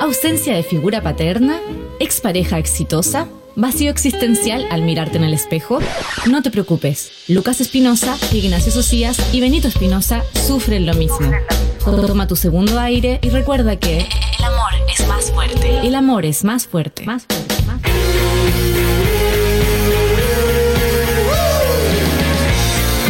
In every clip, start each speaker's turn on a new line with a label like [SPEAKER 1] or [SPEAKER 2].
[SPEAKER 1] ¿Ausencia de figura paterna? ¿Expareja exitosa? ¿Vacío existencial al mirarte en el espejo? No te preocupes. Lucas Espinosa, Ignacio Socias y Benito Espinosa sufren lo mismo. Toma tu segundo aire y recuerda que
[SPEAKER 2] El amor es más fuerte.
[SPEAKER 1] el amor es más fuerte.
[SPEAKER 3] Más fuerte, más fuerte.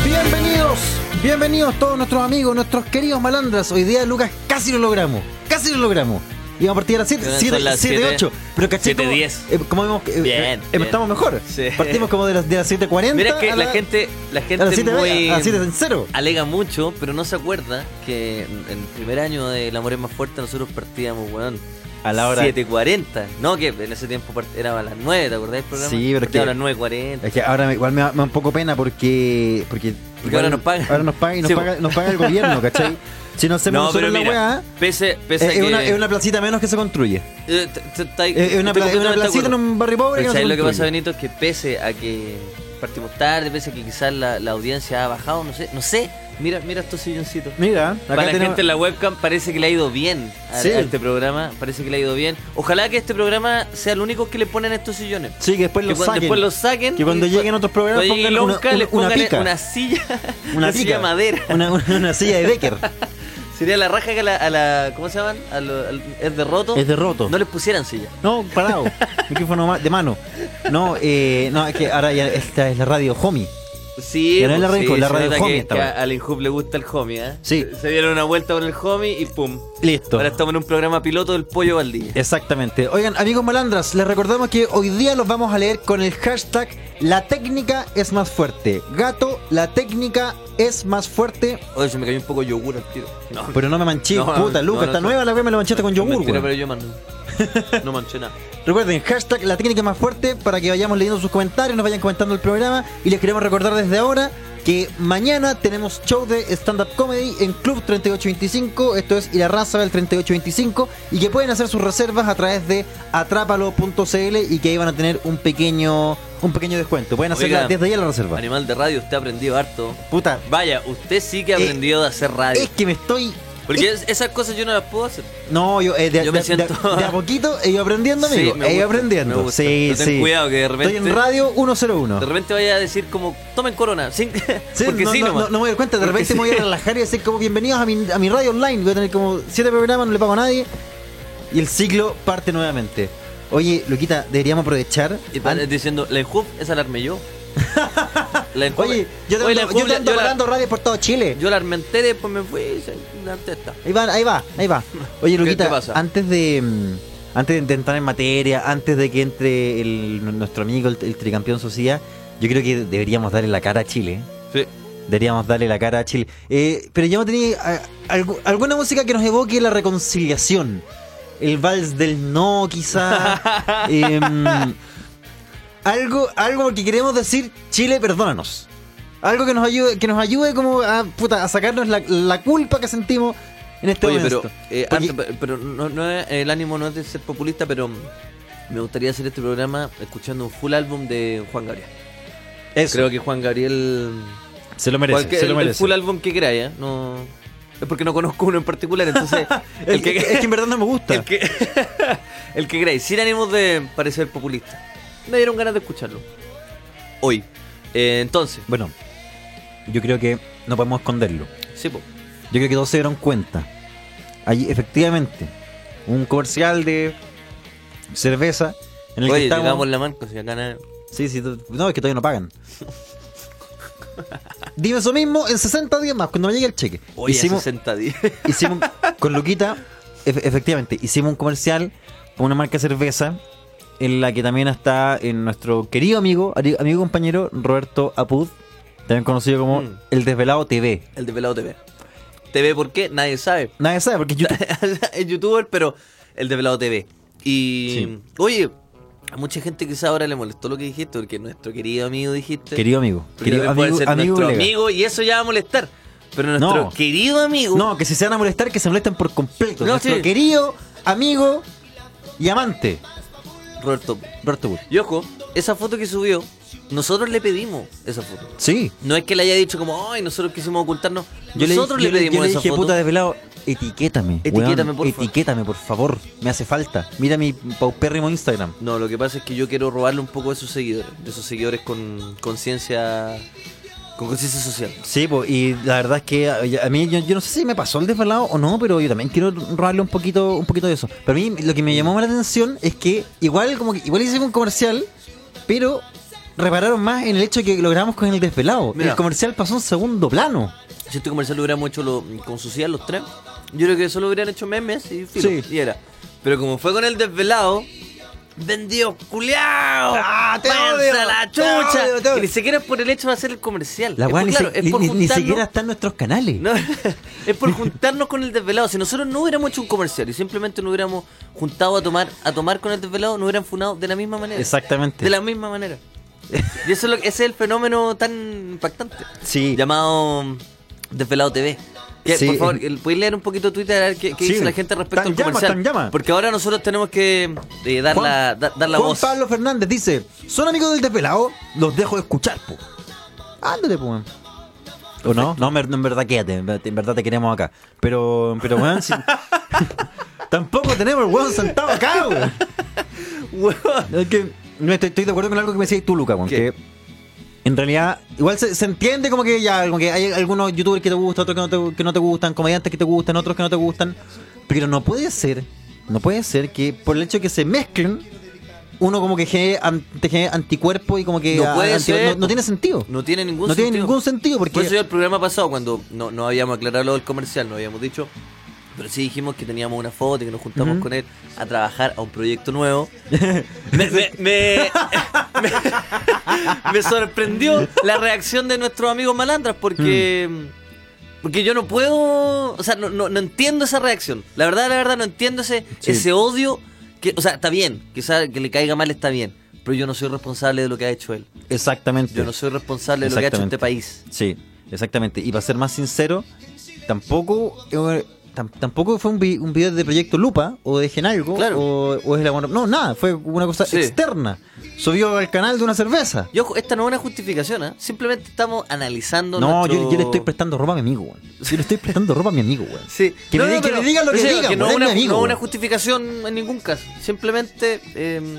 [SPEAKER 4] Bienvenidos, bienvenidos todos nuestros amigos, nuestros queridos malandras. Hoy día, Lucas, casi lo logramos, casi lo logramos. Íbamos a partir a las 7,
[SPEAKER 5] Son
[SPEAKER 4] 7,
[SPEAKER 5] las
[SPEAKER 4] 7,
[SPEAKER 5] siete.
[SPEAKER 4] 8. Pero caché.
[SPEAKER 5] Siete,
[SPEAKER 4] como-
[SPEAKER 5] diez.
[SPEAKER 4] eh, como vemos que, eh,
[SPEAKER 5] Bien,
[SPEAKER 4] eh,
[SPEAKER 5] bien.
[SPEAKER 4] estamos mejor.
[SPEAKER 5] Sí.
[SPEAKER 4] Partimos como de las, de las 7.40.
[SPEAKER 5] Mira que
[SPEAKER 4] a
[SPEAKER 5] la
[SPEAKER 4] la-
[SPEAKER 5] gente, la
[SPEAKER 4] A las
[SPEAKER 5] gente
[SPEAKER 4] 7
[SPEAKER 5] muy
[SPEAKER 4] a las 7 en cero.
[SPEAKER 5] alega mucho, pero no se acuerda que en en el primer año de El Amor es más fuerte nosotros partíamos, weón.
[SPEAKER 4] A la hora.
[SPEAKER 5] 7.40. No, que en ese tiempo part- era a las 9, ¿te acordás del programa?
[SPEAKER 4] Sí, pero
[SPEAKER 5] Partíamos
[SPEAKER 4] que-
[SPEAKER 5] a las 9.40.
[SPEAKER 4] Es que ahora me- igual me da, me da un poco pena porque. Porque,
[SPEAKER 5] Porque ahora nos pagan.
[SPEAKER 4] Ahora nos pagan y nos,
[SPEAKER 5] Sí,
[SPEAKER 4] paga,
[SPEAKER 5] po.
[SPEAKER 4] nos paga el gobierno, ¿cachai? Si no hacemos
[SPEAKER 5] No, pero
[SPEAKER 4] nosotros la weá,
[SPEAKER 5] mira, pese,
[SPEAKER 4] es,
[SPEAKER 5] pese a
[SPEAKER 4] es
[SPEAKER 5] que...
[SPEAKER 4] una, es una placita menos que se construye.
[SPEAKER 5] eh, t- t- está-
[SPEAKER 4] Es, es una,
[SPEAKER 5] estoy
[SPEAKER 4] pla- es una
[SPEAKER 5] completamente de
[SPEAKER 4] placita en
[SPEAKER 5] acuerdo.
[SPEAKER 4] un barrio
[SPEAKER 5] Pero
[SPEAKER 4] pobre. que no se
[SPEAKER 5] ¿sabes lo que
[SPEAKER 4] construye.
[SPEAKER 5] pasa, Benito? Es que pese a que partimos tarde, pese a que quizás la, la audiencia ha bajado, no sé, no sé. Mira, mira estos silloncitos.
[SPEAKER 4] Mira, acá
[SPEAKER 5] Para la
[SPEAKER 4] tenemos-
[SPEAKER 5] gente en la webcam parece que le ha ido bien a,
[SPEAKER 4] Sí.
[SPEAKER 5] a este programa, parece que le ha ido bien. Ojalá que este programa sea el único que le ponen estos sillones.
[SPEAKER 4] Sí, que después
[SPEAKER 5] que
[SPEAKER 4] lo
[SPEAKER 5] cuando-
[SPEAKER 4] saquen.
[SPEAKER 5] después los saquen.
[SPEAKER 4] Que cuando
[SPEAKER 5] y-
[SPEAKER 4] lleguen otros programas
[SPEAKER 5] cuando llegue
[SPEAKER 4] pongan una,
[SPEAKER 5] Lonca,
[SPEAKER 4] una-
[SPEAKER 5] le
[SPEAKER 4] una
[SPEAKER 5] pongan
[SPEAKER 4] pica.
[SPEAKER 5] una silla,
[SPEAKER 4] una
[SPEAKER 5] una silla
[SPEAKER 4] pica.
[SPEAKER 5] de madera.
[SPEAKER 4] Una, una- una silla de Becker.
[SPEAKER 5] Sería la raja que a la, a la- ¿cómo se llaman? A lo- al- es de roto.
[SPEAKER 4] Es de roto.
[SPEAKER 5] No les pusieran silla.
[SPEAKER 4] No, parado. Micrófono ma- de mano. No, eh, no, es que ahora ya esta es la radio homie.
[SPEAKER 5] Sí,
[SPEAKER 4] Ya no es la
[SPEAKER 5] pues,
[SPEAKER 4] Renco,
[SPEAKER 5] sí,
[SPEAKER 4] la
[SPEAKER 5] se
[SPEAKER 4] Radio
[SPEAKER 5] nota que-
[SPEAKER 4] Homie
[SPEAKER 5] que
[SPEAKER 4] esta vez.
[SPEAKER 5] a- al Inhub le gusta el homie, ¿eh?
[SPEAKER 4] Sí.
[SPEAKER 5] Se- Se dieron una vuelta con el homie y pum.
[SPEAKER 4] Listo.
[SPEAKER 5] Ahora estamos en un programa piloto del pollo Valdivia.
[SPEAKER 4] Exactamente. Oigan, amigos malandras, les recordamos que hoy día los vamos a leer con el hashtag La técnica es más fuerte. Gato, la técnica es más fuerte.
[SPEAKER 5] Oye, se me cayó un poco de yogur al tiro. No,
[SPEAKER 4] Pero no me manché,
[SPEAKER 5] No,
[SPEAKER 4] puta,
[SPEAKER 5] no,
[SPEAKER 4] Luca,
[SPEAKER 5] no,
[SPEAKER 4] está
[SPEAKER 5] no.
[SPEAKER 4] nueva la wea me lo manchaste con yogur,
[SPEAKER 5] Mentira,
[SPEAKER 4] weón.
[SPEAKER 5] pero yo mando. No manché nada.
[SPEAKER 4] Recuerden, hashtag la técnica más fuerte para que vayamos leyendo sus comentarios, nos vayan comentando el programa y les queremos recordar desde ahora que mañana tenemos show de stand-up comedy en Club 3825, esto es Irarraza del 3825 y que pueden hacer sus reservas a través de atrápalo.cl y que ahí van a tener un pequeño un pequeño descuento. Pueden hacer
[SPEAKER 5] Oiga,
[SPEAKER 4] la- desde ahí la reserva.
[SPEAKER 5] Animal de radio, usted ha aprendido harto.
[SPEAKER 4] Puta,
[SPEAKER 5] Vaya, usted sí que ha
[SPEAKER 4] Eh,
[SPEAKER 5] aprendido de hacer radio.
[SPEAKER 4] es que me estoy...
[SPEAKER 5] Porque es- esas cosas yo no las puedo hacer.
[SPEAKER 4] No, yo, eh, de,
[SPEAKER 5] Yo me
[SPEAKER 4] de- de-
[SPEAKER 5] siento-
[SPEAKER 4] de a poquito he ido aprendiendo,
[SPEAKER 5] Sí,
[SPEAKER 4] amigo.
[SPEAKER 5] me
[SPEAKER 4] he
[SPEAKER 5] gusta,
[SPEAKER 4] ido aprendiendo.
[SPEAKER 5] me gusta.
[SPEAKER 4] Sí,
[SPEAKER 5] Pero ten
[SPEAKER 4] sí.
[SPEAKER 5] cuidado que de repente-
[SPEAKER 4] Estoy en Radio 101.
[SPEAKER 5] De repente vaya a decir como, tomen corona. sin-
[SPEAKER 4] Sí,
[SPEAKER 5] porque
[SPEAKER 4] no,
[SPEAKER 5] sí,
[SPEAKER 4] no,
[SPEAKER 5] nomás.
[SPEAKER 4] no- no me voy a dar cuenta, de
[SPEAKER 5] Porque
[SPEAKER 4] repente
[SPEAKER 5] sí.
[SPEAKER 4] me voy a relajar y decir como bienvenidos a mi, a mi radio online, voy a tener como siete programas, no le pago a nadie. Y el ciclo parte nuevamente. Oye, Luquita, deberíamos aprovechar.
[SPEAKER 5] Y están
[SPEAKER 4] An-
[SPEAKER 5] diciendo, la enjub, esa la armé yo. La enjub-
[SPEAKER 4] Oye, yo te
[SPEAKER 5] Oye, la
[SPEAKER 4] ando, yo
[SPEAKER 5] enjub
[SPEAKER 4] te
[SPEAKER 5] la-
[SPEAKER 4] ando
[SPEAKER 5] yo la-
[SPEAKER 4] pagando radio por todo Chile.
[SPEAKER 5] Yo la armé entera y después me fui y se la harté esta.
[SPEAKER 4] Ahí va, ahí va, ahí va. Oye,
[SPEAKER 5] ¿Qué te
[SPEAKER 4] Luquita,
[SPEAKER 5] pasa?
[SPEAKER 4] antes de mm, antes de entrar en materia, antes de que entre el- nuestro amigo, el, el tricampeón Sociedad, yo creo que deberíamos darle la cara a Chile.
[SPEAKER 5] Sí.
[SPEAKER 4] Deberíamos darle la cara a Chile. Eh, pero yo tenía ah, algu- alguna música que nos evoque la reconciliación. El vals del no, quizá. Em, algo, algo porque queremos decir, Chile, perdónanos. Algo que nos ayude, que nos ayude como a, puta, a sacarnos la, la culpa que sentimos en este
[SPEAKER 5] Oye,
[SPEAKER 4] momento.
[SPEAKER 5] pero, eh,
[SPEAKER 4] Porque-
[SPEAKER 5] antes- pe- pero no, no es- el ánimo no es de ser populista, pero mm, me gustaría hacer este programa escuchando un full álbum de Juan Gabriel.
[SPEAKER 4] Eso.
[SPEAKER 5] Creo que Juan Gabriel.
[SPEAKER 4] se lo
[SPEAKER 5] cualquier- el- El full álbum que queráis, ¿eh? No, es porque no conozco uno en particular, entonces. el que,
[SPEAKER 4] es que en verdad no me gusta.
[SPEAKER 5] el que, el que queráis, sin ánimos de parecer populista. Me dieron ganas de escucharlo. Hoy. Eh, entonces,
[SPEAKER 4] Bueno, yo creo que no podemos esconderlo.
[SPEAKER 5] sí, po.
[SPEAKER 4] Yo creo que todos se dieron cuenta. Allí, efectivamente, un comercial de cerveza en el
[SPEAKER 5] Oye,
[SPEAKER 4] que estamos...
[SPEAKER 5] llegamos la mano, si acá nada-
[SPEAKER 4] Sí, sí, tú- no, es que todavía no pagan. Dime eso mismo en 60 días más, cuando me llegue el cheque.
[SPEAKER 5] Oye,
[SPEAKER 4] hicimos,
[SPEAKER 5] 60 días.
[SPEAKER 4] hicimos con Luquita, efe- efectivamente, hicimos un comercial con una marca de cerveza en la que también está en nuestro querido amigo, ari- amigo compañero Roberto Apud, también conocido como
[SPEAKER 5] Mm.
[SPEAKER 4] El Desvelado TV.
[SPEAKER 5] El de Pelado TV. TV, ¿por qué? Nadie sabe.
[SPEAKER 4] Nadie sabe, porque YouTube...
[SPEAKER 5] es youtuber, pero el de Pelado TV. Y.
[SPEAKER 4] Sí.
[SPEAKER 5] Oye, a mucha gente quizá ahora le molestó lo que dijiste, porque nuestro querido amigo dijiste.
[SPEAKER 4] Querido amigo.
[SPEAKER 5] Porque
[SPEAKER 4] Querido
[SPEAKER 5] también puede
[SPEAKER 4] amigo,
[SPEAKER 5] ser
[SPEAKER 4] amigo
[SPEAKER 5] nuestro
[SPEAKER 4] colega.
[SPEAKER 5] amigo, y eso ya va a molestar. Pero nuestro
[SPEAKER 4] No.
[SPEAKER 5] querido amigo.
[SPEAKER 4] No, que si se van a molestar, que se molesten por completo.
[SPEAKER 5] No,
[SPEAKER 4] Nuestro
[SPEAKER 5] sí.
[SPEAKER 4] querido amigo y amante,
[SPEAKER 5] Roberto.
[SPEAKER 4] Roberto Wood.
[SPEAKER 5] Y ojo, esa foto que subió, nosotros le pedimos esa foto.
[SPEAKER 4] Sí.
[SPEAKER 5] No es que le haya dicho como, ay, nosotros quisimos ocultarnos.
[SPEAKER 4] Yo le,
[SPEAKER 5] nosotros
[SPEAKER 4] yo
[SPEAKER 5] le,
[SPEAKER 4] le- yo
[SPEAKER 5] pedimos
[SPEAKER 4] le
[SPEAKER 5] esa
[SPEAKER 4] dije,
[SPEAKER 5] foto.
[SPEAKER 4] puta desvelado, etiquétame.
[SPEAKER 5] Etiquétame,
[SPEAKER 4] weón,
[SPEAKER 5] por favor.
[SPEAKER 4] Etiquétame, por favor. Me hace falta. Mira mi paupérrimo Instagram.
[SPEAKER 5] No, lo que pasa es que yo quiero robarle un poco de sus seguidores, de sus seguidores con conciencia con conciencia social.
[SPEAKER 4] Sí, pues, y la verdad es que a, a mí, yo, yo no sé si me pasó el desvelado o no, pero yo también quiero robarle un poquito, un poquito de eso. Pero a mí lo que me llamó más la atención es que igual como que, igual hicimos un comercial, pero repararon más en el hecho que lo grabamos con el desvelado.
[SPEAKER 5] Mira.
[SPEAKER 4] El comercial pasó a un segundo plano.
[SPEAKER 5] Si este comercial lo hubiéramos hecho lo- con suciedad los tres, yo creo que solo hubieran hecho memes y filo,
[SPEAKER 4] Sí.
[SPEAKER 5] y era. Pero como fue con el desvelado, vendido culiao.
[SPEAKER 4] Ah, te
[SPEAKER 5] ¡Fuerza
[SPEAKER 4] odio,
[SPEAKER 5] la
[SPEAKER 4] te
[SPEAKER 5] chucha.
[SPEAKER 4] odio, te odio.
[SPEAKER 5] Y ni siquiera es por el hecho de hacer el comercial.
[SPEAKER 4] La
[SPEAKER 5] es
[SPEAKER 4] cual
[SPEAKER 5] por,
[SPEAKER 4] ni,
[SPEAKER 5] claro,
[SPEAKER 4] se-
[SPEAKER 5] es
[SPEAKER 4] ni-
[SPEAKER 5] por
[SPEAKER 4] ni- ni
[SPEAKER 5] juntarnos-
[SPEAKER 4] siquiera está en nuestros canales.
[SPEAKER 5] No, es por juntarnos con el desvelado. Si nosotros no hubiéramos hecho un comercial y simplemente nos hubiéramos juntado a tomar, a tomar con el desvelado, nos hubieran funado de la misma manera.
[SPEAKER 4] Exactamente.
[SPEAKER 5] De la misma manera. Y eso es lo, ese es el fenómeno tan impactante.
[SPEAKER 4] Sí.
[SPEAKER 5] Llamado mm, Desvelado TV. Que,
[SPEAKER 4] Sí.
[SPEAKER 5] Por favor, el- ¿puedes leer un poquito Twitter a ver qué, qué
[SPEAKER 4] Sí.
[SPEAKER 5] dice la gente respecto
[SPEAKER 4] Tan
[SPEAKER 5] al
[SPEAKER 4] llama,
[SPEAKER 5] comercial?
[SPEAKER 4] tan llama.
[SPEAKER 5] Porque ahora nosotros tenemos que eh, dar,
[SPEAKER 4] Juan-
[SPEAKER 5] la, da- dar la
[SPEAKER 4] Juan
[SPEAKER 5] voz.
[SPEAKER 4] Pablo Fernández dice, son amigos del desvelado, los dejo escuchar, po. Ándate, po. weón. ¿O no? No, en ver- en verdad quédate, en ver- en verdad te queremos acá. Pero, pero weón, si- tampoco tenemos el weón sentado acá, weón.
[SPEAKER 5] Weón.
[SPEAKER 4] Es que, no, estoy, estoy de acuerdo con algo que me decías tú, Luca, weón,
[SPEAKER 5] ¿Qué?
[SPEAKER 4] que en realidad, igual se, se entiende como que ya, como que hay algunos youtubers que te gustan, otros que no te, que no te gustan, comediantes que te gustan, otros que no te gustan. Pero no puede ser, no puede ser que por el hecho de que se mezclen, uno como que genere, an- te genere anticuerpo y como que.
[SPEAKER 5] No puede ser.
[SPEAKER 4] no- no tiene sentido.
[SPEAKER 5] No tiene ningún
[SPEAKER 4] No
[SPEAKER 5] sentido. Pues,
[SPEAKER 4] tiene ningún sentido, porque-
[SPEAKER 5] Por eso yo el programa pasado, cuando no, no habíamos aclarado lo del comercial, no habíamos dicho. Pero sí dijimos que teníamos una foto y que nos juntamos con él a trabajar a un proyecto nuevo. me, me- me- me- me sorprendió la reacción de nuestros amigos malandras porque. Porque yo no puedo. O sea, no, no, no entiendo esa reacción. La verdad, la verdad, no entiendo ese,
[SPEAKER 4] Sí.
[SPEAKER 5] ese odio. Que, o sea, está bien. Quizá que le caiga mal está bien. Pero yo no soy responsable de lo que ha hecho él.
[SPEAKER 4] Exactamente.
[SPEAKER 5] Yo no soy responsable de lo que ha hecho este país.
[SPEAKER 4] Sí, exactamente. Y para ser más sincero, tampoco eh, tam- tampoco fue un, vi- un video de Proyecto Lupa o de Genalgo
[SPEAKER 5] Claro.
[SPEAKER 4] o, o es la No, nada, fue una cosa
[SPEAKER 5] Sí.
[SPEAKER 4] externa. Subió al canal de una cerveza.
[SPEAKER 5] Y ojo, esta no es una justificación, ¿ah? Simplemente estamos analizando.
[SPEAKER 4] No,
[SPEAKER 5] nuestro-
[SPEAKER 4] yo, yo le estoy prestando ropa a mi amigo, weón. Yo le estoy prestando ropa a mi amigo, weón.
[SPEAKER 5] Sí.
[SPEAKER 4] Que, me, di- que
[SPEAKER 5] pero-
[SPEAKER 4] me digan lo que
[SPEAKER 5] pero sí,
[SPEAKER 4] digan,
[SPEAKER 5] no
[SPEAKER 4] weón,
[SPEAKER 5] es
[SPEAKER 4] es
[SPEAKER 5] una,
[SPEAKER 4] mi amigo,
[SPEAKER 5] no es una
[SPEAKER 4] weón.
[SPEAKER 5] justificación en ningún caso. Simplemente. eh,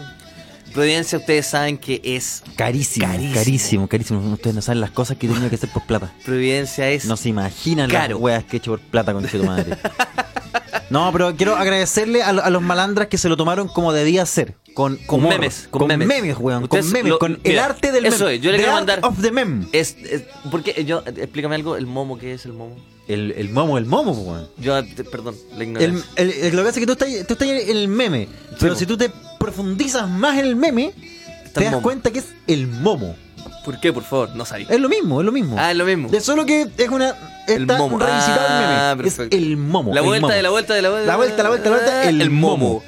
[SPEAKER 5] Providencia, ustedes saben que es.
[SPEAKER 4] Carísimo,
[SPEAKER 5] Carísimo.
[SPEAKER 4] carísimo, carísimo, Ustedes no saben las cosas que he tenido que hacer por plata.
[SPEAKER 5] Providencia es.
[SPEAKER 4] No se imaginan
[SPEAKER 5] Caro.
[SPEAKER 4] las weas que he hecho por plata con tu madre. No, pero quiero agradecerle a, lo- a los malandras que se lo tomaron como debía ser. Con,
[SPEAKER 5] Con
[SPEAKER 4] humor,
[SPEAKER 5] memes, con memes.
[SPEAKER 4] weón.
[SPEAKER 5] Ustedes
[SPEAKER 4] con memes,
[SPEAKER 5] lo-
[SPEAKER 4] con el
[SPEAKER 5] mira,
[SPEAKER 4] arte del
[SPEAKER 5] eso
[SPEAKER 4] meme.
[SPEAKER 5] es, yo le
[SPEAKER 4] The
[SPEAKER 5] quiero
[SPEAKER 4] art
[SPEAKER 5] mandar-
[SPEAKER 4] of the meme.
[SPEAKER 5] Es, es- porque yo. Explícame algo, el momo, ¿qué es el momo?
[SPEAKER 4] El, el momo, el momo, weón.
[SPEAKER 5] Yo, eh, perdón, la
[SPEAKER 4] El,
[SPEAKER 5] ignorancia.
[SPEAKER 4] el- el- lo que pasa es que tú estás, tú estás en el meme. pero
[SPEAKER 5] po.
[SPEAKER 4] si tú te profundizas más en el meme, te
[SPEAKER 5] el
[SPEAKER 4] das
[SPEAKER 5] momo.
[SPEAKER 4] cuenta que es el momo.
[SPEAKER 5] ¿Por qué, por favor? No sabía.
[SPEAKER 4] Es lo mismo, es lo mismo.
[SPEAKER 5] Ah, es lo mismo.
[SPEAKER 4] De solo que es una. Está
[SPEAKER 5] El momo.
[SPEAKER 4] revisitado el meme.
[SPEAKER 5] Ah,
[SPEAKER 4] es
[SPEAKER 5] perfecto.
[SPEAKER 4] el momo.
[SPEAKER 5] La
[SPEAKER 4] el
[SPEAKER 5] vuelta
[SPEAKER 4] momo.
[SPEAKER 5] de la vuelta de la vuelta.
[SPEAKER 4] La vuelta, la vuelta, la vuelta, el momo.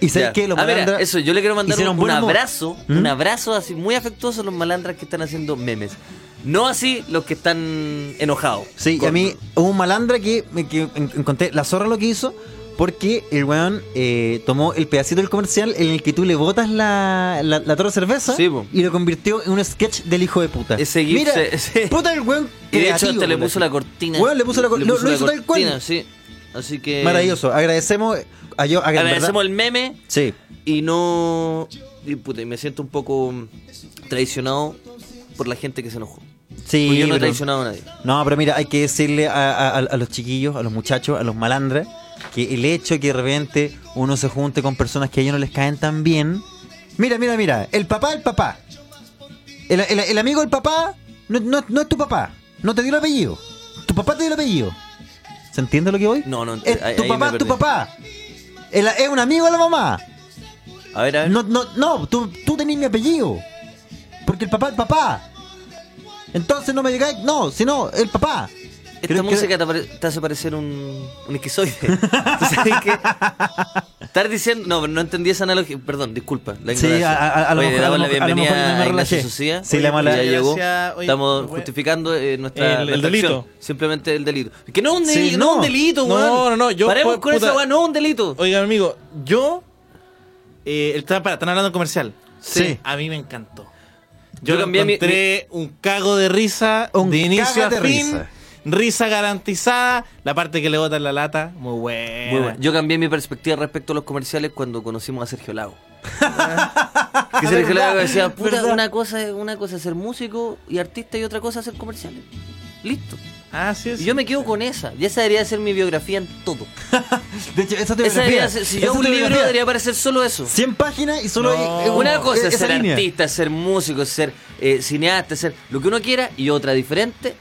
[SPEAKER 4] Y sabes
[SPEAKER 5] Ya.
[SPEAKER 4] que los
[SPEAKER 5] Ah, mira,
[SPEAKER 4] malandras-
[SPEAKER 5] eso, yo le quiero mandar un,
[SPEAKER 4] hicieron
[SPEAKER 5] un
[SPEAKER 4] buen humor.
[SPEAKER 5] abrazo,
[SPEAKER 4] ¿Mm?
[SPEAKER 5] un abrazo así muy afectuoso a los malandras que están haciendo memes. No así los que están enojados.
[SPEAKER 4] Sí, y
[SPEAKER 5] Con-
[SPEAKER 4] a mí hubo un malandra que, me- que en- encontré la zorra lo que hizo porque el weón eh, tomó el pedacito del comercial en el que tú le botas la, la, la torre de cerveza
[SPEAKER 5] Sí, po.
[SPEAKER 4] y lo convirtió en un sketch del hijo de puta.
[SPEAKER 5] Ese gif
[SPEAKER 4] Mira,
[SPEAKER 5] se- sí.
[SPEAKER 4] puta el weón
[SPEAKER 5] Y de hecho hasta
[SPEAKER 4] creativo,
[SPEAKER 5] le
[SPEAKER 4] weón.
[SPEAKER 5] puso la cortina.
[SPEAKER 4] Weón, le puso la cor- lo-
[SPEAKER 5] puso
[SPEAKER 4] lo
[SPEAKER 5] la
[SPEAKER 4] hizo tal cual.
[SPEAKER 5] cortina, sí. Así que...
[SPEAKER 4] Maravilloso. Agradecemos a yo. a- en
[SPEAKER 5] Agradecemos
[SPEAKER 4] verdad-
[SPEAKER 5] el meme
[SPEAKER 4] Sí.
[SPEAKER 5] y no... Y puta, y me siento un poco mm, traicionado por la gente que se enojó.
[SPEAKER 4] Sí,
[SPEAKER 5] Porque yo no he
[SPEAKER 4] pero-
[SPEAKER 5] traicionado a nadie.
[SPEAKER 4] No, pero mira, hay que decirle a, a- a- a los chiquillos, a los muchachos, a los malandras, que el hecho de que de repente uno se junte con personas que a ellos no les caen tan bien. Mira, mira, mira, el papá, el papá. El, el- el amigo del papá no, no- no es tu papá, no te dio el apellido. Tu papá te dio el apellido. ¿Se entiende lo que voy?
[SPEAKER 5] No, no, ent-
[SPEAKER 4] Es
[SPEAKER 5] ahí-
[SPEAKER 4] tu
[SPEAKER 5] ahí
[SPEAKER 4] papá,
[SPEAKER 5] me
[SPEAKER 4] es tu
[SPEAKER 5] perdí.
[SPEAKER 4] papá. El- es un amigo de la mamá.
[SPEAKER 5] A ver, a ver.
[SPEAKER 4] No, no, no, tú, tú tenés mi apellido. Porque el papá es el papá. Entonces no me digáis, no, sino el papá.
[SPEAKER 5] Esta
[SPEAKER 4] Creo que-
[SPEAKER 5] música te, apare- te hace parecer un, un esquizoide. ¿Tú sabes qué? Estar diciendo. No, pero no entendí esa analogía. Perdón, disculpa. la
[SPEAKER 4] Sí,
[SPEAKER 5] ignorancia.
[SPEAKER 4] a, a- a lo
[SPEAKER 5] Oye,
[SPEAKER 4] mejor.
[SPEAKER 5] le damos
[SPEAKER 4] a lo
[SPEAKER 5] la
[SPEAKER 4] mejor- a lo mejor
[SPEAKER 5] bienvenida a,
[SPEAKER 4] me
[SPEAKER 5] Ignacio
[SPEAKER 4] relajé.
[SPEAKER 5] Sucía.
[SPEAKER 4] Sí, le damos
[SPEAKER 5] Ya
[SPEAKER 4] la.
[SPEAKER 3] Oye,
[SPEAKER 5] llegó.
[SPEAKER 3] gracias. Oye,
[SPEAKER 5] Estamos
[SPEAKER 3] we-
[SPEAKER 5] justificando eh, nuestra.
[SPEAKER 3] El- el
[SPEAKER 5] nuestra acción.
[SPEAKER 3] delito.
[SPEAKER 5] Simplemente el delito. Que no es un,
[SPEAKER 4] Sí,
[SPEAKER 5] delito, no. es un
[SPEAKER 4] no.
[SPEAKER 5] delito,
[SPEAKER 3] No,
[SPEAKER 5] weón.
[SPEAKER 3] no, no, yo
[SPEAKER 5] Paremos
[SPEAKER 3] pu-
[SPEAKER 5] con
[SPEAKER 3] puta-
[SPEAKER 5] esa weón, no es un delito.
[SPEAKER 3] Oigan, amigo, yo. Eh, el- para, están hablando del comercial.
[SPEAKER 5] Sí.
[SPEAKER 3] A mí me encantó.
[SPEAKER 5] Yo
[SPEAKER 3] Yo, lo
[SPEAKER 5] cambié mi-
[SPEAKER 3] encontré un cago de risa
[SPEAKER 4] Un
[SPEAKER 3] de inicio a
[SPEAKER 4] caga de
[SPEAKER 3] fin.
[SPEAKER 4] risa.
[SPEAKER 3] risa garantizada. La parte que le botan la lata, muy buena.
[SPEAKER 5] Muy bueno. Yo cambié mi perspectiva respecto a los comerciales cuando conocimos a Sergio Lago. que Sergio Lago decía, puta,
[SPEAKER 3] ¿Verdad?
[SPEAKER 5] una cosa, es- una cosa es ser músico y artista y otra cosa es ser comerciales. Listo.
[SPEAKER 3] Ah, sí,
[SPEAKER 5] Y
[SPEAKER 3] sí.
[SPEAKER 5] yo me quedo con esa. Y esa debería ser mi biografía en todo.
[SPEAKER 4] De hecho,
[SPEAKER 5] Esa
[SPEAKER 4] esa biografía,
[SPEAKER 5] debería ser- si
[SPEAKER 4] esa
[SPEAKER 5] yo hago un
[SPEAKER 4] biografía.
[SPEAKER 5] libro debería aparecer solo eso.
[SPEAKER 4] 100 páginas y
[SPEAKER 3] No.
[SPEAKER 4] solo hay eh,
[SPEAKER 5] Una
[SPEAKER 4] eh,
[SPEAKER 5] cosa es
[SPEAKER 4] esa
[SPEAKER 5] ser
[SPEAKER 4] línea.
[SPEAKER 5] artista, ser músico, ser eh, cineasta, ser lo que uno quiera, y otra diferente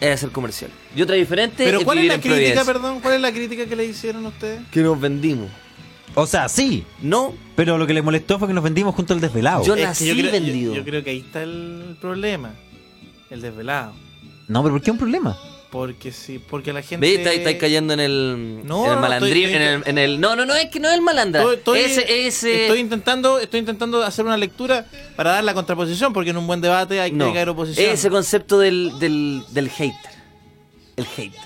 [SPEAKER 5] es ser comercial. Y otra diferente
[SPEAKER 3] Pero
[SPEAKER 5] es
[SPEAKER 3] ¿cuál es
[SPEAKER 5] vivir
[SPEAKER 3] la
[SPEAKER 5] en
[SPEAKER 3] crítica,
[SPEAKER 5] Providencia.
[SPEAKER 3] perdón? ¿Cuál es la crítica que le hicieron a ustedes?
[SPEAKER 5] Que nos vendimos.
[SPEAKER 4] O sea, sí,
[SPEAKER 5] No,
[SPEAKER 4] pero lo que le molestó fue que nos vendimos junto al desvelado.
[SPEAKER 5] Yo-
[SPEAKER 3] Es que
[SPEAKER 5] nací
[SPEAKER 3] yo creo,
[SPEAKER 5] vendido.
[SPEAKER 3] Yo, yo creo que ahí está el problema. El desvelado.
[SPEAKER 4] No, pero ¿por qué un problema?
[SPEAKER 3] Porque sí, porque la gente.
[SPEAKER 5] veis, estáis estáis cayendo en el,
[SPEAKER 3] No,
[SPEAKER 5] en el
[SPEAKER 3] no,
[SPEAKER 5] malandrín,
[SPEAKER 3] estoy-
[SPEAKER 5] en, el, en el- No, no, no, es que no es el malandra.
[SPEAKER 3] Estoy- estoy-
[SPEAKER 5] ese, ese...
[SPEAKER 3] estoy intentando, estoy intentando hacer una lectura para dar la contraposición, porque en un buen debate hay que
[SPEAKER 5] no,
[SPEAKER 3] caer oposición.
[SPEAKER 5] ese concepto del, del, del hater. El hater.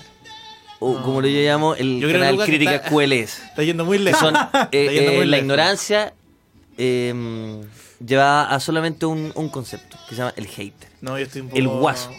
[SPEAKER 5] O como lo yo llamo, el
[SPEAKER 3] Yo creo,
[SPEAKER 5] canal
[SPEAKER 3] Luca, que
[SPEAKER 5] crítica
[SPEAKER 3] está-
[SPEAKER 5] QLS.
[SPEAKER 3] Está yendo muy
[SPEAKER 5] que
[SPEAKER 3] lejos.
[SPEAKER 5] son eh,
[SPEAKER 3] Está yendo
[SPEAKER 5] eh,
[SPEAKER 3] muy
[SPEAKER 5] la
[SPEAKER 3] lejos.
[SPEAKER 5] ignorancia eh, lleva a solamente un, un concepto que se llama el hater,
[SPEAKER 3] No, yo estoy un poco. ah,
[SPEAKER 5] el guaso,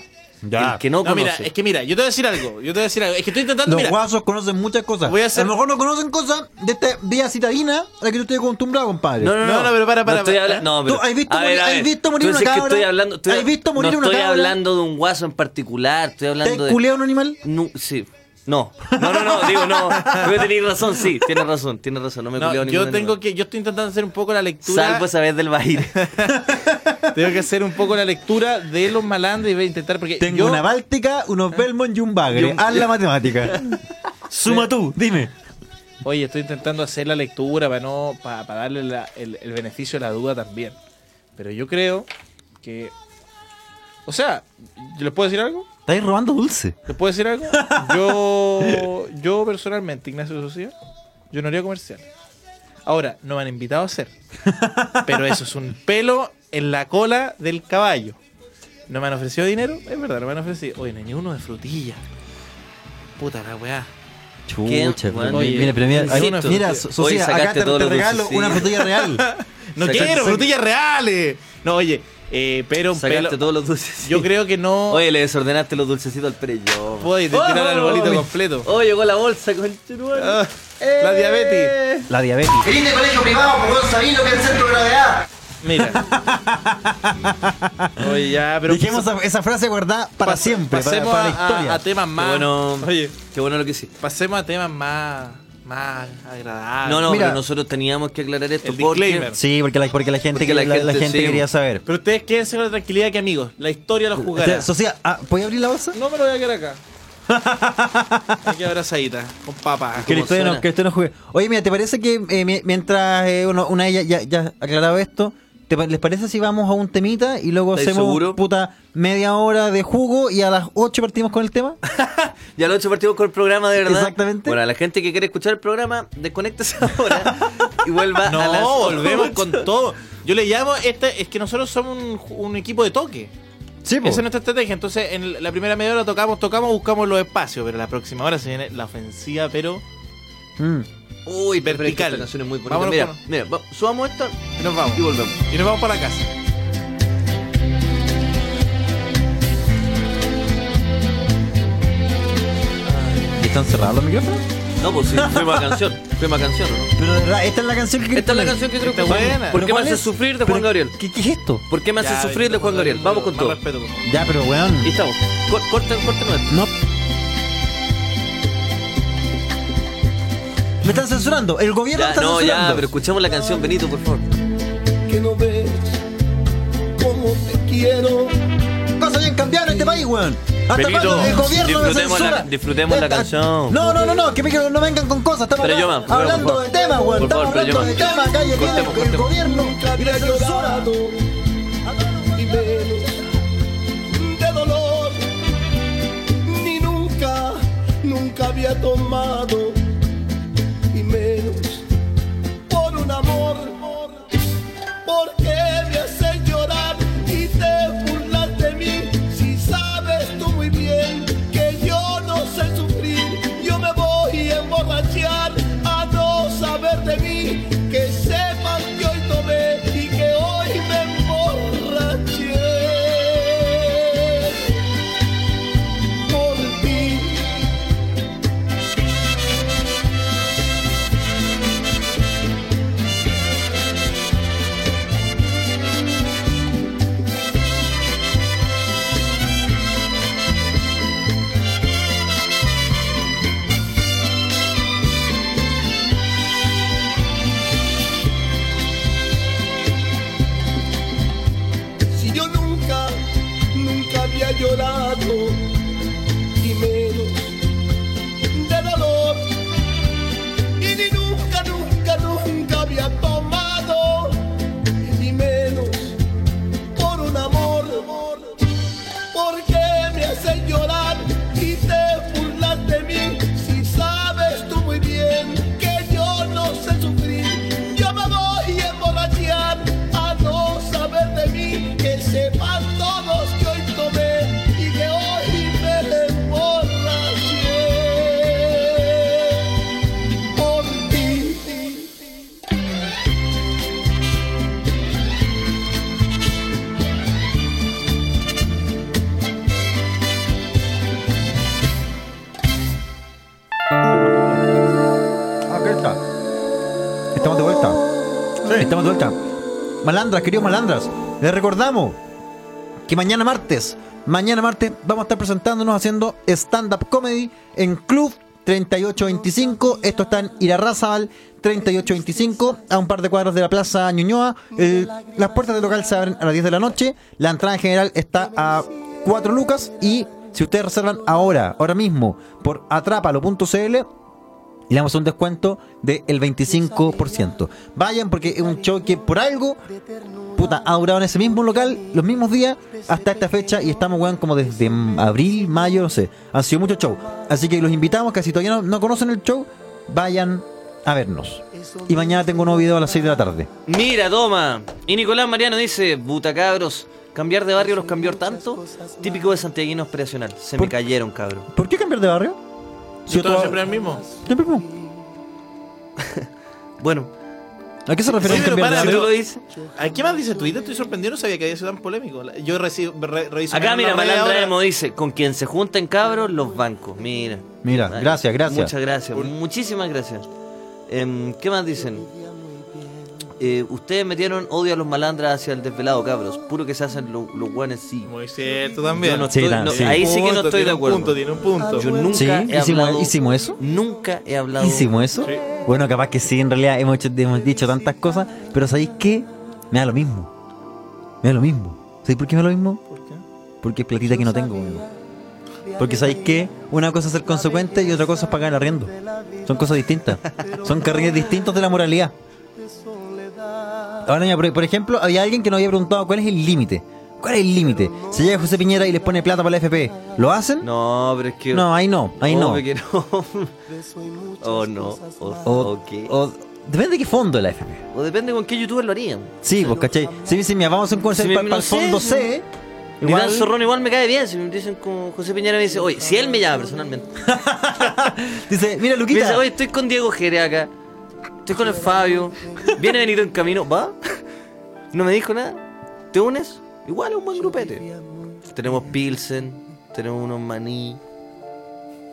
[SPEAKER 5] el que no,
[SPEAKER 3] No,
[SPEAKER 5] conoce.
[SPEAKER 3] mira, es que mira, yo te voy a decir algo. Yo te voy a decir algo. Es que estoy intentando.
[SPEAKER 4] Los
[SPEAKER 3] mira,
[SPEAKER 4] guasos conocen muchas cosas.
[SPEAKER 3] Voy a hacer-
[SPEAKER 4] a lo mejor no conocen cosas de esta vida citadina a la que yo estoy acostumbrado, compadre.
[SPEAKER 5] No, no, no,
[SPEAKER 3] No, no, pero para, para,
[SPEAKER 5] No estoy
[SPEAKER 3] para.
[SPEAKER 5] habla- no, pero-
[SPEAKER 4] ¿Tú has visto
[SPEAKER 5] a ver,
[SPEAKER 4] morir-
[SPEAKER 5] a
[SPEAKER 4] has
[SPEAKER 5] ver.
[SPEAKER 4] visto morir
[SPEAKER 5] Tú
[SPEAKER 4] una
[SPEAKER 5] dices que
[SPEAKER 4] cabra?
[SPEAKER 5] estoy hablando, estoy-
[SPEAKER 4] ¿Has visto morir
[SPEAKER 5] no
[SPEAKER 4] una
[SPEAKER 5] estoy
[SPEAKER 4] cabra?
[SPEAKER 5] hablando de un guaso en particular, estoy
[SPEAKER 4] ¿Te
[SPEAKER 5] hablando
[SPEAKER 4] has
[SPEAKER 5] de...
[SPEAKER 4] culeado un animal?
[SPEAKER 5] No, sí. No, no, no, no, digo no. Pero tenés razón, sí, tienes razón, tienes razón, no me he
[SPEAKER 3] no,
[SPEAKER 5] culiado
[SPEAKER 3] yo
[SPEAKER 5] ningún
[SPEAKER 3] tengo
[SPEAKER 5] animal.
[SPEAKER 3] que, yo estoy intentando hacer un poco la lectura.
[SPEAKER 5] Salvo esa vez del Bahir.
[SPEAKER 3] Tengo que hacer un poco la lectura de los malandros y voy a intentar porque
[SPEAKER 4] Tengo
[SPEAKER 3] yo,
[SPEAKER 4] una báltica, unos Belmont y un bagre.
[SPEAKER 3] Y un-
[SPEAKER 4] Haz la matemática. Suma tú, dime.
[SPEAKER 3] Oye, estoy intentando hacer la lectura para no para, para darle la- el, el beneficio de la duda también. Pero yo creo que o sea, ¿les puedo decir algo?
[SPEAKER 4] Estáis robando dulce.
[SPEAKER 3] ¿Les puedo decir algo? Yo yo personalmente, Ignacio Socia, yo no haría comercial. Ahora, no me han invitado a hacer. Pero eso es un pelo en la cola del caballo. No me han ofrecido dinero, es verdad, no me han ofrecido. Oye, no hay ni uno de frutilla. Puta la weá.
[SPEAKER 5] ¿Qué?
[SPEAKER 4] Chucha,
[SPEAKER 5] Bueno,
[SPEAKER 4] oye, mira, pero mira, ahí-
[SPEAKER 3] insisto.
[SPEAKER 4] mira,
[SPEAKER 3] Hoy
[SPEAKER 4] so- Socia, acá
[SPEAKER 5] sacaste
[SPEAKER 4] te,
[SPEAKER 5] todos
[SPEAKER 4] te
[SPEAKER 5] los
[SPEAKER 4] regalo
[SPEAKER 5] dulces,
[SPEAKER 4] una
[SPEAKER 5] sí.
[SPEAKER 4] frutilla real.
[SPEAKER 3] No
[SPEAKER 5] Sacaste-
[SPEAKER 3] quiero
[SPEAKER 5] sac-
[SPEAKER 3] frutillas reales. No, oye, eh, pero un
[SPEAKER 5] Sacaste
[SPEAKER 3] pelo.
[SPEAKER 5] todos los dulces.
[SPEAKER 3] Yo creo que no.
[SPEAKER 5] Oye, le desordenaste los dulcecitos al Pérez. yo.
[SPEAKER 3] Puedo ir, te tirar al bolito completo.
[SPEAKER 5] Oh, llegó la bolsa, conchetumare. Eh.
[SPEAKER 3] Ah, la diabetes.
[SPEAKER 4] La diabetes.
[SPEAKER 6] Feliz de colegio privado pues, por Gonzalo Sabino que es el centro de gravedad.
[SPEAKER 3] Mira. Oye, ya, pero.
[SPEAKER 4] Dijimos esa, esa frase guardada para
[SPEAKER 3] pas-
[SPEAKER 4] siempre, para,
[SPEAKER 3] Pasemos
[SPEAKER 4] para la
[SPEAKER 3] a-
[SPEAKER 4] historia.
[SPEAKER 3] A, a temas
[SPEAKER 5] Qué
[SPEAKER 3] más.
[SPEAKER 5] bueno,
[SPEAKER 3] Oye,
[SPEAKER 5] qué bueno lo que hiciste.
[SPEAKER 3] pasemos a temas más. Más agradables.
[SPEAKER 5] No, no,
[SPEAKER 4] Mira.
[SPEAKER 5] pero nosotros teníamos que aclarar esto
[SPEAKER 3] El
[SPEAKER 5] porque
[SPEAKER 3] disclaimer.
[SPEAKER 4] Sí, porque la, porque la gente,
[SPEAKER 5] Porque la
[SPEAKER 4] la- la
[SPEAKER 5] gente,
[SPEAKER 4] gente
[SPEAKER 5] sí.
[SPEAKER 4] quería saber.
[SPEAKER 3] Pero ustedes quédense con la tranquilidad que, amigos, la historia los
[SPEAKER 4] Socia,
[SPEAKER 3] jugará.
[SPEAKER 4] Socia, ah, ¿puedes abrir la bolsa?
[SPEAKER 3] No me lo voy a quedar acá. Aquí abrazadita, con papa.
[SPEAKER 4] Que la historia
[SPEAKER 5] suena.
[SPEAKER 4] no, que la historia no juegue. Oye, mira, ¿te parece que eh, mi- mientras eh, uno- una de ellas ya, ya ha aclarado esto, ¿te pa- ¿les parece si vamos a un temita y luego
[SPEAKER 5] ¿Estáis
[SPEAKER 4] hacemos
[SPEAKER 5] seguro?
[SPEAKER 4] puta media hora de jugo y a las 8 partimos con el tema?
[SPEAKER 5] ya lo hecho partimos con el programa de verdad.
[SPEAKER 4] Exactamente.
[SPEAKER 5] Bueno, a la gente que quiere escuchar el programa, desconéctese ahora y vuelva a las
[SPEAKER 3] No, volvemos
[SPEAKER 5] ocho.
[SPEAKER 3] con todo. Yo le llamo, este, es que nosotros somos un, un equipo de toque.
[SPEAKER 4] Sí,
[SPEAKER 3] Esa es nuestra estrategia. Entonces, en la primera media hora tocamos, tocamos, buscamos los espacios. Pero la próxima hora se viene la ofensiva, pero
[SPEAKER 5] Uy, pero es que
[SPEAKER 3] Vertical.
[SPEAKER 5] Esta canción es muy bonita.
[SPEAKER 3] Vámonos
[SPEAKER 5] Mira,
[SPEAKER 3] con-
[SPEAKER 5] mira, va- subamos esta
[SPEAKER 3] y nos vamos.
[SPEAKER 5] y volvemos.
[SPEAKER 3] Y nos vamos para la casa.
[SPEAKER 4] ¿Están cerrados los micrófonos?
[SPEAKER 5] No, pues sí, fuimos a canción. Fuimos a canción, ¿o ¿no?
[SPEAKER 4] Pero de verdad, esta es la canción que
[SPEAKER 5] Esta es la canción que creo que
[SPEAKER 3] Está buena.
[SPEAKER 5] ¿Por qué
[SPEAKER 4] ¿Pero
[SPEAKER 5] me
[SPEAKER 4] cuál
[SPEAKER 5] haces
[SPEAKER 4] es?
[SPEAKER 5] sufrir de
[SPEAKER 4] Pero,
[SPEAKER 5] Juan Gabriel?
[SPEAKER 4] ¿Qué, qué es esto?
[SPEAKER 5] ¿Por qué me haces
[SPEAKER 3] Ya,
[SPEAKER 5] sufrir de Juan Gabriel? Vamos con
[SPEAKER 3] más
[SPEAKER 5] todo.
[SPEAKER 3] respeto, por favor.
[SPEAKER 4] Ya, pero weón.
[SPEAKER 5] Y estamos. Cor- Corta, corta nuestro.
[SPEAKER 4] No. Me están censurando. El gobierno me
[SPEAKER 5] Ya,
[SPEAKER 4] está
[SPEAKER 5] no, ya,
[SPEAKER 4] censurando.
[SPEAKER 5] pero escuchamos la canción, Benito, por favor.
[SPEAKER 7] que no ves cómo te quiero.
[SPEAKER 4] Cosas bien cambiaron en este país, weón. Hasta
[SPEAKER 5] Benito,
[SPEAKER 4] cuando el gobierno me
[SPEAKER 5] disfrutemos la-
[SPEAKER 4] censura.
[SPEAKER 5] disfrutemos la
[SPEAKER 4] Esta-
[SPEAKER 5] canción.
[SPEAKER 4] No, no, no, no, que me- que no vengan con cosas. Estamos
[SPEAKER 5] Pero
[SPEAKER 4] acá
[SPEAKER 5] Yoma, pero
[SPEAKER 4] hablando
[SPEAKER 5] por favor.
[SPEAKER 4] de temas, weón.
[SPEAKER 5] Por favor,
[SPEAKER 4] Estamos
[SPEAKER 5] pero
[SPEAKER 4] hablando de
[SPEAKER 5] Yoma.
[SPEAKER 4] temas acá y el, día
[SPEAKER 5] Cortemos,
[SPEAKER 4] el
[SPEAKER 5] cortemos.
[SPEAKER 4] gobierno
[SPEAKER 7] Nunca
[SPEAKER 4] y la
[SPEAKER 7] había
[SPEAKER 4] censura.
[SPEAKER 7] llorado y menos de dolor. Ni nunca, nunca había tomado y menos por un amor. Porque me haces llorar y te burlas de mí. Si sabes tú muy bien que yo no sé sufrir, yo me voy a emborrachar a no saber de mí. Que sepas que hoy tomé y que hoy me emborraché. Por llorado y menos de dolor. Y ni nunca, nunca, nunca había tomado y menos por un amor. Porque me haces llorar y te burlas de mí. Si sabes tú muy bien que yo no sé sufrir, yo me voy a emborrachar a no saber de mí. Que sepan todos que hoy tomé y que hoy me emborraché por ti.
[SPEAKER 4] Acá está. Estamos de vuelta. Estamos de vuelta. Malandras, queridos malandras, les recordamos que mañana martes, mañana martes vamos a estar presentándonos haciendo stand-up comedy en Club 3825. Esto está en Irarrázaval 3825, a un par de cuadras de la Plaza Ñuñoa. El- las puertas del local se abren a las 10 de la noche. La entrada en general está a 4 lucas y si ustedes reservan ahora, ahora mismo, por atrápalo.cl, y le damos un descuento del 25%. Vayan porque es un show que por algo, puta, ha durado en ese mismo local, los mismos días, hasta esta fecha y estamos, weón, como desde mm, abril, mayo, no sé. Han sido muchos shows. Así que los invitamos, que si todavía no, no conocen el show, vayan a vernos. Y mañana tengo un nuevo video a las 6 de la tarde.
[SPEAKER 5] Mira, toma. Y Nicolás Mariano dice, buta cabros, cambiar de barrio los cambió tanto. Típico de Santiaguino operacional. Se me
[SPEAKER 4] Por-
[SPEAKER 5] cayeron, cabros.
[SPEAKER 4] ¿Por qué cambiar de barrio?
[SPEAKER 3] Yo
[SPEAKER 4] Si yo
[SPEAKER 3] todo
[SPEAKER 4] traba-
[SPEAKER 3] siempre el mismo.
[SPEAKER 4] Siempre mismo.
[SPEAKER 5] Bueno,
[SPEAKER 4] ¿A qué se refiere
[SPEAKER 3] Sí,
[SPEAKER 4] con
[SPEAKER 3] pero
[SPEAKER 4] cambiar de
[SPEAKER 3] para,
[SPEAKER 5] si
[SPEAKER 4] barrio?
[SPEAKER 5] tú
[SPEAKER 3] pero-
[SPEAKER 5] lo dices.
[SPEAKER 3] ¿A qué más dice Twitter? Estoy sorprendido, no sabía que había sido tan polémico. La- Yo recibo, re, reviso
[SPEAKER 5] Acá,
[SPEAKER 3] una
[SPEAKER 5] mira,
[SPEAKER 3] red
[SPEAKER 5] Malandra
[SPEAKER 3] ahora.
[SPEAKER 5] Emo dice, con quien se junten cabros, los bancos. Mira.
[SPEAKER 4] Mira,
[SPEAKER 5] Ay,
[SPEAKER 4] gracias, gracias.
[SPEAKER 5] Muchas gracias, muchísimas gracias. Em, ¿Qué más dicen? Eh, ustedes metieron odio a los malandras hacia el desvelado, cabros. Puro que se hacen lo- los guanes, sí.
[SPEAKER 3] Muy cierto Eh, también.
[SPEAKER 5] Yo no
[SPEAKER 4] Sí,
[SPEAKER 5] estoy-
[SPEAKER 4] tan-
[SPEAKER 5] no,
[SPEAKER 4] sí.
[SPEAKER 5] Ahí sí que no
[SPEAKER 3] Punto,
[SPEAKER 5] estoy de
[SPEAKER 3] tiene
[SPEAKER 5] acuerdo.
[SPEAKER 3] Un punto, tiene un punto.
[SPEAKER 5] Yo nunca
[SPEAKER 4] Sí,
[SPEAKER 5] he
[SPEAKER 4] hicimos-
[SPEAKER 5] hablado-
[SPEAKER 4] hicimos eso.
[SPEAKER 5] Nunca he hablado.
[SPEAKER 4] ¿Hicimos eso?
[SPEAKER 3] Sí.
[SPEAKER 4] Bueno, capaz que sí, en realidad hemos, hecho- hemos dicho tantas cosas, pero ¿sabéis qué? Me da lo mismo. Me da lo mismo. ¿Sabéis por qué me da lo mismo?
[SPEAKER 3] ¿Por qué?
[SPEAKER 4] Porque es platita que no tengo. weón. Porque ¿sabéis qué? Una cosa es ser consecuente y otra cosa es pagar el arriendo. Son cosas distintas. Son carriles distintos de la moralidad. Ahora, ya, por, por ejemplo, había alguien que nos había preguntado cuál es el límite. ¿Cuál es el límite? Se llega José Piñera y les pone plata para la FP. ¿Lo hacen?
[SPEAKER 5] No, pero es que. Oh,
[SPEAKER 4] No, ahí no, ahí no.
[SPEAKER 5] Obvio que no. o Oh, no. O,
[SPEAKER 4] O-
[SPEAKER 5] o qué. O,
[SPEAKER 4] o- depende de qué fondo es la FP.
[SPEAKER 5] depende con qué youtuber lo harían.
[SPEAKER 4] Sí, pues, ¿cachai? Si me dicen, mira, vamos a hacer un comercial
[SPEAKER 5] Si me-
[SPEAKER 4] para
[SPEAKER 5] no
[SPEAKER 4] el
[SPEAKER 5] sé,
[SPEAKER 4] fondo
[SPEAKER 5] si-
[SPEAKER 4] C,
[SPEAKER 5] Mi Dan
[SPEAKER 4] igual
[SPEAKER 5] Zorrón igual me cae bien. Si me dicen como José Piñera me dice, oye, si él me llama personalmente.
[SPEAKER 4] dice, mira,
[SPEAKER 5] Me dice,
[SPEAKER 4] Luquita,
[SPEAKER 5] oye, estoy con Diego Jere acá. Estoy con el Fabio. Viene Benito en camino. ¿Va? No me dijo nada. ¿Te unes? Igual es un buen grupete. Tenemos Pilsen, tenemos unos maní.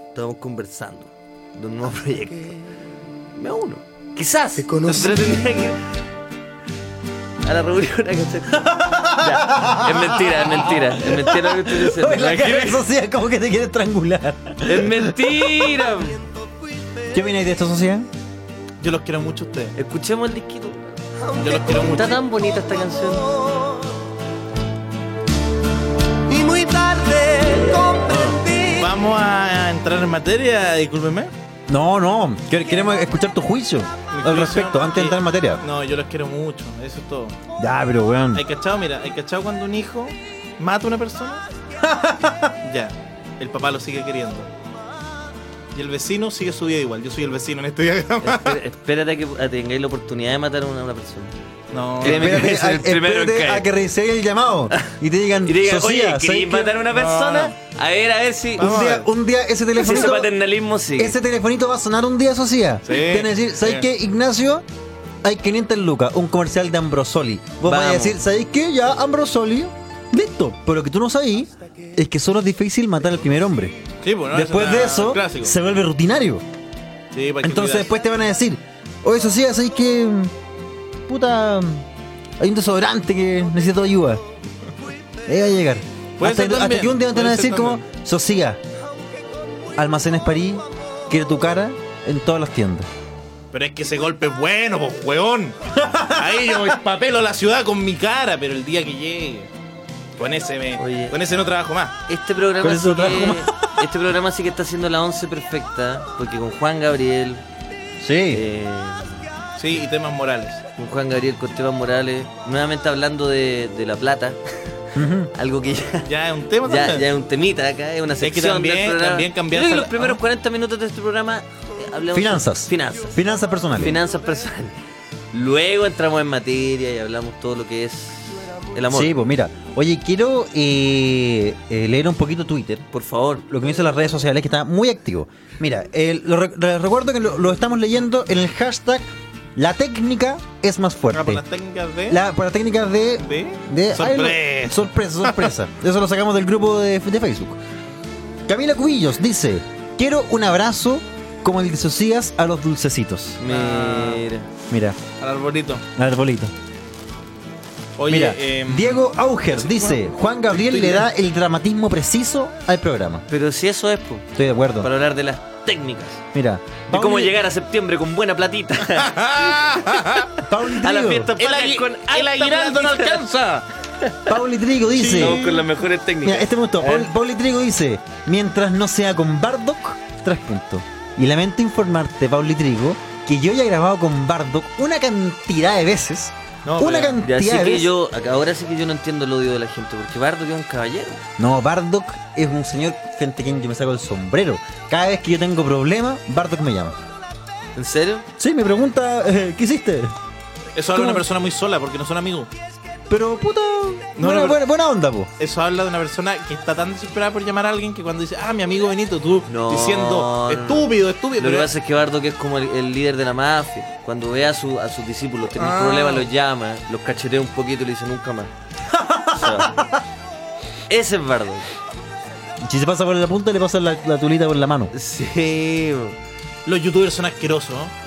[SPEAKER 5] Estamos conversando de un nuevo proyecto. Me uno. Quizás. Pero tendría que ir A la reunión acá. Ya, Es mentira, es mentira. Es mentira lo que estoy diciendo.
[SPEAKER 4] oye, la cara
[SPEAKER 5] Tranquilo.
[SPEAKER 4] social como que te quiere estrangular.
[SPEAKER 5] Es mentira.
[SPEAKER 4] ¿Qué opináis de esta sociedad?
[SPEAKER 3] Yo los quiero mucho a ustedes.
[SPEAKER 5] Escuchemos el disquito.
[SPEAKER 3] Yo los quiero mucho.
[SPEAKER 5] Está tan bonita esta canción.
[SPEAKER 7] Y muy tarde comprendí.
[SPEAKER 3] Vamos a entrar en materia, discúlpenme.
[SPEAKER 4] No, no, que- queremos escuchar tu juicio al respecto, antes de entrar en materia.
[SPEAKER 3] No, yo los quiero mucho, eso es todo.
[SPEAKER 4] Ya, pero weón.
[SPEAKER 3] ¿Hay cachado? Mira, ¿hay cachado cuando un hijo mata a una persona? ya, el papá lo sigue queriendo. Y el vecino sigue su vida igual. Yo soy el vecino en este diagrama.
[SPEAKER 5] Espera- Espérate que a- tengáis la oportunidad de matar a una, a una persona.
[SPEAKER 3] No,
[SPEAKER 5] Créeme que
[SPEAKER 4] Eh, Espérate,
[SPEAKER 5] es el
[SPEAKER 4] a,
[SPEAKER 5] primero en
[SPEAKER 4] espérate
[SPEAKER 5] caer.
[SPEAKER 4] a que reciba el llamado y te digan,
[SPEAKER 5] Y diga,
[SPEAKER 4] "Socia,
[SPEAKER 5] oye,
[SPEAKER 4] ¿sabes
[SPEAKER 5] ¿queréis
[SPEAKER 4] qué?
[SPEAKER 5] matar a una
[SPEAKER 3] No,
[SPEAKER 5] persona? A ver, a ver si,
[SPEAKER 3] Vamos
[SPEAKER 4] un,
[SPEAKER 3] a
[SPEAKER 4] día,
[SPEAKER 3] ver.
[SPEAKER 4] un día ese
[SPEAKER 5] si ese
[SPEAKER 4] telefonito,
[SPEAKER 5] paternalismo sigue.
[SPEAKER 4] ese telefonito va a sonar un día, socia.
[SPEAKER 3] Sí.
[SPEAKER 4] Te van a decir, ¿sabes
[SPEAKER 3] Sí.
[SPEAKER 4] qué, Ignacio? Hay 500 lucas, un comercial de Ambrosoli. Vos vas a
[SPEAKER 5] Vamos.
[SPEAKER 4] decir, ¿sabéis qué? Ya, Ambrosoli, listo. Pero lo que tú no sabís es que solo es difícil matar al primer hombre.
[SPEAKER 3] Sí, pues, no,
[SPEAKER 4] Después
[SPEAKER 3] es una-
[SPEAKER 4] de eso,
[SPEAKER 3] clásico.
[SPEAKER 4] se vuelve rutinario.
[SPEAKER 3] Sí, pues, para que
[SPEAKER 4] Entonces
[SPEAKER 3] cuidarse.
[SPEAKER 4] después te van a decir, oye Socia, ¿sabes que puta hay un desodorante que necesito ayuda? Ahí va a llegar.
[SPEAKER 3] Puede
[SPEAKER 4] Hasta,
[SPEAKER 3] ser
[SPEAKER 4] que- hasta
[SPEAKER 3] también,
[SPEAKER 4] que un día te van a
[SPEAKER 3] puede ser
[SPEAKER 4] decir como,
[SPEAKER 3] también.
[SPEAKER 4] Socia, almacenes París, quiere tu cara en todas las tiendas.
[SPEAKER 3] Pero es que ese golpe es bueno, pues, hueón. Ahí yo papelo la ciudad con mi cara, pero el día que llegue. Con ese, me-
[SPEAKER 5] Oye.
[SPEAKER 3] con ese no trabajo más.
[SPEAKER 5] Este programa,
[SPEAKER 4] Con
[SPEAKER 5] sí
[SPEAKER 4] eso
[SPEAKER 5] que,
[SPEAKER 4] trabajo
[SPEAKER 5] este programa sí que está haciendo la once perfecta, porque con Juan Gabriel,
[SPEAKER 4] Sí.
[SPEAKER 5] eh,
[SPEAKER 3] Sí, y temas morales.
[SPEAKER 5] con Juan Gabriel, con Esteban Morales, nuevamente hablando de, de La Plata, algo que ya,
[SPEAKER 3] Ya es un tema
[SPEAKER 5] ya,
[SPEAKER 3] también.
[SPEAKER 5] ya es un temita acá, es una
[SPEAKER 3] que
[SPEAKER 5] sección
[SPEAKER 3] también-
[SPEAKER 5] del programa.
[SPEAKER 3] también Ah. cambiar
[SPEAKER 5] Creo que
[SPEAKER 3] sala-
[SPEAKER 5] los primeros
[SPEAKER 3] ah.
[SPEAKER 5] 40 minutos de este programa eh, hablamos
[SPEAKER 4] Finanzas.
[SPEAKER 5] Finanzas.
[SPEAKER 4] Finanzas personales.
[SPEAKER 5] Finanzas personales. Luego entramos en materia y hablamos todo lo que es el amor.
[SPEAKER 4] Sí, pues mira. Oye, quiero eh, eh, leer un poquito Twitter.
[SPEAKER 5] Por favor.
[SPEAKER 4] Lo que me hizo las redes sociales que está muy activo. Mira, el- lo re- les recuerdo que lo, lo estamos leyendo en el hashtag La técnica es más
[SPEAKER 3] Ah, por
[SPEAKER 4] fuerte.
[SPEAKER 3] las técnicas de.
[SPEAKER 4] La, por la técnica de.
[SPEAKER 3] de-
[SPEAKER 4] de- ay, lo-
[SPEAKER 3] Sorpresa.
[SPEAKER 4] sorpresa, sorpresa. Eso lo sacamos del grupo de, de Facebook. Camila Cubillos dice: Quiero un abrazo como el que asocias a los dulcecitos.
[SPEAKER 5] Mira.
[SPEAKER 4] Mira,
[SPEAKER 3] Al arbolito.
[SPEAKER 4] al arbolito.
[SPEAKER 3] Oye,
[SPEAKER 4] Ah, Mira,
[SPEAKER 3] em,
[SPEAKER 4] Diego Auger dice, Juan Gabriel le da el dramatismo preciso al programa.
[SPEAKER 5] Pero si eso es, po,
[SPEAKER 4] Estoy de acuerdo.
[SPEAKER 5] para hablar de las técnicas.
[SPEAKER 4] Mira,
[SPEAKER 5] De cómo
[SPEAKER 4] Pauli-
[SPEAKER 5] llegar a septiembre con buena platita.
[SPEAKER 4] Pauli
[SPEAKER 5] a las
[SPEAKER 4] Trigo,
[SPEAKER 5] fiestas
[SPEAKER 3] el,
[SPEAKER 5] patrias
[SPEAKER 3] agui-
[SPEAKER 5] con
[SPEAKER 3] el
[SPEAKER 5] alta
[SPEAKER 3] aguinaldo no
[SPEAKER 5] platita.
[SPEAKER 3] alcanza.
[SPEAKER 4] Pauli Trigo dice,
[SPEAKER 5] Estamos con las mejores
[SPEAKER 4] mira,
[SPEAKER 5] técnicas.
[SPEAKER 4] este me gustó,
[SPEAKER 3] Eh.
[SPEAKER 4] Paul- Pauli Trigo dice, mientras no sea con Bardock, tres puntos. Y lamento informarte, Pauli Trigo, que yo ya he grabado con Bardock una cantidad de veces.
[SPEAKER 3] No,
[SPEAKER 4] una
[SPEAKER 3] pero-
[SPEAKER 5] Ya,
[SPEAKER 4] cantidad
[SPEAKER 5] así
[SPEAKER 4] de
[SPEAKER 5] que
[SPEAKER 4] veces.
[SPEAKER 5] yo, acá- ahora sí que yo no entiendo el odio de la gente, porque Bardo que es un caballero.
[SPEAKER 4] No, Bardock es un señor frente a quien yo me saco el sombrero. Cada vez que yo tengo problemas, Bardock me llama.
[SPEAKER 5] ¿En serio?
[SPEAKER 4] Sí, me pregunta, eh, ¿qué hiciste?
[SPEAKER 3] Eso habla de
[SPEAKER 4] ¿Cómo?
[SPEAKER 3] una persona muy sola porque no son amigos.
[SPEAKER 4] Pero puta,
[SPEAKER 3] No, no,
[SPEAKER 4] buena,
[SPEAKER 3] pero-
[SPEAKER 4] buena- buena onda, po.
[SPEAKER 3] Eso habla de una persona que está tan desesperada por llamar a alguien que cuando dice, ah, mi amigo Benito, tú
[SPEAKER 5] No, no,
[SPEAKER 3] diciendo,
[SPEAKER 5] no.
[SPEAKER 3] estúpido, estúpido.
[SPEAKER 5] Lo que
[SPEAKER 3] pero-
[SPEAKER 5] pasa es que Bardo que es como el, el líder de la mafia. Cuando ve a, su- a sus discípulos tener
[SPEAKER 3] Ah.
[SPEAKER 5] problemas, los llama, los cachetea un poquito y le dice nunca más. O sea, ese es Bardo.
[SPEAKER 4] Si se pasa por la punta, le pasa la, la tulita por la mano.
[SPEAKER 5] Sí. bo.
[SPEAKER 3] Los youtubers son asquerosos. ¿no?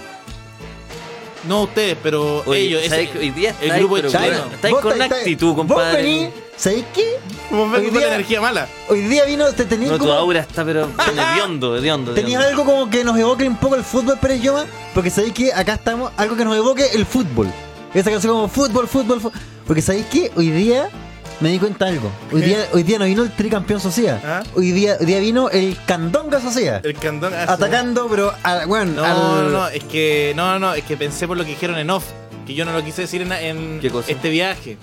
[SPEAKER 3] No ustedes, pero
[SPEAKER 5] Oye,
[SPEAKER 3] ellos.
[SPEAKER 5] ¿sabes
[SPEAKER 3] ese-
[SPEAKER 5] que hoy día
[SPEAKER 3] el
[SPEAKER 5] estáis,
[SPEAKER 3] grupo de
[SPEAKER 5] pero
[SPEAKER 3] chilenos.
[SPEAKER 5] bueno, estáis
[SPEAKER 4] Vos
[SPEAKER 5] con
[SPEAKER 4] estáis-
[SPEAKER 5] actitud,
[SPEAKER 4] Vos
[SPEAKER 5] compadre.
[SPEAKER 4] venís, ¿sabéis qué?
[SPEAKER 3] Vos
[SPEAKER 4] Hoy
[SPEAKER 3] ven con
[SPEAKER 4] día,
[SPEAKER 3] energía mala.
[SPEAKER 4] hoy día vino, te tenías
[SPEAKER 5] No, tu
[SPEAKER 4] como-
[SPEAKER 5] aura está pero hediondo, hediondo.
[SPEAKER 4] tenías
[SPEAKER 5] hediondo.
[SPEAKER 4] algo como que nos evoque un poco el fútbol, Pérez Yoma, porque sabéis que acá estamos, algo que nos evoque el fútbol. Esa canción como fútbol, fútbol, fútbol. Porque sabéis que hoy día me di cuenta de algo. Hoy
[SPEAKER 3] ¿Qué?
[SPEAKER 4] día, hoy día no vino el tricampeón Socia.
[SPEAKER 3] ¿Ah?
[SPEAKER 4] Hoy, día, hoy día vino el Candonga Socia.
[SPEAKER 3] El candón. ah, sí.
[SPEAKER 4] Atacando, pero al, bueno,
[SPEAKER 3] No,
[SPEAKER 4] al-
[SPEAKER 3] no, no, es que. No, no, es que pensé por lo que dijeron en off. Que yo no lo quise decir en, en
[SPEAKER 5] ¿Qué cosa?
[SPEAKER 3] este viaje.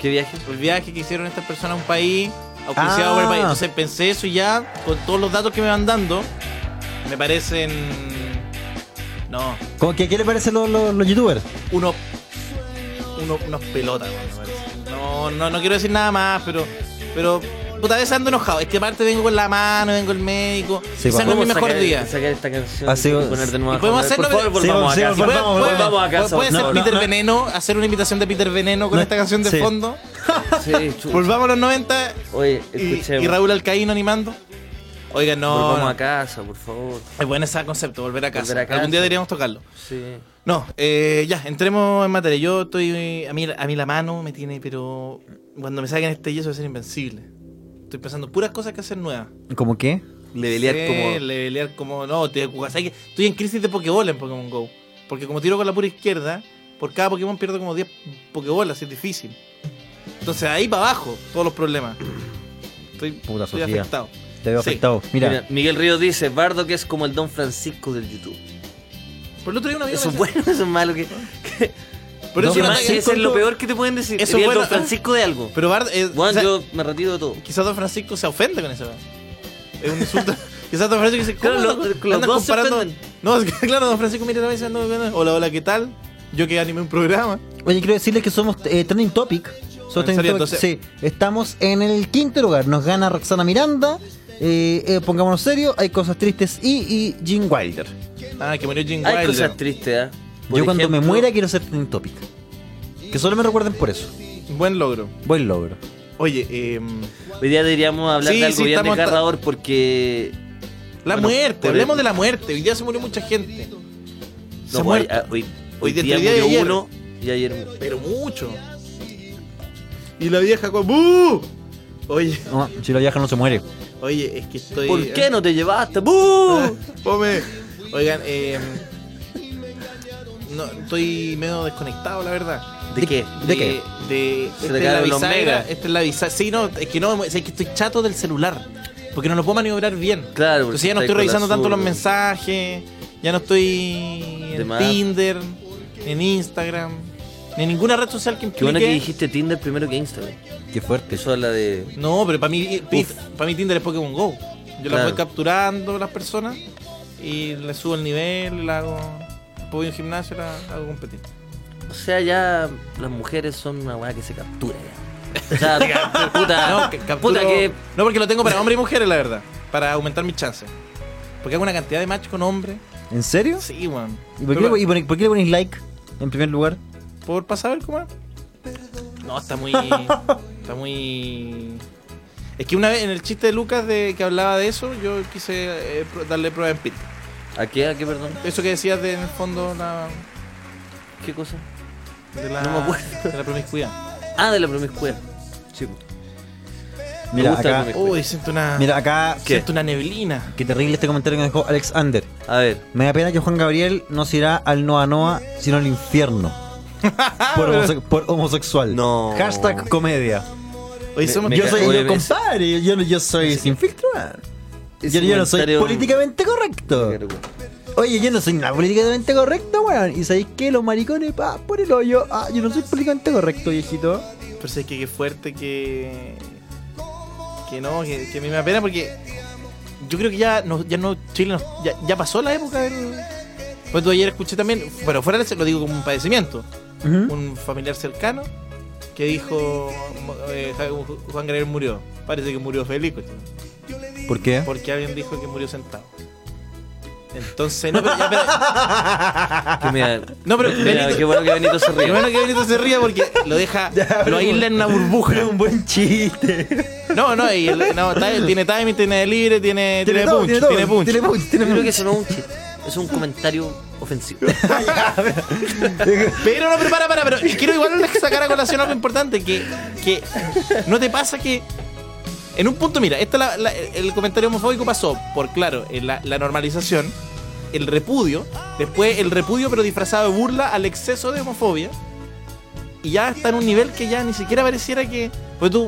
[SPEAKER 5] ¿Qué viaje?
[SPEAKER 3] El viaje que hicieron estas personas a un país, auspiciado
[SPEAKER 4] Ah.
[SPEAKER 3] por el país. Entonces pensé eso y ya, con todos los datos que me van dando, me parecen. No,
[SPEAKER 4] Como que, ¿Qué le parece los los- los youtubers?
[SPEAKER 3] unos. uno- unos pelotas, weón, me parece. No, no, no quiero decir nada más, pero. Pero. Puta vez ando enojado. Es que aparte vengo con la mano, vengo el médico.
[SPEAKER 4] Sí,
[SPEAKER 3] Quizás no es
[SPEAKER 5] ¿Cómo
[SPEAKER 3] mi mejor
[SPEAKER 5] sacar-
[SPEAKER 3] día.
[SPEAKER 5] sacar esta canción
[SPEAKER 4] Así
[SPEAKER 5] y
[SPEAKER 4] es.
[SPEAKER 5] poner de nuevo
[SPEAKER 3] Y
[SPEAKER 5] a
[SPEAKER 3] podemos
[SPEAKER 5] Juan Gabriel?
[SPEAKER 3] hacerlo,
[SPEAKER 5] Por favor,
[SPEAKER 4] sí,
[SPEAKER 5] volvamos
[SPEAKER 4] sí,
[SPEAKER 5] a casa.
[SPEAKER 4] volvamos,
[SPEAKER 5] Puede-
[SPEAKER 4] volvamos,
[SPEAKER 5] volvamos a
[SPEAKER 3] ¿Puede,
[SPEAKER 5] casa.
[SPEAKER 3] puede
[SPEAKER 5] por
[SPEAKER 3] ser
[SPEAKER 5] favor.
[SPEAKER 3] Peter
[SPEAKER 4] no.
[SPEAKER 3] Veneno, hacer una imitación de Peter Veneno con
[SPEAKER 4] No,
[SPEAKER 3] esta canción de
[SPEAKER 4] sí.
[SPEAKER 3] fondo.
[SPEAKER 5] Sí, chu-
[SPEAKER 3] Volvamos a los 90
[SPEAKER 5] Oye,
[SPEAKER 3] y,
[SPEAKER 5] escuchemos.
[SPEAKER 3] y Raúl Alcaíno animando. Oiga, no.
[SPEAKER 5] Volvamos
[SPEAKER 3] no.
[SPEAKER 5] a casa, por favor.
[SPEAKER 3] Es bueno ese concepto, volver a casa.
[SPEAKER 5] Volver a casa.
[SPEAKER 3] Algún día deberíamos tocarlo.
[SPEAKER 5] Sí.
[SPEAKER 3] No, eh, ya, entremos en materia. Yo estoy. A mí, a mí la mano me tiene, pero. Cuando me saquen este yeso voy a ser invencible. Estoy pensando puras cosas que hacer nuevas.
[SPEAKER 4] ¿Cómo qué?
[SPEAKER 5] Levelear
[SPEAKER 3] Sí,
[SPEAKER 5] como.
[SPEAKER 3] levelear como. No, te, ¿sabes qué? estoy en crisis de Pokébola en Pokémon Go. Porque como tiro con la pura izquierda, por cada Pokémon pierdo como 10 Pokébolas, es difícil. Entonces ahí para abajo, todos los problemas. Estoy,
[SPEAKER 4] Puta,
[SPEAKER 3] estoy
[SPEAKER 4] Sofía.
[SPEAKER 3] afectado.
[SPEAKER 4] Te veo
[SPEAKER 3] Sí.
[SPEAKER 4] afectado. Mira,
[SPEAKER 5] Mira, Miguel Ríos dice, Bardo que es como el Don Francisco del YouTube.
[SPEAKER 3] Por el otro día una amigo
[SPEAKER 5] Eso
[SPEAKER 3] me
[SPEAKER 5] es
[SPEAKER 3] decía-
[SPEAKER 5] bueno, eso es malo. Que,
[SPEAKER 3] Por
[SPEAKER 5] eso
[SPEAKER 3] eso
[SPEAKER 4] Don
[SPEAKER 3] no-
[SPEAKER 4] Francisco-
[SPEAKER 5] es lo peor que te pueden decir.
[SPEAKER 3] Eso
[SPEAKER 5] Sería el
[SPEAKER 3] bueno,
[SPEAKER 5] Don Francisco de algo.
[SPEAKER 3] Pero Bart, eh,
[SPEAKER 5] Juan,
[SPEAKER 3] o sea,
[SPEAKER 5] yo me retiro de todo.
[SPEAKER 3] quizás Don Francisco se ofende con eso. Es un insulto. quizás Don Francisco dice, ¿cómo
[SPEAKER 5] Claro, lo-
[SPEAKER 3] andan-
[SPEAKER 5] los
[SPEAKER 3] andan
[SPEAKER 5] dos se
[SPEAKER 3] comparando?
[SPEAKER 5] ofenden.
[SPEAKER 3] No, es que, claro, Don Francisco mira la vez no, no, hola, hola, ¿qué tal? Yo que animé un programa.
[SPEAKER 4] oye, quiero decirles que somos eh, Trending Topic. Somos
[SPEAKER 3] ¿En serio,
[SPEAKER 4] trending topic, Sí, estamos en el quinto lugar. Nos gana Roxana Miranda. Eh, eh, pongámonos serio, hay cosas tristes y, y Jim Wilder.
[SPEAKER 3] Ah, que murió Jim
[SPEAKER 5] Hay
[SPEAKER 3] Wilder.
[SPEAKER 5] cosas tristes, ¿ah? Por
[SPEAKER 4] Yo cuando me
[SPEAKER 5] ejemplo,
[SPEAKER 4] muera quiero ser Trending Topic. Que solo me recuerden por eso.
[SPEAKER 3] Buen logro.
[SPEAKER 4] Buen logro.
[SPEAKER 3] Oye, em,
[SPEAKER 5] Hoy día deberíamos hablar
[SPEAKER 3] Sí,
[SPEAKER 5] de algo
[SPEAKER 3] sí,
[SPEAKER 5] bien
[SPEAKER 3] estamos-
[SPEAKER 5] desgarrador porque.
[SPEAKER 3] La
[SPEAKER 5] Bueno,
[SPEAKER 3] muerte,
[SPEAKER 5] por
[SPEAKER 3] hablemos
[SPEAKER 5] el-
[SPEAKER 3] de la muerte. Hoy día se murió mucha gente. Se
[SPEAKER 5] No,
[SPEAKER 3] ha
[SPEAKER 5] hoy,
[SPEAKER 3] muerto,
[SPEAKER 5] ah, hoy, hoy
[SPEAKER 3] Hoy
[SPEAKER 5] día
[SPEAKER 3] dentro del día de
[SPEAKER 5] murió
[SPEAKER 3] ayer.
[SPEAKER 5] uno y ayer.
[SPEAKER 3] pero mucho. Y la vieja con. ¡Bú! Oye,
[SPEAKER 4] No, si la vieja no se muere.
[SPEAKER 3] oye, es que estoy.
[SPEAKER 5] ¿Por qué no te llevaste? ¡Bú!
[SPEAKER 3] Fome. Oigan, eh, em, no, estoy medio desconectado, la verdad.
[SPEAKER 5] ¿De qué?
[SPEAKER 4] ¿De qué?
[SPEAKER 3] De,
[SPEAKER 5] Se
[SPEAKER 3] esta
[SPEAKER 5] te
[SPEAKER 3] es la
[SPEAKER 5] caen los
[SPEAKER 3] bisagra.
[SPEAKER 5] megas.
[SPEAKER 3] Esta es la bisagra. Sí, no, es que no, es que estoy chato del celular. Porque no lo puedo maniobrar bien.
[SPEAKER 5] Claro, porque
[SPEAKER 3] Entonces ya no
[SPEAKER 5] estáis con
[SPEAKER 3] estoy
[SPEAKER 5] la
[SPEAKER 3] revisando tanto
[SPEAKER 5] zurda.
[SPEAKER 3] los mensajes. Ya no estoy
[SPEAKER 5] De
[SPEAKER 3] en
[SPEAKER 5] más.
[SPEAKER 3] Tinder, ni en Instagram, ni en ninguna red social que
[SPEAKER 5] Qué bueno que
[SPEAKER 3] implique-
[SPEAKER 5] dijiste Tinder primero que Instagram.
[SPEAKER 4] Qué fuerte.
[SPEAKER 5] Eso habla de.
[SPEAKER 3] No, pero para mí,
[SPEAKER 5] Uf.
[SPEAKER 3] para mí Tinder es Pokémon Go. Yo las
[SPEAKER 5] Claro.
[SPEAKER 3] voy capturando las personas y le subo el nivel, la hago. Voy a un gimnasio, la hago competir.
[SPEAKER 5] O sea, ya las mujeres son una weá que se captura ya. O sea, ca- puta,
[SPEAKER 3] No, que capturo-
[SPEAKER 5] puta que.
[SPEAKER 3] no, porque lo tengo para hombres y mujeres, la verdad. Para aumentar mis chances. Porque hago una cantidad de match con hombres.
[SPEAKER 4] ¿En serio?
[SPEAKER 3] Sí, weón.
[SPEAKER 4] ¿Y por qué,
[SPEAKER 3] Pero-
[SPEAKER 4] le- y por- por qué le ponéis like en primer lugar?
[SPEAKER 3] ¿Por pasar a ver cómo es? No, está muy. está muy. Es que una vez en el chiste de Lucas de que hablaba de eso, yo quise eh, pro- darle prueba en pit.
[SPEAKER 5] ¿A qué? ¿A qué, perdón?
[SPEAKER 3] Eso que decías de en el fondo la,
[SPEAKER 5] ¿Qué cosa?
[SPEAKER 3] de la,
[SPEAKER 5] No me acuerdo.
[SPEAKER 3] de la promiscuidad.
[SPEAKER 5] Ah, de la promiscuidad. Sí, po. Me
[SPEAKER 4] Mira,
[SPEAKER 5] gusta
[SPEAKER 4] acá,
[SPEAKER 5] el
[SPEAKER 3] Uy, siento una.
[SPEAKER 4] mira, acá.
[SPEAKER 3] Siento una neblina.
[SPEAKER 4] Qué terrible este comentario que nos dejó Alex Ander.
[SPEAKER 5] A ver.
[SPEAKER 4] Me da pena que Juan Gabriel no se irá al Noa Noa, sino al infierno. Por, homose- por homosexual.
[SPEAKER 5] Ah, No.
[SPEAKER 4] Hashtag comedia.
[SPEAKER 3] Hoy
[SPEAKER 5] Oh. Me-
[SPEAKER 3] somos.
[SPEAKER 5] me
[SPEAKER 4] Yo
[SPEAKER 5] ca-
[SPEAKER 4] soy
[SPEAKER 5] oye,
[SPEAKER 4] yo, compadre. Yo, yo soy sin filtro. man.
[SPEAKER 5] ese
[SPEAKER 4] Yo, yo no soy
[SPEAKER 5] comentario-
[SPEAKER 4] políticamente correcto. Oye, yo no soy nada políticamente correcto, weón. ¿Y sabéis qué? Los maricones, pa, por el hoyo. Ah, yo no soy políticamente correcto, viejito.
[SPEAKER 3] Pero sé que qué fuerte que. Que no, que, que a mí me da pena porque. Yo creo que ya no, ya no Chile no- ya, ya pasó la época del. Pues tú ayer escuché también, pero fuera de eso, lo digo como un padecimiento.
[SPEAKER 4] Ujú.
[SPEAKER 3] Un familiar cercano que dijo: eh, Ja- Juan Gabriel murió. Parece que murió feliz. cuestión.
[SPEAKER 4] ¿Por qué?
[SPEAKER 3] Porque alguien dijo que murió sentado. Entonces, no, pero, ya, pero-
[SPEAKER 5] Que mira,
[SPEAKER 3] No, pero
[SPEAKER 5] mira,
[SPEAKER 3] Benito-
[SPEAKER 5] qué bueno que Benito se ríe.
[SPEAKER 3] Qué bueno que Benito se ría porque lo deja, lo aísla en una burbuja.
[SPEAKER 4] un buen chiste.
[SPEAKER 3] No, no, y el- no, ti- tiene timing, tiene libre, tiene, tiene,
[SPEAKER 4] todo,
[SPEAKER 3] punch,
[SPEAKER 4] todo,
[SPEAKER 3] tiene punch.
[SPEAKER 4] Tiene punch,
[SPEAKER 5] Yo
[SPEAKER 4] tiene
[SPEAKER 5] creo que
[SPEAKER 4] punch.
[SPEAKER 5] eso no es un chiste. Es un comentario ofensivo.
[SPEAKER 3] Pero no, pero para, para, pero quiero igual sacar a colación algo importante, que, que no te pasa que en un punto, mira, esta la- la- el comentario homofóbico pasó por, claro, en la, la normalización, el repudio, después el repudio pero disfrazado de burla al exceso de homofobia, y ya está en un nivel que ya ni siquiera pareciera que, pues tú,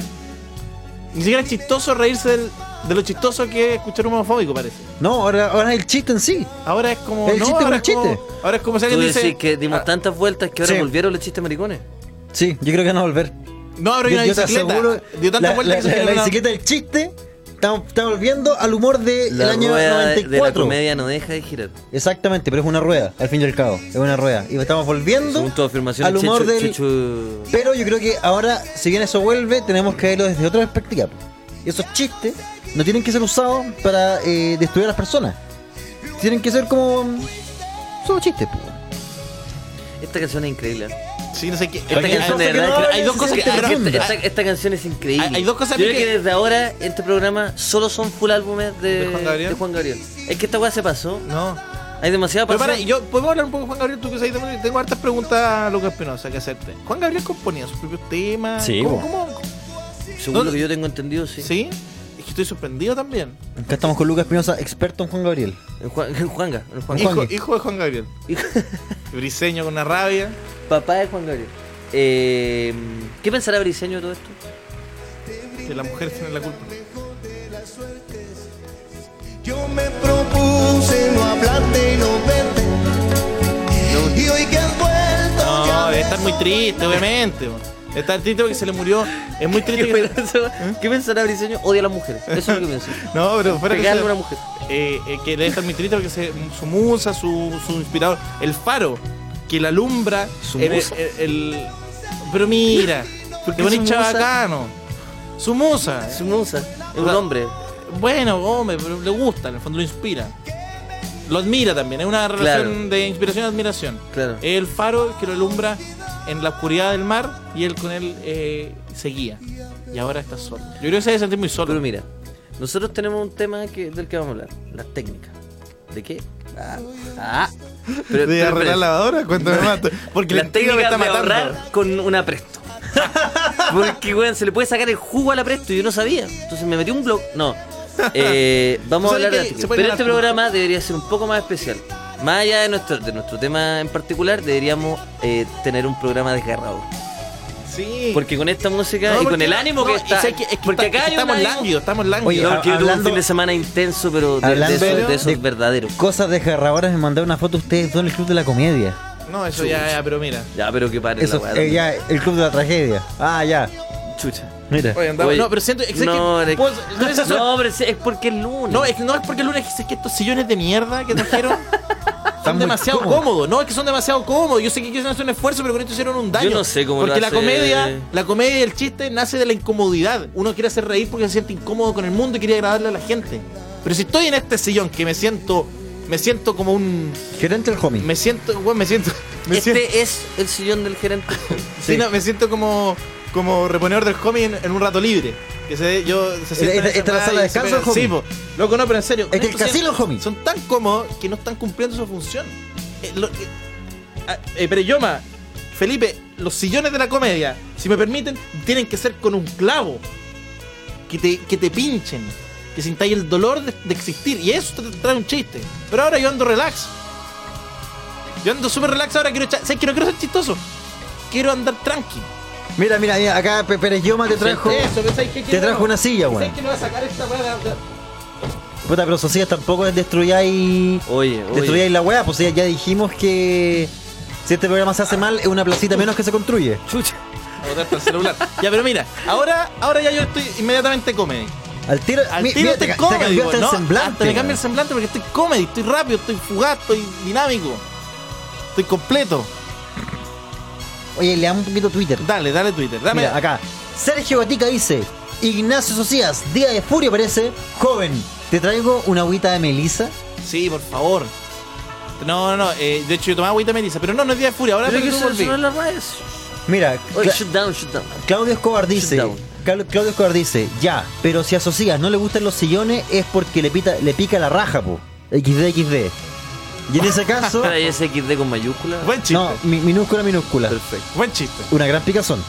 [SPEAKER 3] ni siquiera es chistoso reírse del- de lo chistoso que es escuchar un homofóbico, parece.
[SPEAKER 4] No, ahora, ahora es Ah, el chiste en sí.
[SPEAKER 3] Ahora es como...
[SPEAKER 4] El
[SPEAKER 3] no,
[SPEAKER 4] chiste
[SPEAKER 3] ahora,
[SPEAKER 4] es un
[SPEAKER 3] como
[SPEAKER 4] chiste.
[SPEAKER 3] ahora es como si
[SPEAKER 5] Tú
[SPEAKER 3] alguien dice... ah,
[SPEAKER 5] decís que dimos tantas vueltas que ahora
[SPEAKER 4] Sí.
[SPEAKER 5] volvieron los chistes maricones.
[SPEAKER 4] Sí, yo creo que van a volver.
[SPEAKER 3] No, ahora hay
[SPEAKER 4] Yo-
[SPEAKER 3] una
[SPEAKER 4] yo te
[SPEAKER 3] bicicleta.
[SPEAKER 4] aseguro,
[SPEAKER 3] Dio tanta
[SPEAKER 4] la,
[SPEAKER 3] vuelta
[SPEAKER 4] la-
[SPEAKER 3] que se
[SPEAKER 4] la-
[SPEAKER 3] generó
[SPEAKER 4] la
[SPEAKER 3] una-
[SPEAKER 4] bicicleta del chiste está, está volviendo al humor del
[SPEAKER 5] La
[SPEAKER 4] año
[SPEAKER 5] rueda de- de la
[SPEAKER 4] 94.
[SPEAKER 5] comedia no deja de girar.
[SPEAKER 4] Exactamente, pero es una rueda, al fin y al cabo. Es una rueda. Y estamos volviendo
[SPEAKER 5] Según tu afirmación,
[SPEAKER 4] al humor
[SPEAKER 5] Checho-
[SPEAKER 4] del...
[SPEAKER 5] Checho-
[SPEAKER 4] Pero yo creo que ahora, si bien eso vuelve, tenemos que verlo desde otra perspectiva. po. Esos chistes no tienen que ser usados para eh, destruir a las personas. Tienen que ser como... mm, Solo chistes, po.
[SPEAKER 5] Esta canción es increíble. ¿eh?
[SPEAKER 3] Sí, no sé qué.
[SPEAKER 5] Esta canción de
[SPEAKER 4] que
[SPEAKER 5] verdad. es increíble.
[SPEAKER 4] no vaya
[SPEAKER 5] hay dos cosas que.
[SPEAKER 4] a ser
[SPEAKER 5] pero
[SPEAKER 4] profunda.
[SPEAKER 5] Esta, esta canción es increíble.
[SPEAKER 3] Hay- hay dos cosas
[SPEAKER 5] Yo
[SPEAKER 3] a mí
[SPEAKER 5] creo que,
[SPEAKER 3] que-
[SPEAKER 5] desde ahora este programa solo son full álbumes de,
[SPEAKER 3] ¿De Juan Gabriel?
[SPEAKER 5] de Juan Gabriel. Es que esta weá se pasó.
[SPEAKER 3] No.
[SPEAKER 5] Hay demasiada
[SPEAKER 3] Pero
[SPEAKER 5] pasión.
[SPEAKER 3] para, yo, ¿podemos hablar un poco, Juan Gabriel? Tú que sabes de música, tengo hartas preguntas, Lucas Espinosa, que hacerte. Juan Gabriel componía sus propios temas.
[SPEAKER 4] Sí,
[SPEAKER 3] ¿Cómo,
[SPEAKER 4] po.
[SPEAKER 3] cómo-
[SPEAKER 5] Según
[SPEAKER 3] no-
[SPEAKER 5] lo que yo tengo entendido, sí.
[SPEAKER 3] ¿Sí? Es que estoy sorprendido también.
[SPEAKER 4] Acá estamos con Lucas Espinosa, experto en Juan Gabriel.
[SPEAKER 5] En, Juan, en Juanga. en Juanga.
[SPEAKER 3] Hijo,
[SPEAKER 4] Juan.
[SPEAKER 3] hijo de Juan Gabriel. Briseño con una rabia.
[SPEAKER 5] Papá de Juan Gabriel. Eh, ¿Qué pensará Briseño de todo esto?
[SPEAKER 3] Que las mujeres tienen la culpa.
[SPEAKER 7] Yo me propuse no hablarte y no verte. Y hoy que has vuelto ya
[SPEAKER 3] No,
[SPEAKER 7] me
[SPEAKER 3] debe estar muy triste, obviamente. po. Debe estar triste porque se le murió. Es muy triste
[SPEAKER 5] ¿Qué,
[SPEAKER 3] que. ¿Eh?
[SPEAKER 5] pensará- qué pensará Briseño? Odia a las mujeres. Eso es lo que pienso.
[SPEAKER 3] No, pero fuera que
[SPEAKER 5] Pegarle a una
[SPEAKER 3] sea-
[SPEAKER 5] mujer.
[SPEAKER 3] eh, eh, que debe estar muy triste porque se- su musa, su, su inspirador, el faro que la alumbra.
[SPEAKER 5] Su
[SPEAKER 3] el,
[SPEAKER 5] musa.
[SPEAKER 3] el- el- pero mira,
[SPEAKER 5] ¿Por
[SPEAKER 3] te
[SPEAKER 5] qué
[SPEAKER 3] pones
[SPEAKER 5] su musa?
[SPEAKER 3] chabacano. Su musa.
[SPEAKER 5] Su musa. Es un
[SPEAKER 3] Hola.
[SPEAKER 5] hombre.
[SPEAKER 3] Bueno, hombre, pero le gusta, en el fondo lo inspira. Lo admira también, es una relación de inspiración y admiración.
[SPEAKER 5] Claro.
[SPEAKER 3] El faro que lo alumbra en la oscuridad del mar y él con él eh, se guía. Y ahora está solo. Yo creo que se debe sentir muy solo.
[SPEAKER 5] Pero mira, nosotros tenemos un tema que, del que vamos a hablar, las técnicas. ¿De qué? Ah, ah. Pero, pero, pero,
[SPEAKER 3] lavadora? ¿Cuánto me mato? Porque
[SPEAKER 5] la técnica de ahorrar con una presto. Porque, weón, se le puede sacar el jugo a la presto y yo no sabía. Entonces me metí un blog. No. Eh, vamos a
[SPEAKER 3] ¿Sabes
[SPEAKER 5] hablar de las
[SPEAKER 3] qué?
[SPEAKER 5] técnicas.
[SPEAKER 3] Se puede
[SPEAKER 5] Pero
[SPEAKER 3] ganar
[SPEAKER 5] este
[SPEAKER 3] puntos.
[SPEAKER 5] programa debería ser un poco más especial. Más allá de nuestro, de nuestro tema en particular, deberíamos eh, tener un programa desgarrado.
[SPEAKER 3] Sí.
[SPEAKER 5] Porque con esta música
[SPEAKER 3] No,
[SPEAKER 5] y con
[SPEAKER 3] porque
[SPEAKER 5] el
[SPEAKER 3] no,
[SPEAKER 5] ánimo
[SPEAKER 3] no,
[SPEAKER 5] que
[SPEAKER 3] y
[SPEAKER 5] está.
[SPEAKER 3] sé que- es que
[SPEAKER 5] porque
[SPEAKER 3] está-
[SPEAKER 5] acá
[SPEAKER 3] es que
[SPEAKER 5] hay un
[SPEAKER 3] estamos
[SPEAKER 5] ánimo-
[SPEAKER 3] lánguidos, estamos lánguidos.
[SPEAKER 5] No,
[SPEAKER 4] Oye,
[SPEAKER 5] que tuvo un
[SPEAKER 4] hablando-
[SPEAKER 5] fin de semana intenso, pero de, de
[SPEAKER 4] Hablando
[SPEAKER 5] eso,
[SPEAKER 3] de-
[SPEAKER 5] de eso es verdadero.
[SPEAKER 4] Cosas desgarradoras, me mandaron una foto ustedes dos en el Club de la Comedia.
[SPEAKER 3] No, eso ya, ya, pero mira.
[SPEAKER 5] Ya, pero que pare la
[SPEAKER 4] Eso,
[SPEAKER 5] weá,
[SPEAKER 4] eh, ya, el Club de la Tragedia. Ah, ya.
[SPEAKER 5] chucha.
[SPEAKER 4] Mira.
[SPEAKER 3] Oye, andamos.
[SPEAKER 5] Oye,
[SPEAKER 3] no, pero siento. Es que-
[SPEAKER 5] no,
[SPEAKER 3] es que-
[SPEAKER 5] de-
[SPEAKER 3] puedo- no, esas son-
[SPEAKER 5] No, pero es, es porque es lunes.
[SPEAKER 3] no, es que no es porque el lunes es que estos sillones de mierda que trajeron. Son
[SPEAKER 4] muy
[SPEAKER 3] demasiado
[SPEAKER 4] cómodos.
[SPEAKER 3] cómodos. no, es que son demasiado cómodos. Yo sé que quisieron hacer un esfuerzo, pero con esto hicieron un daño.
[SPEAKER 5] Yo no sé cómo lo
[SPEAKER 3] Porque la
[SPEAKER 5] hace-
[SPEAKER 3] comedia, la comedia y el chiste nace de la incomodidad. Uno quiere hacer reír porque se siente incómodo con el mundo y quiere agradarle a la gente. Pero si estoy en este sillón que me siento, me siento como un,
[SPEAKER 4] Gerente el homie.
[SPEAKER 3] me siento, weón, me siento, me siento,
[SPEAKER 5] este es el sillón del gerente.
[SPEAKER 3] sí, no, me siento como, como reponedor del homie en, en un rato libre. Que se, yo, se sienta en
[SPEAKER 4] Esta-
[SPEAKER 3] esa
[SPEAKER 4] esta es la
[SPEAKER 3] weá
[SPEAKER 4] sala de
[SPEAKER 3] y se
[SPEAKER 4] descanso,
[SPEAKER 3] pega-
[SPEAKER 4] homie.
[SPEAKER 3] Sí, po. loco, no, pero en serio.
[SPEAKER 4] Este es el
[SPEAKER 3] Estos
[SPEAKER 4] casino,
[SPEAKER 3] son-
[SPEAKER 4] homie.
[SPEAKER 3] Son tan cómodos que no están cumpliendo su función. Eh, lo- eh, ah, eh, pero Yoma, Felipe, los sillones de la comedia, si me permiten, tienen que ser con un clavo. Que te, que te pinchen. Que sintáis el dolor de, de existir. Y eso te trae un chiste. Pero ahora yo ando relax. Yo ando súper relax ahora. Quiero, echa- ¿sabes que no quiero ser chistoso? Quiero andar tranqui.
[SPEAKER 4] Mira, mira, mira, acá Pe- Pérez Yoma te trajo.
[SPEAKER 3] Eso, ¿pensáis que-
[SPEAKER 4] Te trajo una silla,
[SPEAKER 3] ¿Pensáis
[SPEAKER 4] weón.
[SPEAKER 3] que no va a sacar esta weá de- de-
[SPEAKER 4] Puta, pero Socias tampoco es destruyáis.
[SPEAKER 5] Oye, oye.
[SPEAKER 4] Destruyáis la weá, pues ya, ya dijimos que. Si este programa se hace mal, es una placita menos que se construye.
[SPEAKER 5] Chucha.
[SPEAKER 3] a botar hasta el celular. ya, pero mira, ahora, ahora ya yo estoy inmediatamente comedy.
[SPEAKER 4] Al tiro,
[SPEAKER 3] Al
[SPEAKER 4] mi-
[SPEAKER 3] tiro
[SPEAKER 4] mira,
[SPEAKER 3] estoy
[SPEAKER 4] te, ca- te
[SPEAKER 3] comedy,
[SPEAKER 4] cambió
[SPEAKER 3] weón,
[SPEAKER 4] hasta el
[SPEAKER 3] ¿no?
[SPEAKER 4] semblante,
[SPEAKER 3] Hasta me cambia el
[SPEAKER 4] weón.
[SPEAKER 3] semblante porque estoy comedy, estoy rápido, estoy fugaz, estoy dinámico. Estoy completo.
[SPEAKER 4] Oye, le damos un poquito Twitter.
[SPEAKER 3] Dale, dale Twitter. Dame.
[SPEAKER 4] Mira, acá. Sergio Gatica dice: Ignacio Socias, día de furia parece. Joven, te traigo una agüita de melisa.
[SPEAKER 3] Sí, por favor. No, no, no. eh, de hecho, yo tomaba agüita melisa, pero no, no es día de furia. Ahora
[SPEAKER 5] Pero
[SPEAKER 3] porque
[SPEAKER 5] que
[SPEAKER 3] tú
[SPEAKER 5] eso
[SPEAKER 3] volví.
[SPEAKER 5] no es la raíz.
[SPEAKER 4] Mira,
[SPEAKER 5] Oye,
[SPEAKER 4] Cla-
[SPEAKER 5] shut down, shut down.
[SPEAKER 4] Claudio Escobar dice.
[SPEAKER 5] Shutdown.
[SPEAKER 4] Cal- Claudio Escobar dice, ya, pero si a Socias no le gustan los sillones es porque le, pita, le pica la raja, po. XD, XD. Y en ese caso,
[SPEAKER 5] Espera, ¿y ese XD con mayúscula?
[SPEAKER 3] Buen chiste.
[SPEAKER 4] no, mi- minúscula, minúscula.
[SPEAKER 5] Perfecto.
[SPEAKER 3] Buen chiste.
[SPEAKER 4] Una gran picazón.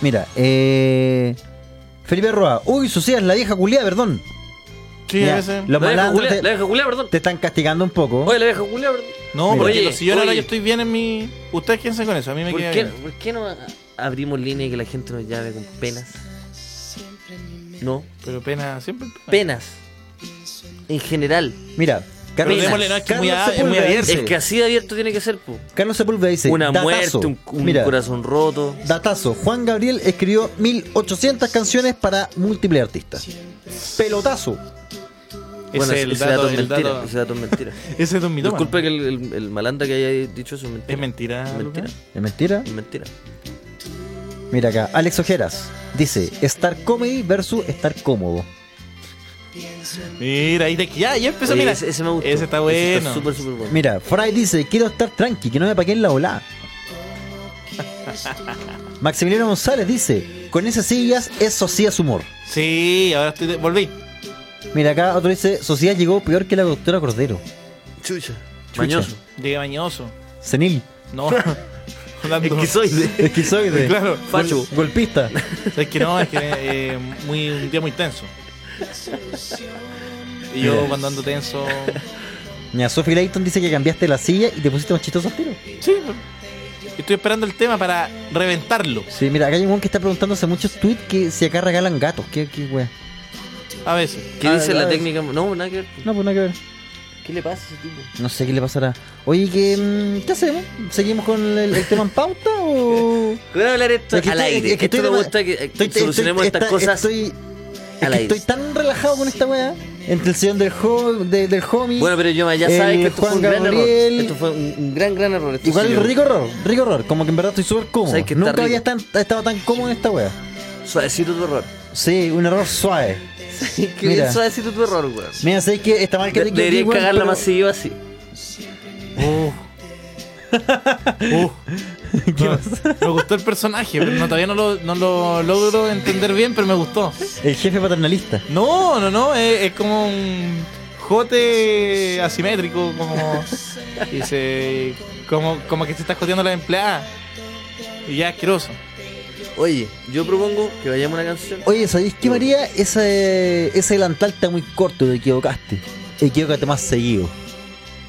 [SPEAKER 4] Mira, eh. Felipe Roa, uy, Socias, la vieja culia, perdón.
[SPEAKER 3] Sí,
[SPEAKER 4] Mira,
[SPEAKER 3] a veces.
[SPEAKER 4] Los
[SPEAKER 5] La vieja
[SPEAKER 4] malandros
[SPEAKER 5] culia, la
[SPEAKER 4] te,
[SPEAKER 5] vieja culia, perdón.
[SPEAKER 4] te están castigando un poco.
[SPEAKER 5] Oye, la vieja culia, perdón.
[SPEAKER 3] No,
[SPEAKER 4] Mira.
[SPEAKER 3] porque
[SPEAKER 5] Oye,
[SPEAKER 3] los sillones ahora
[SPEAKER 5] oye.
[SPEAKER 3] yo estoy bien en mi. Ustedes piensen con eso, a mí me
[SPEAKER 5] ¿Por
[SPEAKER 3] queda
[SPEAKER 5] qué,
[SPEAKER 3] bien.
[SPEAKER 5] ¿Por qué no abrimos línea y que la gente nos llame con penas? No,
[SPEAKER 3] Pero pena, siempre. pena.
[SPEAKER 5] penas. En general.
[SPEAKER 4] Mira, Carlos,
[SPEAKER 5] Pero démosle,
[SPEAKER 3] no, es que es muy a- es
[SPEAKER 4] Sepúlveda
[SPEAKER 3] muy abierto.
[SPEAKER 4] dice-
[SPEAKER 5] Es que así de abierto tiene que ser, po.
[SPEAKER 4] Carlos Sepúlveda dice:
[SPEAKER 5] Una
[SPEAKER 4] datazo.
[SPEAKER 5] muerte, un, un
[SPEAKER 4] Mira,
[SPEAKER 5] corazón roto.
[SPEAKER 4] Datazo, Juan Gabriel escribió 1800 canciones para múltiples artistas. Pelotazo.
[SPEAKER 5] Bueno,
[SPEAKER 3] Ese es el
[SPEAKER 5] ese dato
[SPEAKER 3] dato.
[SPEAKER 5] es
[SPEAKER 3] el
[SPEAKER 5] mentira.
[SPEAKER 3] dato-
[SPEAKER 5] Ese dato es mentira.
[SPEAKER 3] Ese es un mito.
[SPEAKER 5] Disculpa que el, el, el malandra que haya dicho eso es mentira.
[SPEAKER 3] Es mentira.
[SPEAKER 5] Es mentira.
[SPEAKER 3] Lucas.
[SPEAKER 4] ¿Es mentira?
[SPEAKER 5] Es mentira.
[SPEAKER 4] Mira acá, Alex Ojeras dice: Estar comedy versus estar cómodo.
[SPEAKER 3] Mira, ahí de que ya, ya empezó,
[SPEAKER 5] Oye,
[SPEAKER 3] mira.
[SPEAKER 5] ese, ese me gustó.
[SPEAKER 3] Ese está Ah, bueno.
[SPEAKER 5] súper, súper bueno.
[SPEAKER 4] Mira, Fry dice: Quiero estar tranqui, que no me paquen la ola. Maximiliano González dice: Con esas sillas es Socias humor.
[SPEAKER 3] Sí, ahora estoy de- volví.
[SPEAKER 4] Mira acá, otro dice: Socias llegó peor que la doctora Cordero.
[SPEAKER 5] Chucha.
[SPEAKER 4] Chucha.
[SPEAKER 5] Mañoso.
[SPEAKER 3] Llegué bañoso.
[SPEAKER 4] Senil.
[SPEAKER 3] No. Dando-
[SPEAKER 5] Esquizoide.
[SPEAKER 4] Esquizoide.
[SPEAKER 3] Claro.
[SPEAKER 5] Facho.
[SPEAKER 4] Golpista.
[SPEAKER 3] Es que no, es que eh, muy, un día muy tenso. Y yo cuando ando tenso.
[SPEAKER 4] Mira, Sophie Layton dice que cambiaste la silla y te pusiste más chistoso al tiro.
[SPEAKER 3] Sí, estoy esperando el tema para reventarlo.
[SPEAKER 4] Sí, mira, acá hay un weón que está preguntándose muchos tweets que si acá regalan gatos. ¿Qué, qué wea?
[SPEAKER 3] A veces.
[SPEAKER 5] ¿Qué
[SPEAKER 4] Ah,
[SPEAKER 5] dice la
[SPEAKER 4] ah,
[SPEAKER 5] técnica? No, nada que ver.
[SPEAKER 4] No, pues nada que ver.
[SPEAKER 5] ¿Qué le pasa a ese tipo?
[SPEAKER 4] No sé qué le pasará. Oye, ¿qué, mm, ¿qué hacemos? ¿Seguimos con el, el tema en pauta o.?
[SPEAKER 5] Voy a hablar esto
[SPEAKER 4] Es que
[SPEAKER 5] al
[SPEAKER 4] estoy-
[SPEAKER 5] aire.
[SPEAKER 4] es que
[SPEAKER 5] esto
[SPEAKER 4] estoy
[SPEAKER 5] me
[SPEAKER 4] de-
[SPEAKER 5] gusta que eh, solucionemos
[SPEAKER 4] estoy-
[SPEAKER 5] estas
[SPEAKER 4] está-
[SPEAKER 5] cosas
[SPEAKER 4] Estoy, es
[SPEAKER 5] al
[SPEAKER 4] que
[SPEAKER 5] aire.
[SPEAKER 4] estoy tan relajado con esta wea. Entre el sillón del, jo- de- del homie.
[SPEAKER 5] Bueno, pero yo ya
[SPEAKER 4] el
[SPEAKER 5] sabes que esto
[SPEAKER 4] Juan
[SPEAKER 5] fue un gran
[SPEAKER 4] Gabriel.
[SPEAKER 5] error. Esto fue un, un gran, gran error. Esto
[SPEAKER 4] Igual
[SPEAKER 5] sí, yo-
[SPEAKER 4] rico horror, rico horror. Como que en verdad estoy súper cómodo.
[SPEAKER 5] Sabes que está
[SPEAKER 4] Nunca
[SPEAKER 5] rico.
[SPEAKER 4] había tan- estado tan cómodo en esta wea.
[SPEAKER 5] Suavecito tu error.
[SPEAKER 4] Sí, un error suave.
[SPEAKER 5] que
[SPEAKER 4] Mira.
[SPEAKER 5] bien suavecito tu error, weón.
[SPEAKER 4] Mira, sabéis que está mal que
[SPEAKER 5] De-
[SPEAKER 4] te
[SPEAKER 5] Deberías cagarla más seguido así.
[SPEAKER 4] Oh.
[SPEAKER 3] No, me gustó el personaje, pero no, todavía no lo, no lo logro entender bien, pero me gustó.
[SPEAKER 4] El jefe paternalista.
[SPEAKER 3] No, no, no, es, es como un jote asimétrico, como, y se- como, como que se está joteando la empleada. Y ya asqueroso.
[SPEAKER 5] Oye, yo propongo que vayamos a una canción.
[SPEAKER 4] Oye, ¿sabéis
[SPEAKER 5] Uh.
[SPEAKER 4] qué, María? Ese, ese delantal está muy corto, te equivocaste. Equivócate más seguido.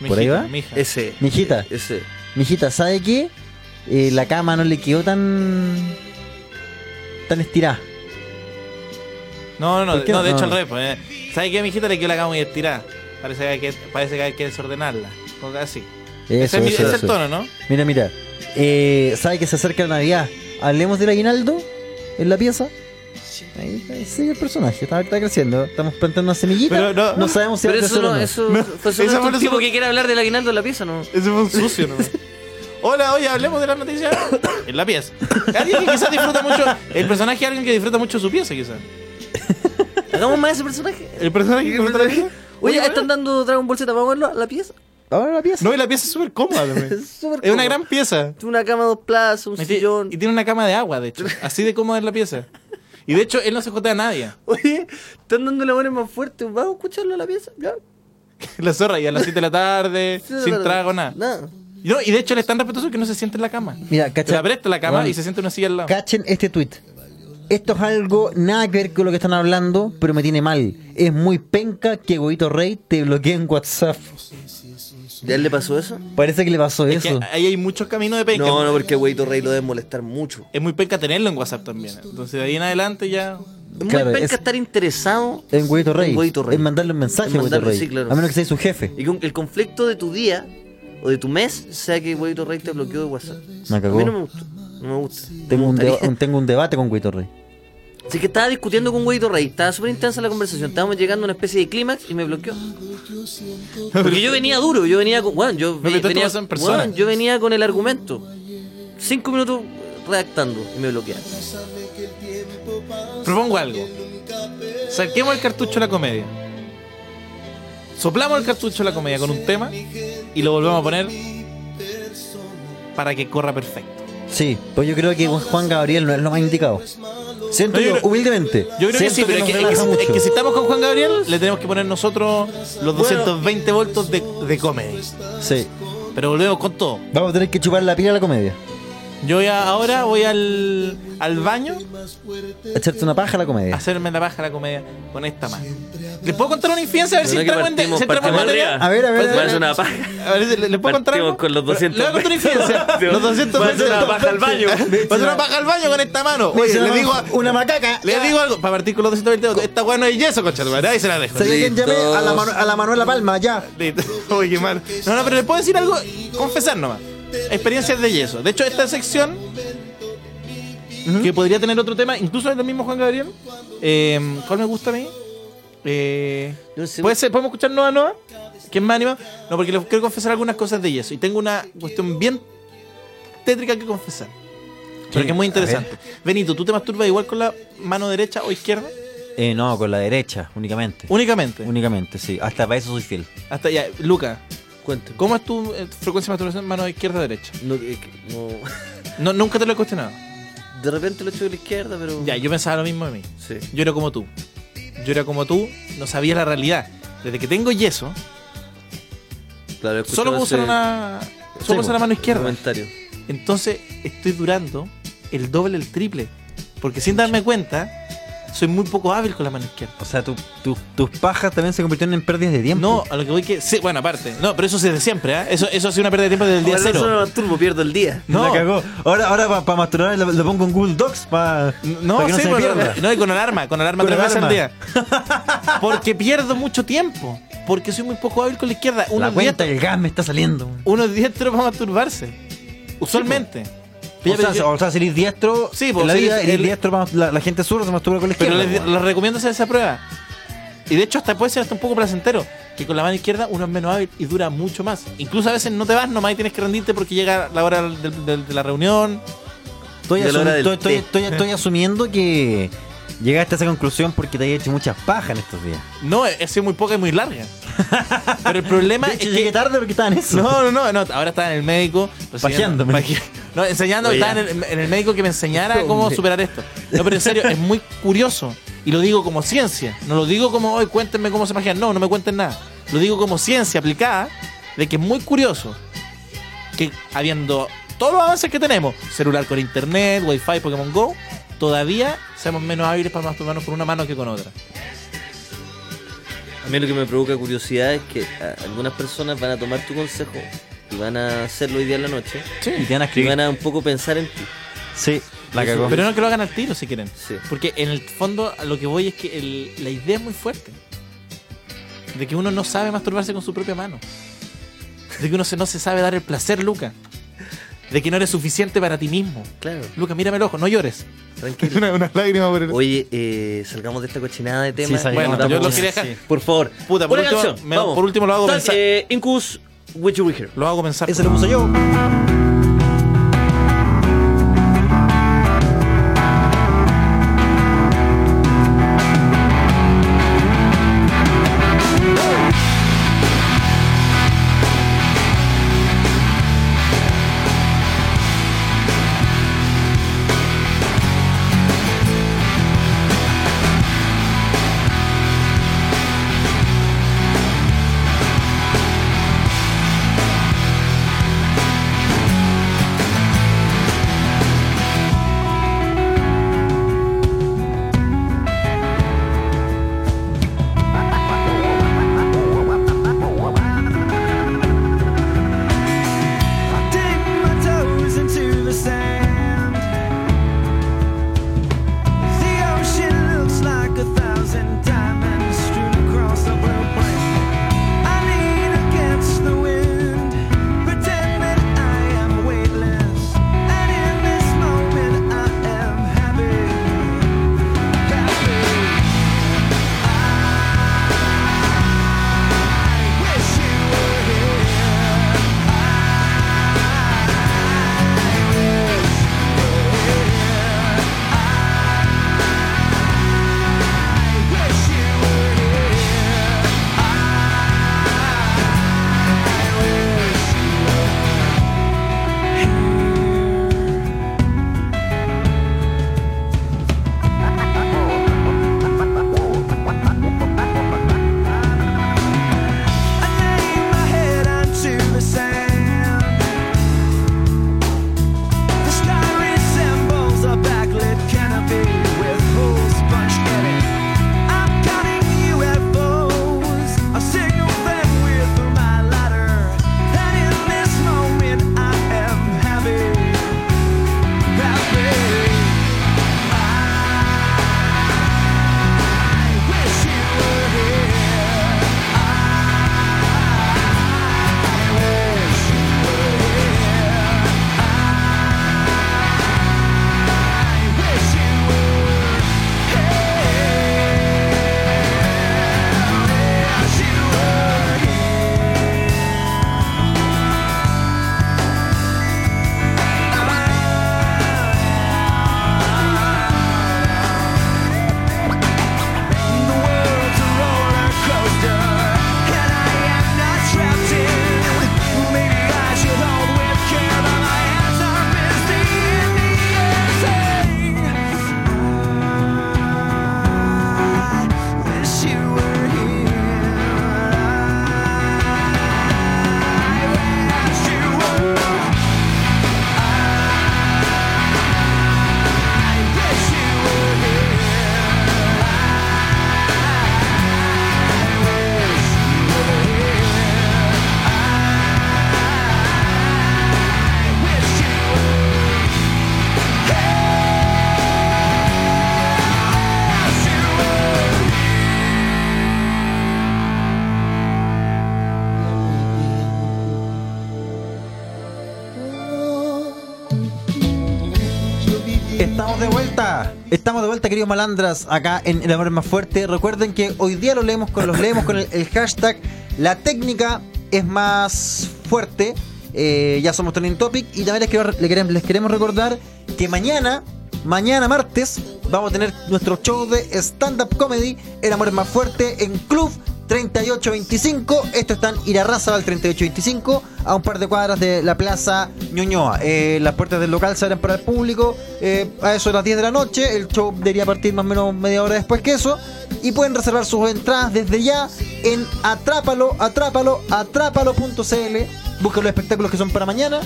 [SPEAKER 4] ¿Por ahí va?
[SPEAKER 3] Mija.
[SPEAKER 5] Ese.
[SPEAKER 4] Mijita.
[SPEAKER 5] Ese.
[SPEAKER 4] Mijita, ¿sabe qué? Eh, la cama no le quedó tan. tan estirada.
[SPEAKER 3] No, no,
[SPEAKER 4] ¿Por
[SPEAKER 3] no,
[SPEAKER 4] qué
[SPEAKER 3] no, de
[SPEAKER 4] no?
[SPEAKER 3] hecho al revés. pues, eh. ¿Sabes qué, mijita? Le quedó la cama muy estirada. Parece que hay que, parece que, hay que desordenarla. Cosas así.
[SPEAKER 4] Eso,
[SPEAKER 3] ese es, mi-
[SPEAKER 4] eso,
[SPEAKER 3] ese es
[SPEAKER 4] eso.
[SPEAKER 3] el tono, ¿no?
[SPEAKER 4] Mira, mira. Eh, ¿Sabe que se acerca la Navidad? Hablemos del aguinaldo en la pieza. Ahí ahí sigue el personaje, está, está creciendo. Estamos plantando una semillita.
[SPEAKER 3] Pero no-
[SPEAKER 4] no, sabemos si va a
[SPEAKER 5] Pero eso
[SPEAKER 4] crecer o
[SPEAKER 5] no,
[SPEAKER 4] no.
[SPEAKER 5] eso fue
[SPEAKER 3] No, esa
[SPEAKER 5] solo
[SPEAKER 3] fue la
[SPEAKER 5] un tipo
[SPEAKER 3] segunda-
[SPEAKER 5] que quiere hablar del aguinaldo en la pieza, ¿no?
[SPEAKER 3] Ese fue un sucio, ¿no? Hola, oye, hablemos de las noticias en la pieza. Alguien que quizás disfruta mucho. El personaje es alguien que disfruta mucho su pieza, quizás.
[SPEAKER 5] Hagamos más ese personaje.
[SPEAKER 3] El personaje que disfruta la pieza.
[SPEAKER 5] Oye,
[SPEAKER 3] Oye,
[SPEAKER 5] están dando Dragon Ball Z, vamos a verlo a la pieza.
[SPEAKER 4] Ahora la pieza.
[SPEAKER 3] No, y la pieza es súper cómoda también.
[SPEAKER 5] Es
[SPEAKER 3] es
[SPEAKER 5] súper
[SPEAKER 3] una
[SPEAKER 5] cómoda.
[SPEAKER 3] gran pieza.
[SPEAKER 5] Tiene una cama, dos plazas, un
[SPEAKER 3] Y ti-
[SPEAKER 5] sillón.
[SPEAKER 3] Y tiene una cama de agua, de hecho. Así de cómoda es la pieza. Y de hecho, él no se jotea a nadie.
[SPEAKER 5] Oye, están dando la buena más fuerte. Vamos a escucharlo a la pieza. Ya.
[SPEAKER 3] La zorra, y a las 7 de la tarde,
[SPEAKER 5] Sí,
[SPEAKER 3] sin
[SPEAKER 5] la-
[SPEAKER 3] trago, nada.
[SPEAKER 5] Nada.
[SPEAKER 3] Y no, y de hecho, él es tan respetuoso que no se siente en la cama.
[SPEAKER 4] Mira, cacha.
[SPEAKER 3] Se la presta la cama
[SPEAKER 4] Bueno.
[SPEAKER 3] y se siente en una silla al lado.
[SPEAKER 4] Cachen este tweet. Esto es algo nada que ver con lo que están hablando, pero me tiene mal. Es muy penca que Goito Rey te bloquee en WhatsApp.
[SPEAKER 5] ¿Ya le pasó eso?
[SPEAKER 4] Parece que le pasó
[SPEAKER 3] Es que
[SPEAKER 4] eso.
[SPEAKER 3] ahí hay muchos caminos de penca.
[SPEAKER 5] No, no, porque Weito Rey lo debe molestar mucho.
[SPEAKER 3] Es muy penca tenerlo en WhatsApp también. Entonces, de ahí en adelante ya.
[SPEAKER 5] Es muy
[SPEAKER 4] Claro,
[SPEAKER 5] penca
[SPEAKER 4] es-
[SPEAKER 5] estar interesado
[SPEAKER 4] En Goito Rey.
[SPEAKER 5] en Goito Rey.
[SPEAKER 4] En mandarle un mensaje
[SPEAKER 5] En
[SPEAKER 4] a Goito
[SPEAKER 5] mandarle-
[SPEAKER 4] Rey.
[SPEAKER 5] sí, claro.
[SPEAKER 4] A menos que sea su jefe.
[SPEAKER 5] Y con que el conflicto de tu día o de tu mes sea que Weito Rey te bloqueó de WhatsApp.
[SPEAKER 4] Me
[SPEAKER 5] A
[SPEAKER 4] cagó.
[SPEAKER 5] mí no me gusta. No me gusta.
[SPEAKER 4] Tengo
[SPEAKER 5] Me
[SPEAKER 4] un,
[SPEAKER 5] gustaría.
[SPEAKER 4] deba- un- tengo un debate con Goito Rey.
[SPEAKER 5] Así que estaba discutiendo con Weito Rey. Estaba súper intensa la conversación. Estábamos llegando a una especie de clímax y me bloqueó. Porque yo venía duro. Yo venía con. Bueno, yo,
[SPEAKER 3] Pero que tú
[SPEAKER 5] venía,
[SPEAKER 3] tomas en persona.
[SPEAKER 5] bueno, yo venía con el argumento. Cinco minutos redactando y me bloquea.
[SPEAKER 3] Propongo algo. Saquemos el cartucho de la comedia. Soplamos el cartucho de la comedia con un tema y lo volvemos a poner para que corra perfecto.
[SPEAKER 4] Sí, pues yo creo que Juan Gabriel no es lo más indicado. Siento
[SPEAKER 3] No, yo
[SPEAKER 4] yo,
[SPEAKER 3] creo-
[SPEAKER 4] humildemente.
[SPEAKER 3] Yo creo que
[SPEAKER 4] Siento
[SPEAKER 3] sí, pero es
[SPEAKER 4] nos
[SPEAKER 3] que, es que-
[SPEAKER 4] relaja
[SPEAKER 3] es
[SPEAKER 4] mucho.
[SPEAKER 3] que si estamos con Juan Gabriel, le tenemos que poner nosotros los 220 voltos de, de comedia.
[SPEAKER 4] Sí.
[SPEAKER 3] Pero volvemos con todo.
[SPEAKER 4] Vamos a tener que chupar la pila a la comedia.
[SPEAKER 3] Yo voy a- ahora voy al, al baño
[SPEAKER 4] Echarte una paja a la
[SPEAKER 3] a
[SPEAKER 4] comedia.
[SPEAKER 3] hacerme la paja a la comedia con esta mano. ¿Les puedo contar una infidencia a ver si
[SPEAKER 5] Pero que
[SPEAKER 3] entramos en, de-
[SPEAKER 5] partimos-
[SPEAKER 3] si entramos en
[SPEAKER 5] partimos
[SPEAKER 3] materia?
[SPEAKER 5] arriba.
[SPEAKER 4] A ver, a ver, a ver.
[SPEAKER 5] Parece una paja.
[SPEAKER 3] A ver, ¿le, le puedo contar
[SPEAKER 5] Partimos
[SPEAKER 3] algo?
[SPEAKER 5] con los
[SPEAKER 3] Pero, Le voy a contar una infidencia. los 200
[SPEAKER 5] Parece una paja al baño.
[SPEAKER 3] Va a hacer una paja al baño con esta mano. Oye, le digo, a-
[SPEAKER 4] una macaca.
[SPEAKER 3] le digo algo. Para partir con los 220 votos. Esta weá no es yeso, concha tu madre. Ahí se la dejo.
[SPEAKER 4] ¿Sabía quién llamé? A la,
[SPEAKER 5] Listos.
[SPEAKER 4] Manu- a la Manuela Palma, ya.
[SPEAKER 3] Listo. Oye, qué mal. No, no, pero le puedo decir algo. Confesar nomás. Experiencias de yeso. De hecho, esta sección. Que podría tener otro tema, incluso el mismo Juan Gabriel. eh, ¿Cuál me gusta a mí? Eh,
[SPEAKER 5] No sé.
[SPEAKER 3] ¿Puede ser? ¿Podemos escuchar Noa Noa? ¿Quién más anima? No, porque les quiero confesar algunas cosas de yeso. Y tengo una cuestión bien tétrica que confesar. Pero que es muy
[SPEAKER 4] A ver.
[SPEAKER 3] interesante. Benito, ¿tú te masturbas igual con la mano derecha o izquierda?
[SPEAKER 4] Eh, no, con la derecha, únicamente.
[SPEAKER 3] Únicamente.
[SPEAKER 4] Únicamente, sí. Hasta para eso soy fiel. Ah,
[SPEAKER 3] Hasta ya. Luca,
[SPEAKER 5] Cuéntame.
[SPEAKER 3] ¿cómo es tu eh, frecuencia de masturbación mano izquierda o derecha?
[SPEAKER 5] No, eh, que- no.
[SPEAKER 3] No, nunca te lo he cuestionado.
[SPEAKER 5] De repente lo echo de la izquierda, pero.
[SPEAKER 3] Ya, yo pensaba lo mismo de mí.
[SPEAKER 5] Sí.
[SPEAKER 3] Yo era como tú. Yo era como tú, no sabía la realidad. Desde que tengo yeso,
[SPEAKER 5] Claro, escucho
[SPEAKER 3] solo puedo
[SPEAKER 5] ese
[SPEAKER 3] usar una. Solo puedo usar la mano izquierda.
[SPEAKER 5] Comentario.
[SPEAKER 3] Entonces estoy durando el doble, el triple. Porque sin darme cuenta, soy muy poco hábil con la mano izquierda.
[SPEAKER 4] O sea, tu- tu- tus pajas también se convirtieron en pérdidas de tiempo.
[SPEAKER 3] No, a lo que voy que. Sí, bueno, aparte. No, pero eso es desde siempre, ¿ah? Eso, eso ha sido una pérdida de tiempo desde el día
[SPEAKER 5] Ahora no
[SPEAKER 3] cero.
[SPEAKER 5] solo masturbo, pierdo el día.
[SPEAKER 3] No,
[SPEAKER 4] La cagó. Ahora, ahora para masturbar lo, lo pongo en Google Docs para
[SPEAKER 3] No,
[SPEAKER 4] para que no
[SPEAKER 3] sí,
[SPEAKER 4] se me
[SPEAKER 3] pero-
[SPEAKER 4] pierda.
[SPEAKER 3] no, y con alarma, con alarma
[SPEAKER 4] Con
[SPEAKER 3] tres veces al
[SPEAKER 4] alarma.
[SPEAKER 3] día. Porque pierdo mucho tiempo. Porque soy muy poco hábil con la izquierda.
[SPEAKER 4] La
[SPEAKER 3] Unos
[SPEAKER 4] cuenta
[SPEAKER 3] 10
[SPEAKER 4] del gas me está saliendo. pues.
[SPEAKER 3] unos diestros para masturbarse. Usualmente.
[SPEAKER 4] O
[SPEAKER 3] Pero,
[SPEAKER 4] sea,
[SPEAKER 3] yo-
[SPEAKER 4] o sea, si eres diestro,
[SPEAKER 3] Sí, pues,
[SPEAKER 4] en la
[SPEAKER 3] si
[SPEAKER 4] vida
[SPEAKER 3] eres-
[SPEAKER 4] eres
[SPEAKER 3] el-
[SPEAKER 4] diestro, vamos, la, la gente zurda se masturba con la
[SPEAKER 3] pero
[SPEAKER 4] izquierda.
[SPEAKER 3] les,
[SPEAKER 4] weón.
[SPEAKER 3] les recomiendo hacer esa prueba. Y de hecho hasta puede ser hasta un poco placentero. Que con la mano izquierda uno es menos hábil y dura mucho más. Incluso a veces no te vas nomás y tienes que rendirte porque llega la hora del- del- de, la reunión.
[SPEAKER 4] Estoy,
[SPEAKER 5] de la
[SPEAKER 4] asumi-
[SPEAKER 5] hora del
[SPEAKER 4] estoy- estoy-
[SPEAKER 5] té.
[SPEAKER 4] estoy- estoy asumiendo que llegaste a esa conclusión porque te has hecho muchas pajas en estos días.
[SPEAKER 3] No, he he sido muy poca y muy larga. Pero el problema
[SPEAKER 4] De hecho,
[SPEAKER 3] es que...
[SPEAKER 4] llegué tarde porque estaba en eso.
[SPEAKER 3] No, no, no, no, ahora estaba en el médico. recibiendo-
[SPEAKER 4] Pajeándome.
[SPEAKER 3] paje- No, enseñando,
[SPEAKER 5] Oye.
[SPEAKER 3] estaba en el, en el médico que me enseñara cómo
[SPEAKER 4] Hombre.
[SPEAKER 3] superar esto. No, pero en serio, es muy curioso. Y lo digo como ciencia. No lo digo como, hoy cuéntenme cómo se pajean. No, no me cuenten nada. Lo digo como ciencia aplicada de que es muy curioso que habiendo todos los avances que tenemos, celular con internet, wifi, Pokémon Go, todavía seamos menos hábiles para masturbarnos con una mano que con otra.
[SPEAKER 5] mí lo que me provoca curiosidad es que ah, algunas personas van a tomar tu consejo y van a hacerlo hoy día en la noche.
[SPEAKER 4] Y te van a
[SPEAKER 5] Y
[SPEAKER 4] escribir.
[SPEAKER 5] van a un poco pensar en ti.
[SPEAKER 4] Sí, la cagó.
[SPEAKER 3] Pero no que lo hagan al tiro si quieren.
[SPEAKER 5] Sí.
[SPEAKER 3] Porque en el fondo a lo que voy es que el- la idea es muy fuerte. De que uno no sabe masturbarse con su propia mano. De que uno se- no se sabe dar el placer, Luca. De que no eres suficiente para ti mismo.
[SPEAKER 5] Claro,
[SPEAKER 3] Luca, mírame el ojo, no llores.
[SPEAKER 5] tranquilo.
[SPEAKER 3] Una, lágrima por el...
[SPEAKER 5] Oye, eh, salgamos de esta cochinada de temas.
[SPEAKER 3] Bueno,
[SPEAKER 4] salgamos.
[SPEAKER 5] Vamos.
[SPEAKER 3] yo lo quería dejar-
[SPEAKER 5] Por favor.
[SPEAKER 3] Puta, por
[SPEAKER 5] Una
[SPEAKER 3] último-
[SPEAKER 5] canción,
[SPEAKER 3] me-
[SPEAKER 5] vamos.
[SPEAKER 3] por último lo hago
[SPEAKER 5] Tal-
[SPEAKER 3] pensar-
[SPEAKER 5] eh, Incus, Would You Be Here.
[SPEAKER 3] Lo hago pensar.
[SPEAKER 4] Ese lo puse yo.
[SPEAKER 8] Dig my toes into the sand. The ocean looks like a thousand diamonds strewn across the blue plain. I lean against the wind, pretend that I am weightless. And in this moment, I am happy. Happy. I wish you were here. I lay my head onto the sand. The sky resembles a backlit canopy with holes punched in it. I'm counting UFOs. A signal that we're through my ladder. And in this moment, I am happy. Happy. I wish you were here.
[SPEAKER 4] Estamos de vuelta. Estamos de vuelta, queridos malandras, acá en El Amor Más Fuerte. Recuerden que hoy día lo leemos con, los leemos con el, el hashtag La técnica es más fuerte. Eh, ya somos Trending Topic. Y también les, quiero- le queremos, les queremos recordar que mañana, mañana martes, vamos a tener nuestro show de stand-up comedy El Amor es Más Fuerte en Club 3825. Esto está en Irarraza al 3825, a un par de cuadras de la Plaza Ñuñoa. Eh, las puertas del local se abren para el público eh, a eso de las 10 de la noche. El show debería partir más o menos media hora después que eso. Y pueden reservar sus entradas desde ya en atrápalo, atrápalo, atrápalo.cl. Busquen los espectáculos que son para mañana.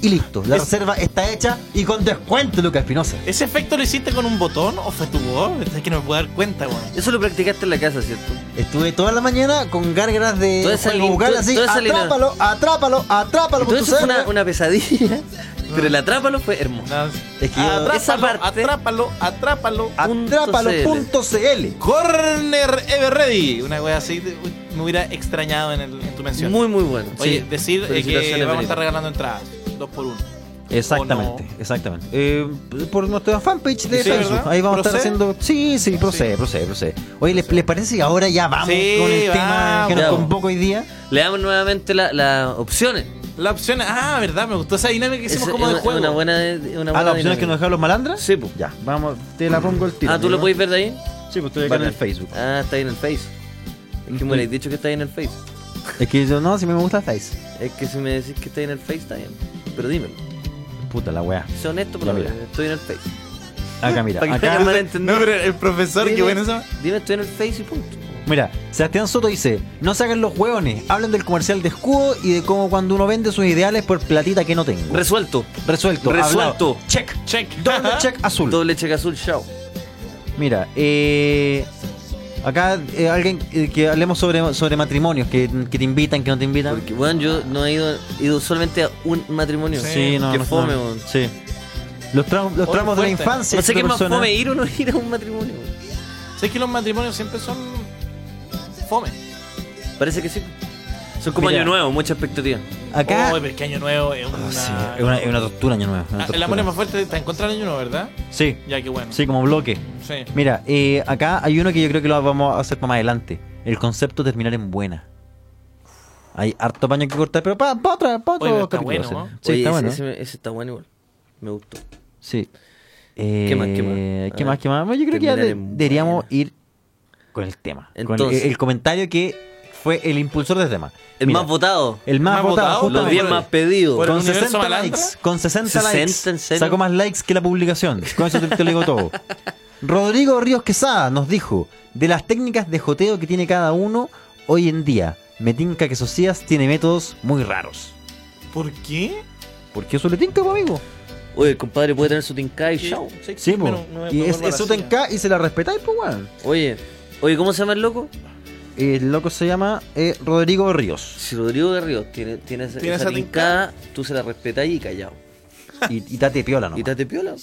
[SPEAKER 4] Y listo, la
[SPEAKER 3] Es-
[SPEAKER 4] reserva está hecha y con descuento, Lucas Espinosa.
[SPEAKER 3] ¿Ese efecto lo hiciste con un botón o fue tu voz? Es que no me puedo dar cuenta, weón.
[SPEAKER 5] Eso lo practicaste en la casa, ¿cierto?
[SPEAKER 4] Estuve toda la mañana con gárgaras de
[SPEAKER 5] Toda esa
[SPEAKER 4] juego
[SPEAKER 5] lin-
[SPEAKER 4] vocal
[SPEAKER 5] to-
[SPEAKER 4] así.
[SPEAKER 5] toda esa lin-
[SPEAKER 4] Atrápalo, atrápalo, atrápalo. con
[SPEAKER 5] Todo
[SPEAKER 4] tu
[SPEAKER 5] eso fue una,
[SPEAKER 4] cerebro.
[SPEAKER 5] una pesadilla, pero el atrápalo fue hermoso.
[SPEAKER 4] Es que yo-
[SPEAKER 5] Atrá- Esa parte-
[SPEAKER 3] atrápalo, atrápalo.
[SPEAKER 5] punto CL.
[SPEAKER 4] Atrápalo.cl.
[SPEAKER 3] Corner Ever Ready. Una wea así de- uy, me hubiera extrañado en, el- en tu mención.
[SPEAKER 5] Muy, muy bueno.
[SPEAKER 3] Oye,
[SPEAKER 5] Sí.
[SPEAKER 3] decir eh, que
[SPEAKER 5] Felicitaciones,
[SPEAKER 3] vamos a estar
[SPEAKER 5] Benito.
[SPEAKER 3] regalando entradas. Dos por uno.
[SPEAKER 4] Exactamente,
[SPEAKER 3] ¿O no?
[SPEAKER 4] exactamente. Eh, por nuestra fanpage de
[SPEAKER 3] Sí,
[SPEAKER 4] Facebook.
[SPEAKER 3] ¿verdad?
[SPEAKER 4] Ahí vamos a
[SPEAKER 3] ¿Procede?
[SPEAKER 4] estar haciendo. Sí, sí, procede, procede, procede. Oye, ¿les, les parece que ahora ya vamos
[SPEAKER 3] Sí,
[SPEAKER 4] con el tema que nos
[SPEAKER 5] vamos.
[SPEAKER 4] convoca hoy día?
[SPEAKER 5] Le damos nuevamente la- las opciones.
[SPEAKER 3] La opción. Ah, verdad, me gustó esa dinámica que
[SPEAKER 5] Es,
[SPEAKER 3] hicimos como
[SPEAKER 5] es
[SPEAKER 3] de
[SPEAKER 5] una,
[SPEAKER 3] juego.
[SPEAKER 5] una buena. de- Una
[SPEAKER 4] Ah,
[SPEAKER 5] buena
[SPEAKER 4] las opciones que nos
[SPEAKER 5] dinámica.
[SPEAKER 4] dejaron los malandras.
[SPEAKER 5] Sí, po.
[SPEAKER 4] Ya, vamos, te la pongo el tiro.
[SPEAKER 5] Ah, ¿tú lo
[SPEAKER 4] ¿no?
[SPEAKER 5] podéis ver de ahí?
[SPEAKER 4] Sí, pues estoy acá
[SPEAKER 5] Vale.
[SPEAKER 4] en el Facebook.
[SPEAKER 5] Ah, está ahí en el Face. Es que me habéis dicho que está ahí en el Face.
[SPEAKER 4] Es que yo no, si me gusta Face.
[SPEAKER 5] Es que si me decís que está ahí en el Face, está bien. Pero dímelo.
[SPEAKER 4] Puta la weá.
[SPEAKER 5] Sé honesto, pero
[SPEAKER 4] Ya, mira.
[SPEAKER 5] estoy en el Face.
[SPEAKER 4] Acá, mira.
[SPEAKER 5] Para que te
[SPEAKER 4] Acá,
[SPEAKER 5] hagan mal entendido.
[SPEAKER 3] No, pero el profesor, qué
[SPEAKER 5] Dime-
[SPEAKER 3] bueno eso.
[SPEAKER 5] Dime, estoy en el Face y punto.
[SPEAKER 4] mira, Sebastián Soto dice: No se hagan los hueones. Hablen del comercial de escudo y de cómo cuando uno vende sus ideales por platita que no tengo.
[SPEAKER 5] Resuelto.
[SPEAKER 4] resuelto.
[SPEAKER 5] Resuelto.
[SPEAKER 4] hablado. Check.
[SPEAKER 3] Check.
[SPEAKER 4] Doble check azul.
[SPEAKER 5] Doble cheque azul, chao.
[SPEAKER 4] Mira, eh, acá eh, alguien eh, que hablemos sobre, sobre matrimonios, que, que te invitan, que no te invitan.
[SPEAKER 5] Porque, bueno, yo no he ido, he ido solamente a un matrimonio.
[SPEAKER 4] Sí, no,
[SPEAKER 5] Qué
[SPEAKER 4] no,
[SPEAKER 5] fome,
[SPEAKER 4] no.
[SPEAKER 5] weón.
[SPEAKER 4] Sí. Los, trau- los
[SPEAKER 3] Oye,
[SPEAKER 4] tramos de la
[SPEAKER 3] fuerte.
[SPEAKER 4] infancia.
[SPEAKER 5] No sé
[SPEAKER 4] de
[SPEAKER 5] qué
[SPEAKER 4] otra
[SPEAKER 5] más
[SPEAKER 4] persona.
[SPEAKER 5] fome ir o no ir a un matrimonio. weón.
[SPEAKER 3] Sé que los matrimonios siempre son fome.
[SPEAKER 5] Parece que sí. Son como
[SPEAKER 4] Mira.
[SPEAKER 5] año nuevo, mucha expectativa.
[SPEAKER 4] Acá.
[SPEAKER 3] Oh, pero es que año nuevo es una.
[SPEAKER 4] Ah, sí, es una, es una tortura, año nuevo. es una
[SPEAKER 3] Ah, el amor
[SPEAKER 4] tortura.
[SPEAKER 3] es más fuerte está en contra del año nuevo, ¿verdad?
[SPEAKER 4] Sí,
[SPEAKER 3] Ya, qué bueno.
[SPEAKER 4] sí, como bloque.
[SPEAKER 3] Sí.
[SPEAKER 4] Mira, eh, acá hay uno que yo creo que lo vamos a hacer para más adelante. El concepto de terminar en buena. Hay harto paño que cortar, pero para pa otra, pa otro
[SPEAKER 3] Oye, pero está
[SPEAKER 4] capítulo
[SPEAKER 3] bueno,
[SPEAKER 4] va a ser.
[SPEAKER 3] ¿no?
[SPEAKER 4] Sí,
[SPEAKER 5] Oye,
[SPEAKER 4] está
[SPEAKER 5] ese,
[SPEAKER 4] bueno.
[SPEAKER 5] ese me- ese está bueno igual. Me gustó.
[SPEAKER 4] Sí.
[SPEAKER 5] ¿Qué más, qué más?
[SPEAKER 4] Eh,
[SPEAKER 5] A
[SPEAKER 4] ¿Qué
[SPEAKER 5] ver.
[SPEAKER 4] más? ¿Qué más? Bueno, Yo creo que ya
[SPEAKER 5] Terminar
[SPEAKER 4] de-
[SPEAKER 5] en
[SPEAKER 4] deberíamos
[SPEAKER 5] buena.
[SPEAKER 4] ir con el tema. con el-
[SPEAKER 5] Entonces.
[SPEAKER 4] el, comentario que fue el impulsor del tema.
[SPEAKER 5] El
[SPEAKER 4] Mira,
[SPEAKER 5] más votado.
[SPEAKER 4] El más,
[SPEAKER 3] Más
[SPEAKER 4] votado.
[SPEAKER 3] votado,
[SPEAKER 4] justamente.
[SPEAKER 5] Los 10 más pedidos.
[SPEAKER 3] Por el
[SPEAKER 4] Con
[SPEAKER 3] universo
[SPEAKER 4] 60
[SPEAKER 3] malandra.
[SPEAKER 4] likes. Con 60,
[SPEAKER 5] 60,
[SPEAKER 4] likes.
[SPEAKER 5] ¿en serio?
[SPEAKER 4] Sacó más likes que la publicación. Con eso te, te lo digo todo. Rodrigo Ríos Quesada nos dijo: De las técnicas de joteo que tiene cada uno hoy en día, me tinca que Socias tiene métodos muy raros.
[SPEAKER 3] ¿Por qué?
[SPEAKER 4] ¿Por qué eso le tinca, pues, amigo?
[SPEAKER 5] Oye, el compadre puede tener su tinca y chao.
[SPEAKER 4] Sí,
[SPEAKER 3] po.
[SPEAKER 4] pues. y es, eso te enca y se la respetáis, pues, weón.
[SPEAKER 5] Oye, oye, ¿cómo se llama el loco?
[SPEAKER 4] El loco se llama eh, Rodrigo Ríos.
[SPEAKER 5] Si Rodrigo de Ríos tiene, tiene, esa-
[SPEAKER 3] Tiene
[SPEAKER 5] esa
[SPEAKER 3] esa
[SPEAKER 5] tincada, tú se la respetas y callao.
[SPEAKER 4] Y, y tate piola, ¿no?
[SPEAKER 5] Y te piola.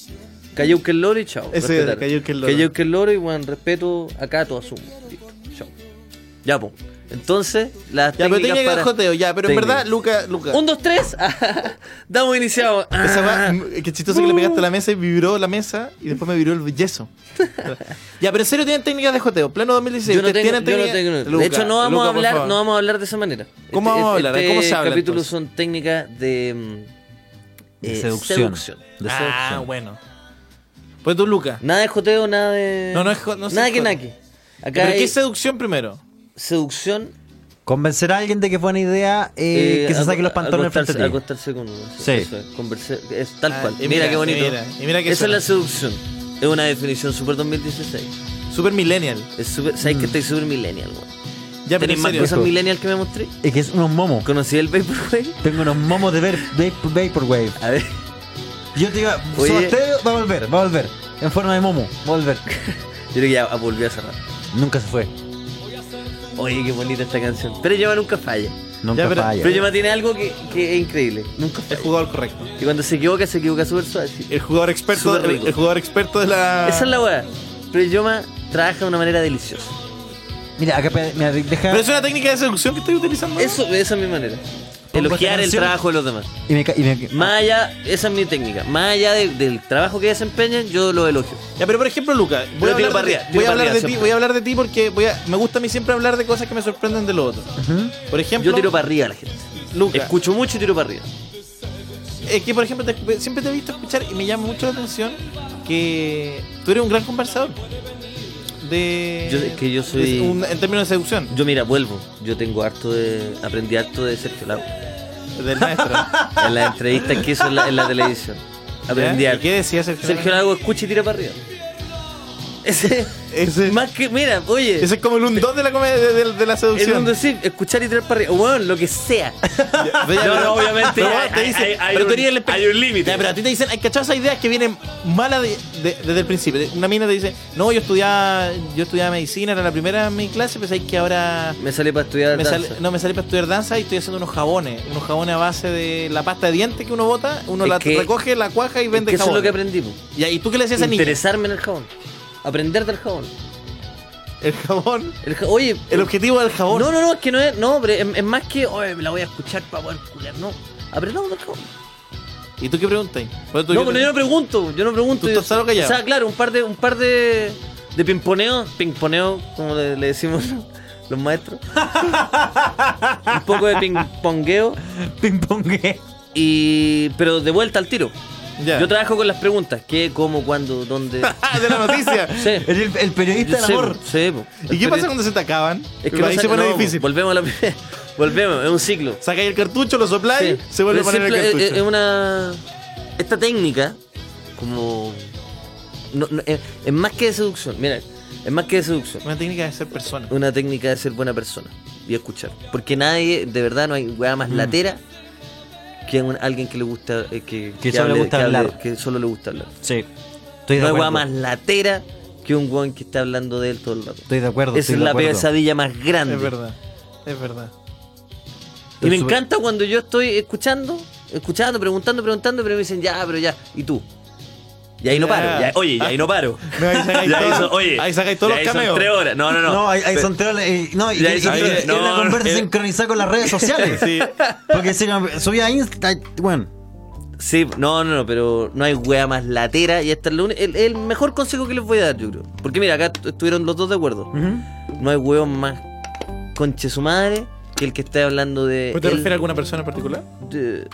[SPEAKER 5] Callao que el loro y chao.
[SPEAKER 3] Ese
[SPEAKER 5] respetar.
[SPEAKER 3] era, callao que el loro.
[SPEAKER 5] Callao que el loro y buen respeto acá todo asumo. Listo, chao. Ya, pues. Entonces, las
[SPEAKER 3] Ya, pero
[SPEAKER 5] técnicas
[SPEAKER 3] técnica de
[SPEAKER 5] para-
[SPEAKER 3] joteo, ya, pero en
[SPEAKER 5] Técnicas.
[SPEAKER 3] verdad, Luca, Luca.
[SPEAKER 5] Un, dos, tres. Damos iniciado. Ah. Uh.
[SPEAKER 3] Esa va, que chistoso que le pegaste a la mesa y vibró la mesa y después me vibró el yeso. ya, pero en serio tienen técnicas de joteo. Plano 2016.
[SPEAKER 5] Yo no
[SPEAKER 3] ustedes
[SPEAKER 5] tengo,
[SPEAKER 3] tienen
[SPEAKER 5] yo no
[SPEAKER 3] técnicas-
[SPEAKER 5] tengo-
[SPEAKER 3] Luca,
[SPEAKER 5] de hecho, no vamos
[SPEAKER 3] Luca,
[SPEAKER 5] a
[SPEAKER 3] por
[SPEAKER 5] hablar,
[SPEAKER 3] favor.
[SPEAKER 5] no vamos a hablar de esa manera.
[SPEAKER 3] ¿Cómo vamos a hablar?
[SPEAKER 5] Este
[SPEAKER 3] ¿Cómo se habla,
[SPEAKER 5] capítulo
[SPEAKER 3] entonces?
[SPEAKER 5] son técnicas de mm,
[SPEAKER 4] De
[SPEAKER 5] eh,
[SPEAKER 4] seducción. De seducción.
[SPEAKER 3] Ah, bueno. Pues tú, Luca.
[SPEAKER 5] Nada de joteo, nada de.
[SPEAKER 3] No, no es jo- no se
[SPEAKER 5] Nada que
[SPEAKER 3] jode.
[SPEAKER 5] naque. Acá
[SPEAKER 3] ¿Pero qué
[SPEAKER 5] hay
[SPEAKER 3] es seducción primero?
[SPEAKER 5] seducción.
[SPEAKER 4] Convencer a alguien de que fue una idea eh,
[SPEAKER 5] eh,
[SPEAKER 4] que se
[SPEAKER 5] aco-
[SPEAKER 4] saque los pantalones
[SPEAKER 5] acostarse-
[SPEAKER 4] frente a ti.
[SPEAKER 5] Acostarse con uno.
[SPEAKER 4] Sí.
[SPEAKER 5] Sí. eso es, converse- es tal
[SPEAKER 3] Ah,
[SPEAKER 5] cual.
[SPEAKER 3] y
[SPEAKER 5] mira,
[SPEAKER 3] mira,
[SPEAKER 5] qué bonito.
[SPEAKER 3] y mira, y mira qué
[SPEAKER 5] Esa
[SPEAKER 3] suena.
[SPEAKER 5] es la seducción. Es una definición super 2016.
[SPEAKER 3] Super millennial.
[SPEAKER 5] Es super, ¿Sabes
[SPEAKER 4] Mm.
[SPEAKER 5] que estoy super millennial, weón?
[SPEAKER 3] Ya, pero
[SPEAKER 5] ¿Tenéis
[SPEAKER 3] en
[SPEAKER 5] más
[SPEAKER 3] serio.
[SPEAKER 5] cosas millennial que me mostré?
[SPEAKER 4] Es que es unos momos.
[SPEAKER 5] ¿Conocí el Vaporwave?
[SPEAKER 4] Tengo unos momos de ver vap- Vaporwave.
[SPEAKER 5] A ver.
[SPEAKER 4] Yo te iba.
[SPEAKER 5] Oye.
[SPEAKER 4] Sebasteo va a volver, va a volver. En forma de momo, va a volver.
[SPEAKER 5] Yo creo que ya volvió a cerrar.
[SPEAKER 4] Nunca se fue.
[SPEAKER 5] Oye, qué bonita esta canción. Pero Yema nunca falla.
[SPEAKER 4] Nunca
[SPEAKER 3] Ya, pero-
[SPEAKER 4] falla.
[SPEAKER 5] Pero Yema tiene algo que, que es increíble. Nunca
[SPEAKER 3] El
[SPEAKER 5] falla.
[SPEAKER 3] jugador correcto.
[SPEAKER 5] Y cuando se equivoca, se equivoca súper suave. sí.
[SPEAKER 3] El jugador experto,
[SPEAKER 5] Súper
[SPEAKER 3] el,
[SPEAKER 5] rico.
[SPEAKER 3] el jugador experto de la.
[SPEAKER 5] Esa es la weá. Pero Yoma trabaja de una manera deliciosa.
[SPEAKER 4] Mira, acá pe- mira, deja.
[SPEAKER 3] Pero es una técnica de seducción que estoy utilizando.
[SPEAKER 5] Eso, esa es mi manera. Elogiar el
[SPEAKER 4] canción.
[SPEAKER 5] trabajo de los demás.
[SPEAKER 4] Y me, ca- y me-
[SPEAKER 5] Más allá, esa es mi técnica. Más allá de- del trabajo que desempeñan, yo lo elogio.
[SPEAKER 3] Ya, pero por ejemplo, Luca, voy
[SPEAKER 5] Pero
[SPEAKER 3] a
[SPEAKER 5] tiro
[SPEAKER 3] hablar,
[SPEAKER 5] para
[SPEAKER 3] de,
[SPEAKER 5] arriba,
[SPEAKER 3] ti-
[SPEAKER 5] tiro
[SPEAKER 3] voy a
[SPEAKER 5] para
[SPEAKER 3] hablar
[SPEAKER 5] arriba
[SPEAKER 3] de ti,
[SPEAKER 5] siempre.
[SPEAKER 3] voy a hablar de ti porque voy a- me gusta a mí siempre hablar de cosas que me sorprenden de lo otro. Por ejemplo,
[SPEAKER 5] Yo tiro para arriba a la gente.
[SPEAKER 3] Luca,
[SPEAKER 5] Escucho mucho y tiro para arriba.
[SPEAKER 3] es que por ejemplo te- siempre te he visto escuchar y me llama mucho la atención que tú eres un gran conversador. De
[SPEAKER 5] Yo- es que yo soy-
[SPEAKER 3] de- un- en términos de seducción
[SPEAKER 5] Yo mira, vuelvo. Yo tengo harto de... Aprendí harto de Sergio Lago.
[SPEAKER 3] del maestro.
[SPEAKER 5] En las entrevistas que hizo en la, en la televisión. Aprendí
[SPEAKER 3] ¿Ya? ¿Y
[SPEAKER 5] harto.
[SPEAKER 3] ¿Qué decías Sergio?
[SPEAKER 5] Sergio Lago escucha y tira para arriba. Ese,
[SPEAKER 3] Ese-
[SPEAKER 5] más que, mira, oye.
[SPEAKER 3] Ese es como el un 2 de la, come- de, de- de la
[SPEAKER 5] el
[SPEAKER 3] seducción.
[SPEAKER 5] mundo sí, escuchar y tirar para arriba. Weón, lo que sea.
[SPEAKER 3] Pero-
[SPEAKER 5] No, no, obviamente.
[SPEAKER 3] Pero,
[SPEAKER 5] hay-
[SPEAKER 3] te dicen-
[SPEAKER 5] hay- hay
[SPEAKER 3] pero
[SPEAKER 5] un-
[SPEAKER 3] tenía el espe-
[SPEAKER 5] hay un límite.
[SPEAKER 3] Ya, pero a ti te dicen, hay cachado esas ideas que vienen malas de- de- desde el principio. Una mina te dice, no, yo estudiaba, yo estudiaba medicina, era la primera en mi clase, pero sabéis que ahora
[SPEAKER 5] Me sale para estudiar.
[SPEAKER 3] me
[SPEAKER 5] danza.
[SPEAKER 3] sale- no me salí para estudiar danza y estoy haciendo unos jabones. Unos jabones a base de la pasta de dientes que uno bota, uno
[SPEAKER 5] Es
[SPEAKER 3] la
[SPEAKER 5] que-
[SPEAKER 3] recoge, la cuaja y
[SPEAKER 5] Es
[SPEAKER 3] vende
[SPEAKER 5] que eso es
[SPEAKER 3] jabón.
[SPEAKER 5] lo que aprendí. po.
[SPEAKER 3] y ahí tú qué le decías a esa niña,
[SPEAKER 5] Interesarme en el jabón. Aprender del jabón.
[SPEAKER 3] el jabón,
[SPEAKER 5] El ja- Oye,
[SPEAKER 3] el objetivo del jabón.
[SPEAKER 5] No, no, no, es que no es. No, pero es, es más que. Oye, me la voy a escuchar para poder culiar. No. Aprendamos del jabón.
[SPEAKER 3] ¿Y tú qué preguntas? Por eso
[SPEAKER 5] No,
[SPEAKER 3] yo
[SPEAKER 5] pero
[SPEAKER 3] te-
[SPEAKER 5] yo no pregunto, yo no pregunto.
[SPEAKER 3] Tú estás solo callado.
[SPEAKER 5] O sea, claro, un par de, un par de, de pimponeo, pimponeo, como le, le decimos los maestros. un poco de pingpongueo
[SPEAKER 4] Pimpongue.
[SPEAKER 5] y, pero de vuelta al tiro.
[SPEAKER 3] Ya.
[SPEAKER 5] Yo trabajo con las preguntas, qué, cómo, cuándo, dónde.
[SPEAKER 3] Ah, de la noticia.
[SPEAKER 5] Sí.
[SPEAKER 4] El, el- el periodista del
[SPEAKER 5] Sí,
[SPEAKER 4] amor.
[SPEAKER 5] po, sí, po.
[SPEAKER 3] ¿Y qué
[SPEAKER 5] Pero-
[SPEAKER 3] pasa cuando se te acaban?
[SPEAKER 5] Es que
[SPEAKER 3] ahí
[SPEAKER 5] no sale-
[SPEAKER 3] se pone
[SPEAKER 5] no,
[SPEAKER 3] difícil.
[SPEAKER 5] Volvemos a la volvemos, es un ciclo.
[SPEAKER 3] Sacáis el cartucho, lo sopláis,
[SPEAKER 5] Sí.
[SPEAKER 3] se vuelve a
[SPEAKER 5] Pero
[SPEAKER 3] poner el
[SPEAKER 5] siempre
[SPEAKER 3] cartucho.
[SPEAKER 5] es- Es, es una. Esta técnica, como. no- no, es, es más que de seducción. Mira, es más que de seducción.
[SPEAKER 3] Una técnica de ser persona.
[SPEAKER 5] Una técnica de ser buena persona y escuchar. Porque nadie, de verdad, no hay weá
[SPEAKER 4] Mm.
[SPEAKER 5] más latera que un- alguien que le gusta. eh, que,
[SPEAKER 4] Que solo le gusta
[SPEAKER 5] que
[SPEAKER 4] hablar.
[SPEAKER 5] que solo le gusta hablar.
[SPEAKER 4] Sí. Estoy de
[SPEAKER 5] No hay weá
[SPEAKER 4] acuerdo.
[SPEAKER 5] más latera que un weón que está hablando de él todo el rato.
[SPEAKER 4] Estoy de acuerdo.
[SPEAKER 5] Esa
[SPEAKER 4] estoy
[SPEAKER 5] es
[SPEAKER 4] de
[SPEAKER 5] la
[SPEAKER 4] acuerdo.
[SPEAKER 5] pesadilla más grande.
[SPEAKER 3] Es verdad. Es verdad.
[SPEAKER 5] Y me
[SPEAKER 4] Súper-
[SPEAKER 5] encanta cuando yo estoy escuchando, escuchando, preguntando, preguntando, pero me dicen, ya, pero ya, ¿y tú? Y ahí no
[SPEAKER 3] Ya.
[SPEAKER 5] paro, ya- oye, y ahí no paro.
[SPEAKER 3] No, ahí sacáis
[SPEAKER 5] Ya
[SPEAKER 3] todo-
[SPEAKER 5] hizo- oye,
[SPEAKER 3] ahí sacáis todos
[SPEAKER 5] ya
[SPEAKER 3] los
[SPEAKER 5] hizo
[SPEAKER 3] cameos.
[SPEAKER 5] tres horas, no, no, no.
[SPEAKER 4] No, ahí, ahí son tres. eh, no, y,
[SPEAKER 5] Ya,
[SPEAKER 4] y-
[SPEAKER 5] ahí son
[SPEAKER 4] y-
[SPEAKER 5] tres.
[SPEAKER 4] es
[SPEAKER 5] No,
[SPEAKER 4] la
[SPEAKER 5] no,
[SPEAKER 4] conversa
[SPEAKER 5] eh.
[SPEAKER 4] sincronizada con las redes sociales.
[SPEAKER 3] Sí.
[SPEAKER 4] Porque si no, subí a Insta. Bueno,
[SPEAKER 5] Sí, no, no, no, pero no hay wea más latera y esta es la uni- el, el mejor consejo que les voy a dar, yo creo. Porque mira, acá est- estuvieron los dos de acuerdo. No hay weón más conche su madre que el que está hablando de...
[SPEAKER 3] ¿Pero te
[SPEAKER 5] él-
[SPEAKER 3] refieres a alguna persona en particular?
[SPEAKER 5] de,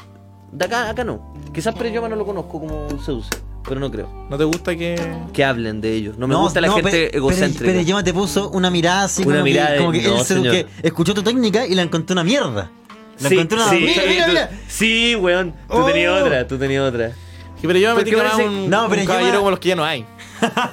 [SPEAKER 5] de acá, acá no. Quizás pero yo no lo conozco como se usa, pero no creo.
[SPEAKER 3] ¿No te gusta que.?
[SPEAKER 5] que hablen de ellos. No me gusta la
[SPEAKER 4] no,
[SPEAKER 5] gente
[SPEAKER 4] pe- pero-
[SPEAKER 5] egocéntrica.
[SPEAKER 4] Pero, Yema te puso una mirada así
[SPEAKER 5] Una
[SPEAKER 4] como,
[SPEAKER 5] mirada
[SPEAKER 4] que,
[SPEAKER 5] de-
[SPEAKER 4] como que
[SPEAKER 5] no,
[SPEAKER 4] él se-
[SPEAKER 5] señor.
[SPEAKER 4] que escuchó tu técnica y la encontró una mierda. La encontró una mira, mira,
[SPEAKER 5] tú-
[SPEAKER 4] mira.
[SPEAKER 5] sí, weón. Tú
[SPEAKER 4] Oh.
[SPEAKER 5] tenías otra, tú tenías otra.
[SPEAKER 3] Sí, pero yo me
[SPEAKER 5] Porque
[SPEAKER 3] metí con
[SPEAKER 5] parece-
[SPEAKER 3] un,
[SPEAKER 4] No, pero
[SPEAKER 3] un
[SPEAKER 4] yo-
[SPEAKER 3] caballero como los que ya no hay.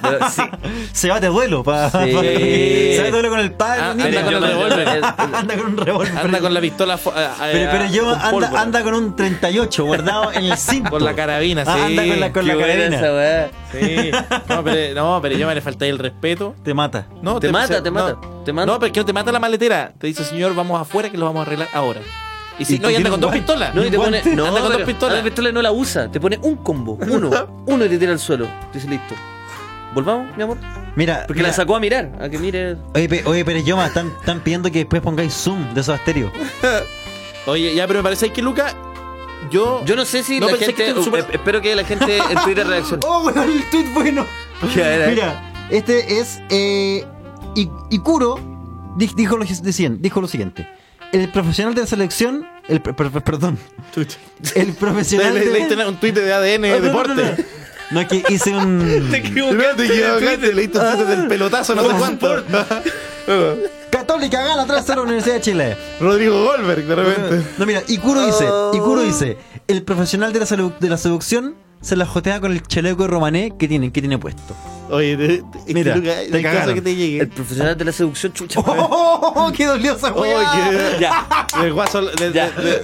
[SPEAKER 5] Pero sí.
[SPEAKER 4] Se va de duelo pa,
[SPEAKER 5] Sí.
[SPEAKER 4] pa- Se va de duelo con el padre.
[SPEAKER 3] Ah,
[SPEAKER 4] niño.
[SPEAKER 3] anda con el
[SPEAKER 5] Yo-
[SPEAKER 3] revólver.
[SPEAKER 4] Anda con un revólver.
[SPEAKER 3] Anda con la pistola. fo- a- a-
[SPEAKER 4] Pero,
[SPEAKER 5] Ah,
[SPEAKER 4] pero yo
[SPEAKER 3] con
[SPEAKER 4] anda,
[SPEAKER 3] pólvora.
[SPEAKER 4] anda con un 38 guardado en el cinto.
[SPEAKER 3] Con la carabina, sí.
[SPEAKER 4] Ah, anda con la, con
[SPEAKER 5] Qué
[SPEAKER 4] la
[SPEAKER 5] buena
[SPEAKER 4] carabina.
[SPEAKER 5] esa weá.
[SPEAKER 3] Sí. No, pero, no, pero yo me le falté el respeto.
[SPEAKER 4] Te mata.
[SPEAKER 3] No,
[SPEAKER 5] Te mata,
[SPEAKER 3] se-
[SPEAKER 5] te mata,
[SPEAKER 3] No,
[SPEAKER 5] te mata.
[SPEAKER 3] No, pero es que no te mata la maletera. Te dice, señor, vamos afuera que lo vamos a arreglar ahora. Y si
[SPEAKER 4] Y
[SPEAKER 3] no,
[SPEAKER 4] tú
[SPEAKER 3] y anda
[SPEAKER 4] tienes
[SPEAKER 3] con dos
[SPEAKER 4] guan-
[SPEAKER 3] pistolas.
[SPEAKER 5] No, y te pone. No,
[SPEAKER 3] anda con dos
[SPEAKER 4] Ah.
[SPEAKER 5] pero-
[SPEAKER 3] pistolas.
[SPEAKER 5] La pistola no la usa. Te pone un combo. Uno. Uno y te tira al suelo. Te dice listo. Volvamos, mi amor.
[SPEAKER 4] Mira.
[SPEAKER 5] Porque
[SPEAKER 4] mira.
[SPEAKER 5] la sacó a mirar. A que mire.
[SPEAKER 4] Oye, pe- oye, pero Yoma, están, están pidiendo que después pongáis zoom de esos asterios.
[SPEAKER 3] Oye, ya, pero me parece que Luca, yo.
[SPEAKER 5] Yo no sé si
[SPEAKER 3] No,
[SPEAKER 5] la
[SPEAKER 3] pensé que
[SPEAKER 5] gente.
[SPEAKER 3] tú super-
[SPEAKER 5] eh, Espero que la gente en Twitter reaccione.
[SPEAKER 4] ¡Oh, weón! El tweet bueno.
[SPEAKER 5] Ya, era.
[SPEAKER 4] Mira, este es. Eh, I- Ikuro di- dijo lo, decían- dijo lo siguiente: El profesional de la selección. El, pre- pre- perdón. El
[SPEAKER 3] Le-
[SPEAKER 4] profesional.
[SPEAKER 3] le-
[SPEAKER 4] de-
[SPEAKER 3] Leíste una- un tuit de ADN de
[SPEAKER 4] Ah, No, no, no,
[SPEAKER 3] deporte.
[SPEAKER 4] No, No, es que hice un.
[SPEAKER 3] No, te equivocaste, leíste un tuit del pelotazo,
[SPEAKER 5] Ah.
[SPEAKER 3] no sé cuánto.
[SPEAKER 4] Católica gana 3-0 a la Universidad de Chile.
[SPEAKER 3] Rodrigo Goldberg, de repente.
[SPEAKER 4] No, mira, Ikuro dice:
[SPEAKER 5] Oh.
[SPEAKER 4] Ikuro dice El profesional de la, salu- de la seducción se la jotea con el chaleco de Romané que tiene, que tiene puesto.
[SPEAKER 3] Oye, te, te- este
[SPEAKER 4] Mira,
[SPEAKER 3] Luca,
[SPEAKER 4] te
[SPEAKER 3] no hay cosa
[SPEAKER 4] cagaron.
[SPEAKER 3] que te llegue.
[SPEAKER 5] El profesional de la seducción, chucha.
[SPEAKER 4] ¡Oh, oh, oh, oh, qué dolió esa
[SPEAKER 3] Oye,
[SPEAKER 4] weá!
[SPEAKER 5] Ya.
[SPEAKER 3] del guaso. De,
[SPEAKER 5] Ya.
[SPEAKER 3] de- de-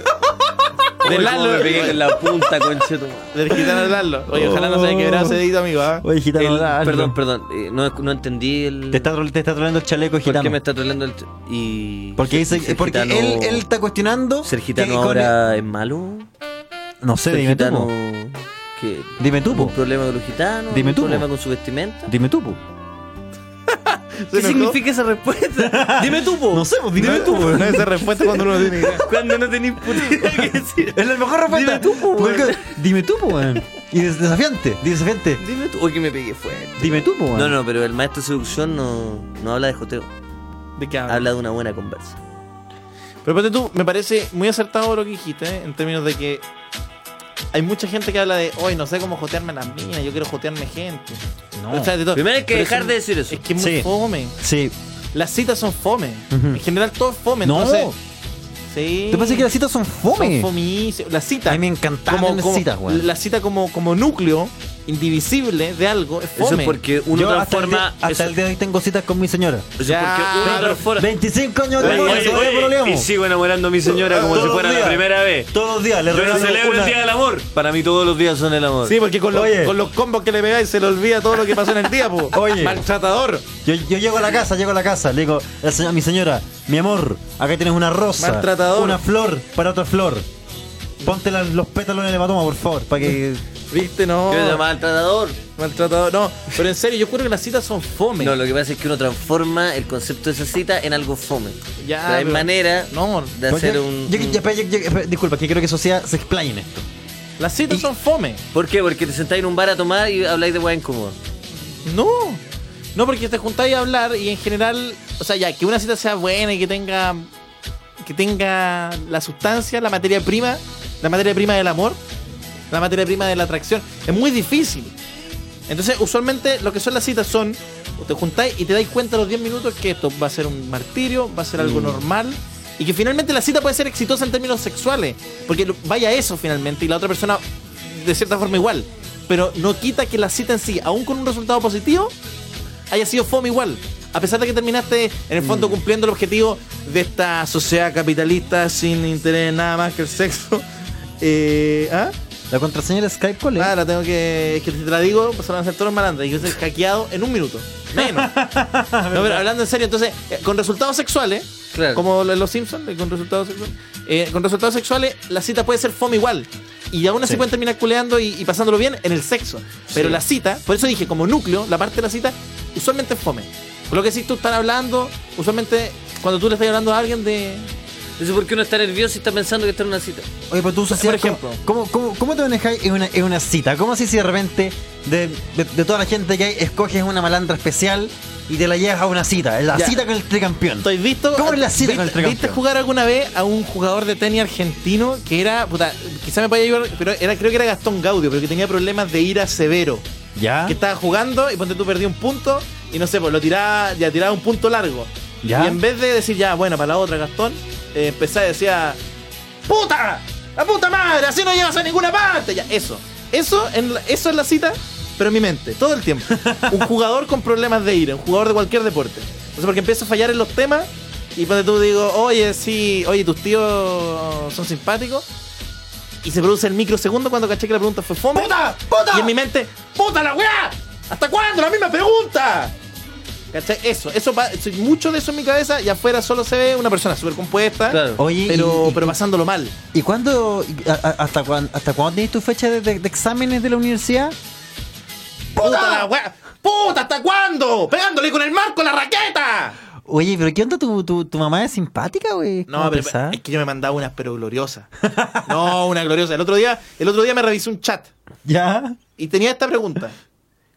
[SPEAKER 5] Oye,
[SPEAKER 3] de
[SPEAKER 5] cómo
[SPEAKER 3] Lalo.
[SPEAKER 5] me pegué con la punta, conchetum.
[SPEAKER 3] Del gitano Lalo. Oye, ojalá no se
[SPEAKER 5] Oh.
[SPEAKER 3] haya quebrado ese dedito, amigo. ¿ah?
[SPEAKER 4] Oye, gitano,
[SPEAKER 5] El-
[SPEAKER 4] hazlo.
[SPEAKER 5] Perdón, perdón. eh, no, no entendí el.
[SPEAKER 4] Te está, trol- te está troleando el chaleco
[SPEAKER 5] ¿Por
[SPEAKER 4] gitano.
[SPEAKER 5] qué me está troleando el. ch- Y.
[SPEAKER 4] Porque
[SPEAKER 5] ser-
[SPEAKER 4] dice
[SPEAKER 5] ser
[SPEAKER 4] porque
[SPEAKER 5] gitano-
[SPEAKER 4] él, él está cuestionando.
[SPEAKER 5] Ser
[SPEAKER 4] que
[SPEAKER 5] gitano
[SPEAKER 4] con-
[SPEAKER 5] ahora es malo.
[SPEAKER 4] No sé,
[SPEAKER 5] Ser
[SPEAKER 4] dime tú.
[SPEAKER 5] gitano.
[SPEAKER 4] po.
[SPEAKER 5] que-
[SPEAKER 4] Dime tú, po.
[SPEAKER 5] ¿Un problema con los gitanos?
[SPEAKER 4] Dime
[SPEAKER 5] ¿Un
[SPEAKER 4] tú, po.
[SPEAKER 5] problema con su vestimenta?
[SPEAKER 4] Dime tú, po.
[SPEAKER 5] ¿Qué
[SPEAKER 3] enojó?
[SPEAKER 5] significa esa respuesta? pues, Dime tú, po.
[SPEAKER 4] No sé, pues dime, tú, po.
[SPEAKER 3] No, esa respuesta cuando uno no tiene idea.
[SPEAKER 5] Cuando no tenés puta idea qué decir.
[SPEAKER 4] Es la mejor respuesta.
[SPEAKER 5] Dime tú, po,
[SPEAKER 3] pues,
[SPEAKER 5] weón.
[SPEAKER 4] Porque- Dime tú, po, weón. Y des- desafiante, desafiante.
[SPEAKER 5] Dime tú. Oye, que me pegué fuerte.
[SPEAKER 4] Dime tú, po, weón.
[SPEAKER 5] No, no, pero el maestro de seducción no, no habla de joteo.
[SPEAKER 3] ¿De qué
[SPEAKER 5] Habla de una buena conversa.
[SPEAKER 3] Pero ponte tú, me parece muy acertado lo que dijiste, ¿eh? en términos de que hay mucha gente que habla de, hoy no sé cómo jotearme a las minas, yo quiero jotearme gente.
[SPEAKER 4] No.
[SPEAKER 3] O sea, de todo.
[SPEAKER 5] Primero hay que
[SPEAKER 3] Pero es
[SPEAKER 5] dejar
[SPEAKER 3] un-
[SPEAKER 5] de decir eso.
[SPEAKER 3] Es que es muy
[SPEAKER 4] Sí.
[SPEAKER 3] fome.
[SPEAKER 4] Sí.
[SPEAKER 3] Las citas son fome. En general todo es fome,
[SPEAKER 4] No.
[SPEAKER 3] entonces... Sí.
[SPEAKER 4] Te pasa que las citas son
[SPEAKER 3] Son
[SPEAKER 4] fome.
[SPEAKER 3] fomísimas. Las citas.
[SPEAKER 4] A mí me encantaban las citas, weón.
[SPEAKER 3] La cita como, como núcleo indivisible de algo es
[SPEAKER 5] Eso
[SPEAKER 3] fome.
[SPEAKER 5] es porque uno
[SPEAKER 4] Yo hasta, el,
[SPEAKER 5] transforma.
[SPEAKER 4] día- hasta
[SPEAKER 5] eso-
[SPEAKER 4] el día de hoy tengo citas con mi señora.
[SPEAKER 5] eso es
[SPEAKER 3] Ya,
[SPEAKER 5] porque uno
[SPEAKER 3] pero-
[SPEAKER 5] transforma.
[SPEAKER 4] 25 años de
[SPEAKER 9] Oye,
[SPEAKER 4] vida,
[SPEAKER 9] oye,
[SPEAKER 4] ¿sabes
[SPEAKER 9] oye,
[SPEAKER 4] qué problema?
[SPEAKER 9] y sigo enamorando a mi señora como
[SPEAKER 4] Todos
[SPEAKER 9] si fuera
[SPEAKER 4] los
[SPEAKER 9] la
[SPEAKER 4] días.
[SPEAKER 9] primera vez.
[SPEAKER 4] Todos los días le
[SPEAKER 9] Yo no
[SPEAKER 4] regalo
[SPEAKER 9] celebro
[SPEAKER 4] una-
[SPEAKER 9] el día del amor. Para mí todos los días son el amor.
[SPEAKER 3] Sí, porque con, los-
[SPEAKER 4] Oye.
[SPEAKER 3] con los combos que le pegáis se le olvida todo lo que pasó en el día, po.
[SPEAKER 4] Oye.
[SPEAKER 3] Maltratador.
[SPEAKER 4] Yo, yo llego a la casa, llego a la casa, le digo a la señora- a mi señora, mi amor, acá tienes una rosa,
[SPEAKER 3] Maltratador.
[SPEAKER 4] una flor para otra flor. Ponte la- los pétalos en el hematoma, por favor, para que...
[SPEAKER 3] Viste, no.
[SPEAKER 5] Yo se llama al tratador.
[SPEAKER 3] Maltratador. No, pero en serio, yo creo que las citas son fome.
[SPEAKER 5] No, lo que pasa es que uno transforma el concepto de esa cita en algo fome.
[SPEAKER 3] Ya,
[SPEAKER 5] Pero hay
[SPEAKER 3] pero-
[SPEAKER 5] manera
[SPEAKER 3] No,
[SPEAKER 5] de
[SPEAKER 9] pues
[SPEAKER 5] hacer
[SPEAKER 4] Yo-
[SPEAKER 5] un.
[SPEAKER 4] yo-
[SPEAKER 5] un-
[SPEAKER 4] yo- yo- yo- yo- disculpa, que creo que Socia se explaye en esto.
[SPEAKER 3] Las citas son fome.
[SPEAKER 5] ¿Por qué? Porque te sentáis en un bar a tomar y habláis de weón incómodo.
[SPEAKER 3] No. No, porque te juntáis a hablar y en general, o sea, ya, que una cita sea buena y que tenga que tenga la sustancia, la materia prima, la materia prima del amor, la materia prima de la atracción, es muy difícil. Entonces, usualmente lo que son las citas son te juntáis y te dais cuenta a los 10 minutos que esto va a ser un martirio, va a ser algo normal y que finalmente la cita puede ser exitosa en términos sexuales, porque lo- vaya eso finalmente y la otra persona de cierta forma igual, pero no quita que la cita en sí, aún con un resultado positivo, haya sido fome igual. A pesar de que terminaste, en el
[SPEAKER 4] Mm.
[SPEAKER 3] fondo, cumpliendo el objetivo de esta sociedad capitalista sin interés en nada más que el sexo. Eh, ¿ah?
[SPEAKER 4] La contraseña de Skype, ¿cuál es?
[SPEAKER 3] Ah, la tengo que. Es que si te la digo, pues, se van a hacer todos los malandros. Y yo soy hackeado en un minuto. Menos. no, pero hablando en serio, entonces, eh, con resultados sexuales,
[SPEAKER 5] Claro.
[SPEAKER 3] como lo- los Simpsons, eh, con resultados sexuales, eh, con resultados sexuales, la cita puede ser fome igual. Y aún así
[SPEAKER 4] Sí.
[SPEAKER 3] pueden terminar culeando y, y pasándolo bien en el sexo. Pero
[SPEAKER 5] Sí.
[SPEAKER 3] la cita, por eso dije, como núcleo, la parte de la cita, usualmente es fome. Por lo que si tú estás hablando, usualmente cuando tú le estás hablando a alguien de.
[SPEAKER 5] Entonces, ¿por qué uno está nervioso y está pensando que está en una cita?
[SPEAKER 4] Oye, pero tú, Socia,
[SPEAKER 3] Por ejemplo.
[SPEAKER 4] ¿cómo, cómo, cómo te manejáis en una, en una cita? ¿Cómo así si de repente, de, de- de toda la gente que hay, escoges una malandra especial y te la llevas a una cita? La
[SPEAKER 3] Ya.
[SPEAKER 4] cita con el tricampeón.
[SPEAKER 3] Estoy visto.
[SPEAKER 4] ¿Cómo es la cita con el
[SPEAKER 3] ¿Viste,
[SPEAKER 4] tricampeón?
[SPEAKER 3] viste jugar alguna vez a un jugador de tenis argentino que era, puta, quizá me pueda ayudar, pero era, creo que era Gastón Gaudio, pero que tenía problemas de ira severo.
[SPEAKER 4] ¿Ya?
[SPEAKER 3] Que estaba jugando y ponte tú perdí un punto y no sé, pues lo tiraba, ya tiraba un punto largo.
[SPEAKER 4] Ya.
[SPEAKER 3] Y en vez de decir ya, bueno, para la otra Gastón, eh, empezaba y decía, ¡Puta! ¡La puta madre! ¡Así no llegas a ninguna parte! Ya, eso. Eso, en la- eso es la cita, pero en mi mente, todo el tiempo. un jugador con problemas de ira, un jugador de cualquier deporte. O sea, porque empiezo a fallar en los temas y cuando tú digo, oye, sí, oye, tus tíos son simpáticos. Y se produce el microsegundo cuando caché que la pregunta fue fome. ¡Puta! ¡Puta! Y en mi mente, ¡puta la weá! ¿Hasta cuándo? ¡La misma pregunta! ¿Cachai? Eso, eso, pa- soy mucho de eso en mi cabeza y afuera solo se ve una persona súper compuesta,
[SPEAKER 5] Claro.
[SPEAKER 4] Oye,
[SPEAKER 3] pero,
[SPEAKER 4] y- y-
[SPEAKER 3] pero pasándolo mal.
[SPEAKER 4] ¿Y cuándo, y- a- a- hasta, cuán- hasta cuándo tenés tu fecha de, de- de exámenes de la universidad?
[SPEAKER 3] ¡Puta la wea! ¡Puta, hasta cuándo! ¡Pegándole con el marco a la raqueta!
[SPEAKER 4] Oye, pero ¿qué onda? ¿Tu, tu, tu mamá es simpática, güey?
[SPEAKER 3] No,
[SPEAKER 4] ¿Cómo
[SPEAKER 3] pero
[SPEAKER 4] pensás?
[SPEAKER 3] es que yo me mandaba unas pero gloriosas. No, una gloriosa. El otro día, el otro día me revisé un chat
[SPEAKER 4] ¿Ya?
[SPEAKER 3] y tenía esta pregunta.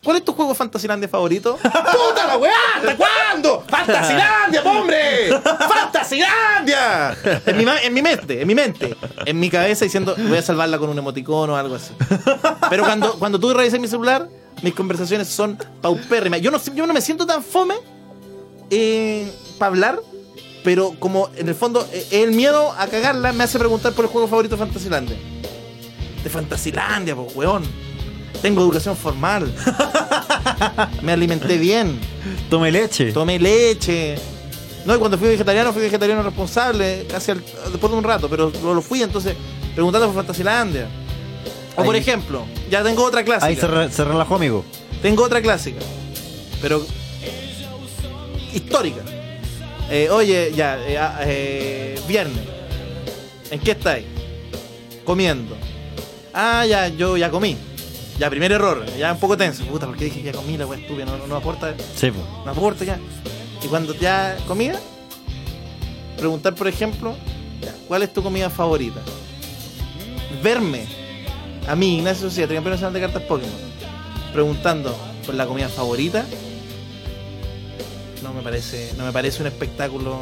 [SPEAKER 3] ¿Cuál es tu juego Fantasylandia favorito? ¡Puta la weá! ¿Hasta cuándo? ¡Fantasylandia, po, hombre! ¡Fantasylandia! En mi, ma- en mi mente, en mi mente. En mi cabeza diciendo, voy a salvarla con un emoticón o algo así. Pero cuando, cuando tú revisas mi celular, mis conversaciones son paupérrimas. Yo no, yo no me siento tan fome para hablar, pero como en el fondo eh, el miedo a cagarla me hace preguntar por el juego favorito de Fantasylandia. De Fantasylandia, pues, weón. Tengo educación formal. me alimenté bien.
[SPEAKER 4] Tome leche.
[SPEAKER 3] Tomé leche. No, y cuando fui vegetariano, fui vegetariano responsable, casi al- después de un rato, pero lo, lo fui entonces preguntando por Fantasylandia. O por
[SPEAKER 4] Ahí-
[SPEAKER 3] ejemplo, ya tengo otra clásica.
[SPEAKER 4] Ahí se, re- se relajó, amigo.
[SPEAKER 3] Tengo otra clásica, pero histórica. Eh, oye, ya, eh, ah, eh, viernes. ¿En qué estáis? Comiendo. Ah, ya, yo ya comí. Ya, primer error, ya un poco tenso. Puta, porque dije que ya comí la wea estúpida, no, no- no aporta,
[SPEAKER 4] Sí, po.
[SPEAKER 3] no aporta ya. Y cuando ya comida, preguntar, por ejemplo, ya, ¿cuál es tu comida favorita? Verme, a mí, Ignacio Socia, campeón nacional de cartas Pokémon, preguntando por la comida favorita, no me parece, no me parece un espectáculo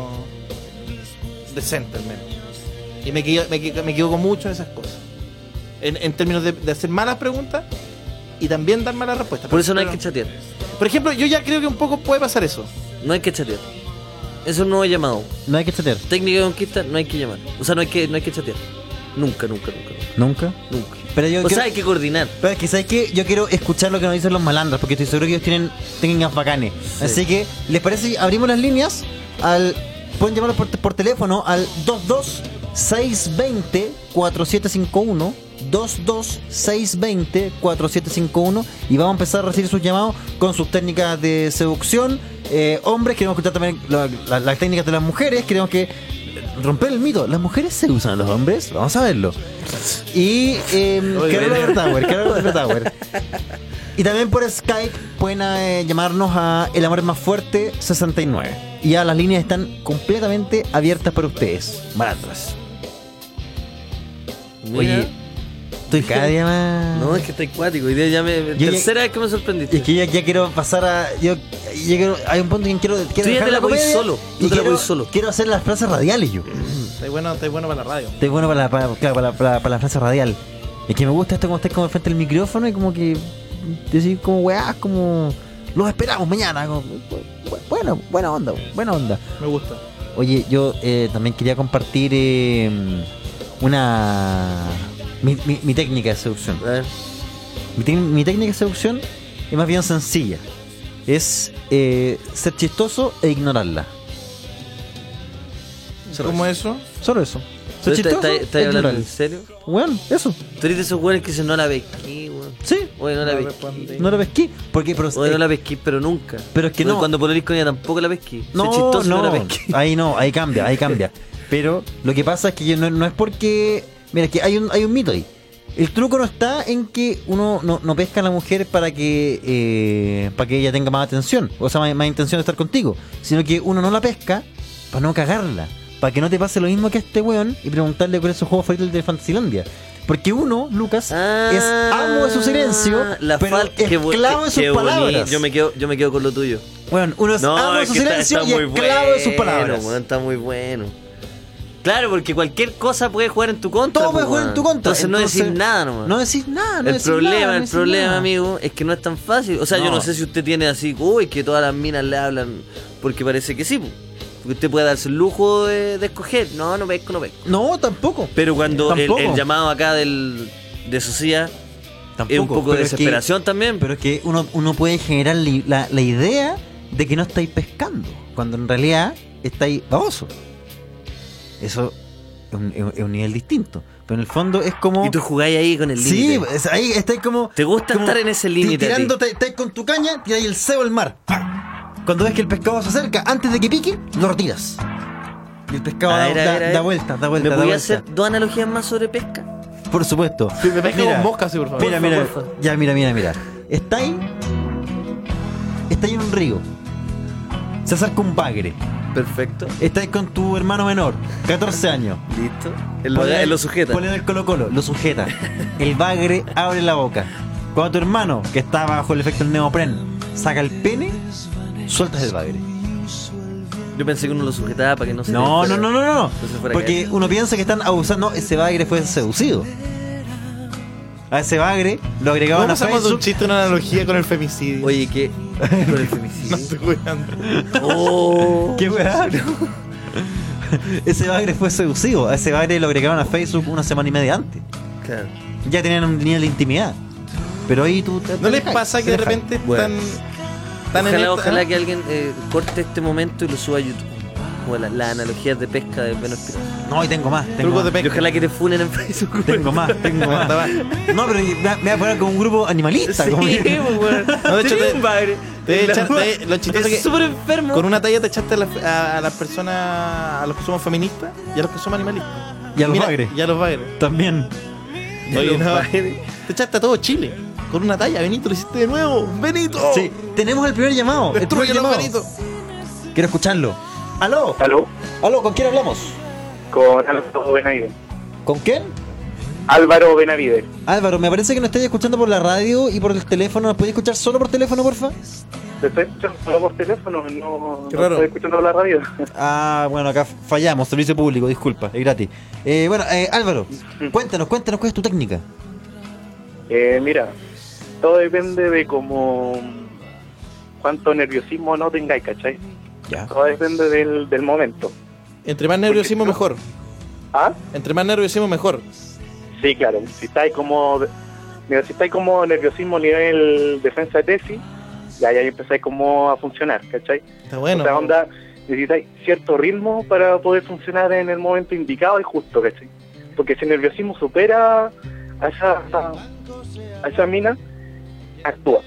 [SPEAKER 3] decente al menos. Y me equivo- me equivo- me equivoco mucho en esas cosas. En, en términos de, de hacer malas preguntas y también dar malas respuestas.
[SPEAKER 5] Por eso no hay
[SPEAKER 3] Pero-
[SPEAKER 5] que chatear.
[SPEAKER 3] por ejemplo, yo ya creo que un poco puede pasar eso.
[SPEAKER 5] No hay que chatear. Es un nuevo llamado.
[SPEAKER 4] No hay é que chatear.
[SPEAKER 5] Técnica de conquista, no hay que llamar. O sea, no hay que, no hay que chatear. Nunca, nunca, nunca, nunca,
[SPEAKER 4] Nunca.
[SPEAKER 5] nunca.
[SPEAKER 4] Pero yo
[SPEAKER 5] O sea,
[SPEAKER 4] quiero-
[SPEAKER 5] hay que coordinar.
[SPEAKER 4] Pero es que, ¿sabes qué? Yo quiero escuchar lo que nos dicen los malandros, porque estoy seguro que ellos tienen técnicas bacanes. Así que, ¿les parece? si Abrimos las líneas. al Pueden llamarlo por, te- por teléfono al 22620-4751. 22620-4751. Y vamos a empezar a recibir sus llamados con sus técnicas de seducción. Eh, hombres, queremos escuchar también la- la- las técnicas de las mujeres. Queremos que eh, romper el mito. ¿Las mujeres se usan a los hombres? Vamos a verlo. Y eh, Carola Bertauer, Carola Bertauer. Y también por Skype pueden eh, llamarnos a El Amor es Más Fuerte 69. Y ya las líneas están completamente abiertas para ustedes, malandras. Oye, estoy cada día más...
[SPEAKER 5] No, es que está acuático. Hoy día ya me.
[SPEAKER 4] Yo-
[SPEAKER 5] tercera vez que me sorprendiste.
[SPEAKER 4] Es que ya, ya quiero pasar a. Yo, yo quiero, hay un punto en que quiero. quiero
[SPEAKER 5] Tú ya te la
[SPEAKER 4] voy
[SPEAKER 5] podís solo, tú
[SPEAKER 4] Y
[SPEAKER 5] te la
[SPEAKER 4] quiero,
[SPEAKER 5] podís solo.
[SPEAKER 4] quiero hacer las frases radiales yo.
[SPEAKER 3] Mm, Está bueno, está bueno para la radio.
[SPEAKER 4] Estoy bueno para la, para, claro, para, la- para- para la frase radial. Es que me gusta esto como estar como al frente del micrófono y como que decir como weá, como los esperamos mañana. como, bu- bueno, buena onda, buena onda.
[SPEAKER 3] Me gusta.
[SPEAKER 4] Oye, yo eh, también quería compartir eh, una mi, mi- mi técnica de seducción.
[SPEAKER 5] A ver.
[SPEAKER 4] Mi, tec- mi técnica de seducción es más bien sencilla. Es eh, ser chistoso e ignorarla. Solo
[SPEAKER 3] ¿Cómo
[SPEAKER 4] eso.
[SPEAKER 3] eso?
[SPEAKER 4] Solo eso.
[SPEAKER 5] ¿Pero
[SPEAKER 4] Ser
[SPEAKER 5] está- está-
[SPEAKER 4] chistoso e
[SPEAKER 5] está hablando
[SPEAKER 4] ignorarla.
[SPEAKER 5] en serio?
[SPEAKER 4] Bueno, eso.
[SPEAKER 5] Tú eres de esos güeyes que dicen no la pesqué, weón.
[SPEAKER 4] Sí,
[SPEAKER 5] Oye, no la
[SPEAKER 3] No
[SPEAKER 5] pesqué.
[SPEAKER 3] respondí.
[SPEAKER 4] No lo pesqué. Porque, pero,
[SPEAKER 5] Oye, no
[SPEAKER 4] eh,
[SPEAKER 5] la pesqué, pero nunca.
[SPEAKER 4] pero es que
[SPEAKER 5] Oye,
[SPEAKER 4] no.
[SPEAKER 5] Cuando pololís con ella tampoco la pesqué. Soy
[SPEAKER 4] no,
[SPEAKER 5] chistoso,
[SPEAKER 4] no,
[SPEAKER 5] no la pesqué.
[SPEAKER 4] ahí no, ahí cambia, ahí cambia. Pero lo que pasa es que yo no, no es porque. Mira, es que hay un, hay un mito ahí. El truco no está en que uno no, no pesca a la mujer para que eh, para que ella tenga más atención, o sea, más, más intención de estar contigo, sino que uno no la pesca para no cagarla, para que no te pase lo mismo que a este weón y preguntarle cuál es su juego favorito de Fantasylandia. Porque uno, Lucas, es amo de su silencio,
[SPEAKER 5] Ah, la
[SPEAKER 4] pero
[SPEAKER 5] falta- qué bu-
[SPEAKER 4] esclavo de
[SPEAKER 5] qué-
[SPEAKER 4] sus
[SPEAKER 5] qué bonito.
[SPEAKER 4] palabras.
[SPEAKER 5] Yo me quedo, yo me quedo con lo tuyo.
[SPEAKER 4] Bueno, uno es amo de su
[SPEAKER 5] que está-
[SPEAKER 4] silencio
[SPEAKER 5] está
[SPEAKER 4] y
[SPEAKER 5] muy
[SPEAKER 4] esclavo de sus
[SPEAKER 5] bueno,
[SPEAKER 4] palabras.
[SPEAKER 5] weón, está muy bueno. Claro, porque cualquier cosa puede jugar en tu contra.
[SPEAKER 4] Todo puede
[SPEAKER 5] po,
[SPEAKER 4] jugar en
[SPEAKER 5] weón.
[SPEAKER 4] tu contra.
[SPEAKER 5] Entonces, no decís nada nomás.
[SPEAKER 4] No decís nada, no
[SPEAKER 5] el
[SPEAKER 4] decís
[SPEAKER 5] problema,
[SPEAKER 4] nada, no
[SPEAKER 5] el
[SPEAKER 4] decís
[SPEAKER 5] problema,
[SPEAKER 4] nada.
[SPEAKER 5] amigo, es que no es tan fácil. O sea, yo
[SPEAKER 4] No.
[SPEAKER 5] no sé si usted tiene así, uy, que todas las minas le hablan, porque parece que sí. po. Porque usted puede darse el lujo de, de escoger. No, no pesco, no pesco.
[SPEAKER 4] No, tampoco.
[SPEAKER 5] Pero cuando el,
[SPEAKER 4] Tampoco.
[SPEAKER 5] el llamado acá del, de Socia es un poco de
[SPEAKER 4] pero es que-
[SPEAKER 5] desesperación también.
[SPEAKER 4] pero es que uno, uno puede generar li- la, la idea de que no estáis pescando, cuando en realidad estáis baboso. Eso es un, es un- es un nivel distinto. Pero en el fondo es como.
[SPEAKER 5] y tú jugáis ahí con el
[SPEAKER 4] sí,
[SPEAKER 5] límite.
[SPEAKER 4] es- ahí estáis como.
[SPEAKER 5] Te gusta
[SPEAKER 4] como
[SPEAKER 5] estar en ese
[SPEAKER 4] ti-
[SPEAKER 5] límite a ti.
[SPEAKER 4] Tirando, estáis- estáis con tu caña, tiráis el cebo al mar. ¡Pam! Cuando ves que el pescado se acerca, antes de que pique, lo retiras. Y el pescado
[SPEAKER 5] A
[SPEAKER 4] da,
[SPEAKER 5] ver, a
[SPEAKER 4] da-
[SPEAKER 5] ver, a ver.
[SPEAKER 4] da vueltas, da
[SPEAKER 5] ¿Me
[SPEAKER 4] vueltas. da
[SPEAKER 5] voy a
[SPEAKER 4] vueltas.
[SPEAKER 5] hacer dos analogías más sobre pesca?
[SPEAKER 4] Por supuesto.
[SPEAKER 3] Sí, me pesca con moscas, sí, por favor.
[SPEAKER 4] Mira,
[SPEAKER 3] Por
[SPEAKER 4] mira.
[SPEAKER 3] favor, por favor.
[SPEAKER 4] Ya, mira, mira, mira. Está ahí. Está ahí en un río. Se acerca un bagre.
[SPEAKER 5] Perfecto.
[SPEAKER 4] Está ahí con tu hermano menor, 14 años.
[SPEAKER 5] Listo. Él lo, él lo sujeta.
[SPEAKER 4] Ponle el colo-colo, lo sujeta. El bagre abre la boca. Cuando tu hermano, que está bajo el efecto del neopren, saca el pene, sueltas el bagre.
[SPEAKER 5] Yo pensé que uno lo sujetaba para que no se...
[SPEAKER 4] No, no, no, no, no.
[SPEAKER 5] No se fuera a
[SPEAKER 4] Porque
[SPEAKER 5] caer.
[SPEAKER 4] uno piensa que están abusando. No, ese bagre fue seducido. A ese bagre lo agregaban
[SPEAKER 3] ¿Cómo
[SPEAKER 4] a
[SPEAKER 3] pasamos de un
[SPEAKER 4] Facebook.
[SPEAKER 3] chiste a una analogía con el femicidio?
[SPEAKER 5] Oye, ¿qué? Con el femicidio.
[SPEAKER 3] no estoy cuidando.
[SPEAKER 5] Oh.
[SPEAKER 4] ¿Qué weá? ese bagre fue seducido. A ese bagre lo agregaron a Facebook una semana y media antes.
[SPEAKER 5] Claro.
[SPEAKER 4] Ya tenían un nivel de intimidad. Pero ahí tú. te-
[SPEAKER 3] ¿No
[SPEAKER 4] te
[SPEAKER 3] les
[SPEAKER 4] dejas,
[SPEAKER 3] pasa
[SPEAKER 4] te
[SPEAKER 3] que de
[SPEAKER 4] dejas.
[SPEAKER 3] repente
[SPEAKER 5] Bueno.
[SPEAKER 3] están, están en
[SPEAKER 5] ojalá
[SPEAKER 3] esta-
[SPEAKER 5] ojalá que alguien eh, corte este momento y lo suba a YouTube. Como la- las analogías de pesca de Venus Piroz.
[SPEAKER 4] No, y tengo más. Tengo
[SPEAKER 3] Trucos
[SPEAKER 4] más.
[SPEAKER 3] de
[SPEAKER 5] Y
[SPEAKER 3] pesca.
[SPEAKER 5] ojalá que te funen en Facebook.
[SPEAKER 4] Tengo más, tengo más. No, pero me, me voy a poner como un grupo animalista.
[SPEAKER 5] Sí, pues,
[SPEAKER 4] como que-
[SPEAKER 5] weón.
[SPEAKER 3] No, de hecho,
[SPEAKER 5] Sí,
[SPEAKER 3] te-
[SPEAKER 5] un bagre.
[SPEAKER 3] te voy a echar- te- lo chistoso
[SPEAKER 5] Es
[SPEAKER 3] que-
[SPEAKER 5] súper enfermo.
[SPEAKER 3] Con una talla te echaste a, las- a- a las personas, a los que somos feministas y a los que somos animalistas.
[SPEAKER 4] Y a los
[SPEAKER 3] Mira,
[SPEAKER 4] bagres.
[SPEAKER 3] Y a los bagres.
[SPEAKER 4] También.
[SPEAKER 3] Oye,
[SPEAKER 5] los
[SPEAKER 3] no.
[SPEAKER 5] bagres.
[SPEAKER 3] Te echaste a todo Chile. Con una talla, Benito, lo hiciste de nuevo. Benito.
[SPEAKER 4] Sí, tenemos el primer llamado. El primer
[SPEAKER 3] Destruye los
[SPEAKER 4] llamado.
[SPEAKER 3] Benito.
[SPEAKER 4] Quiero escucharlo. ¿Aló?
[SPEAKER 10] Aló,
[SPEAKER 4] ¿Aló? ¿Con quién hablamos?
[SPEAKER 10] con Álvaro Benavides.
[SPEAKER 4] ¿Con quién?
[SPEAKER 10] Álvaro Benavides.
[SPEAKER 4] Álvaro, me parece que nos estáis escuchando por la radio y por el teléfono. ¿Nos podéis escuchar solo por teléfono, porfa?
[SPEAKER 10] Te estoy escuchando solo por teléfono, no,
[SPEAKER 3] Qué
[SPEAKER 10] no
[SPEAKER 3] raro.
[SPEAKER 10] estoy escuchando la radio.
[SPEAKER 4] Ah, bueno, acá fallamos, servicio público, disculpa, es gratis. Eh, bueno, eh, Álvaro, cuéntanos, cuéntanos cuál es tu técnica.
[SPEAKER 10] Eh, mira, todo depende de cómo cuánto nerviosismo no tengáis, ¿cachai?
[SPEAKER 4] Ya.
[SPEAKER 10] Todo depende del, del momento.
[SPEAKER 3] Entre más nerviosismo, mejor.
[SPEAKER 10] ¿Ah?
[SPEAKER 3] Entre más nerviosismo, mejor.
[SPEAKER 10] Sí, claro. Si estáis como, mira, si estáis como nerviosismo nivel defensa de tesis, ya, ya ahí empezáis como a funcionar, ¿cachai?
[SPEAKER 3] Está bueno.
[SPEAKER 10] O sea, onda, necesitáis cierto ritmo para poder funcionar en el momento indicado y justo, ¿cachai? Porque si el nerviosismo supera a esa, a esa mina, actúa.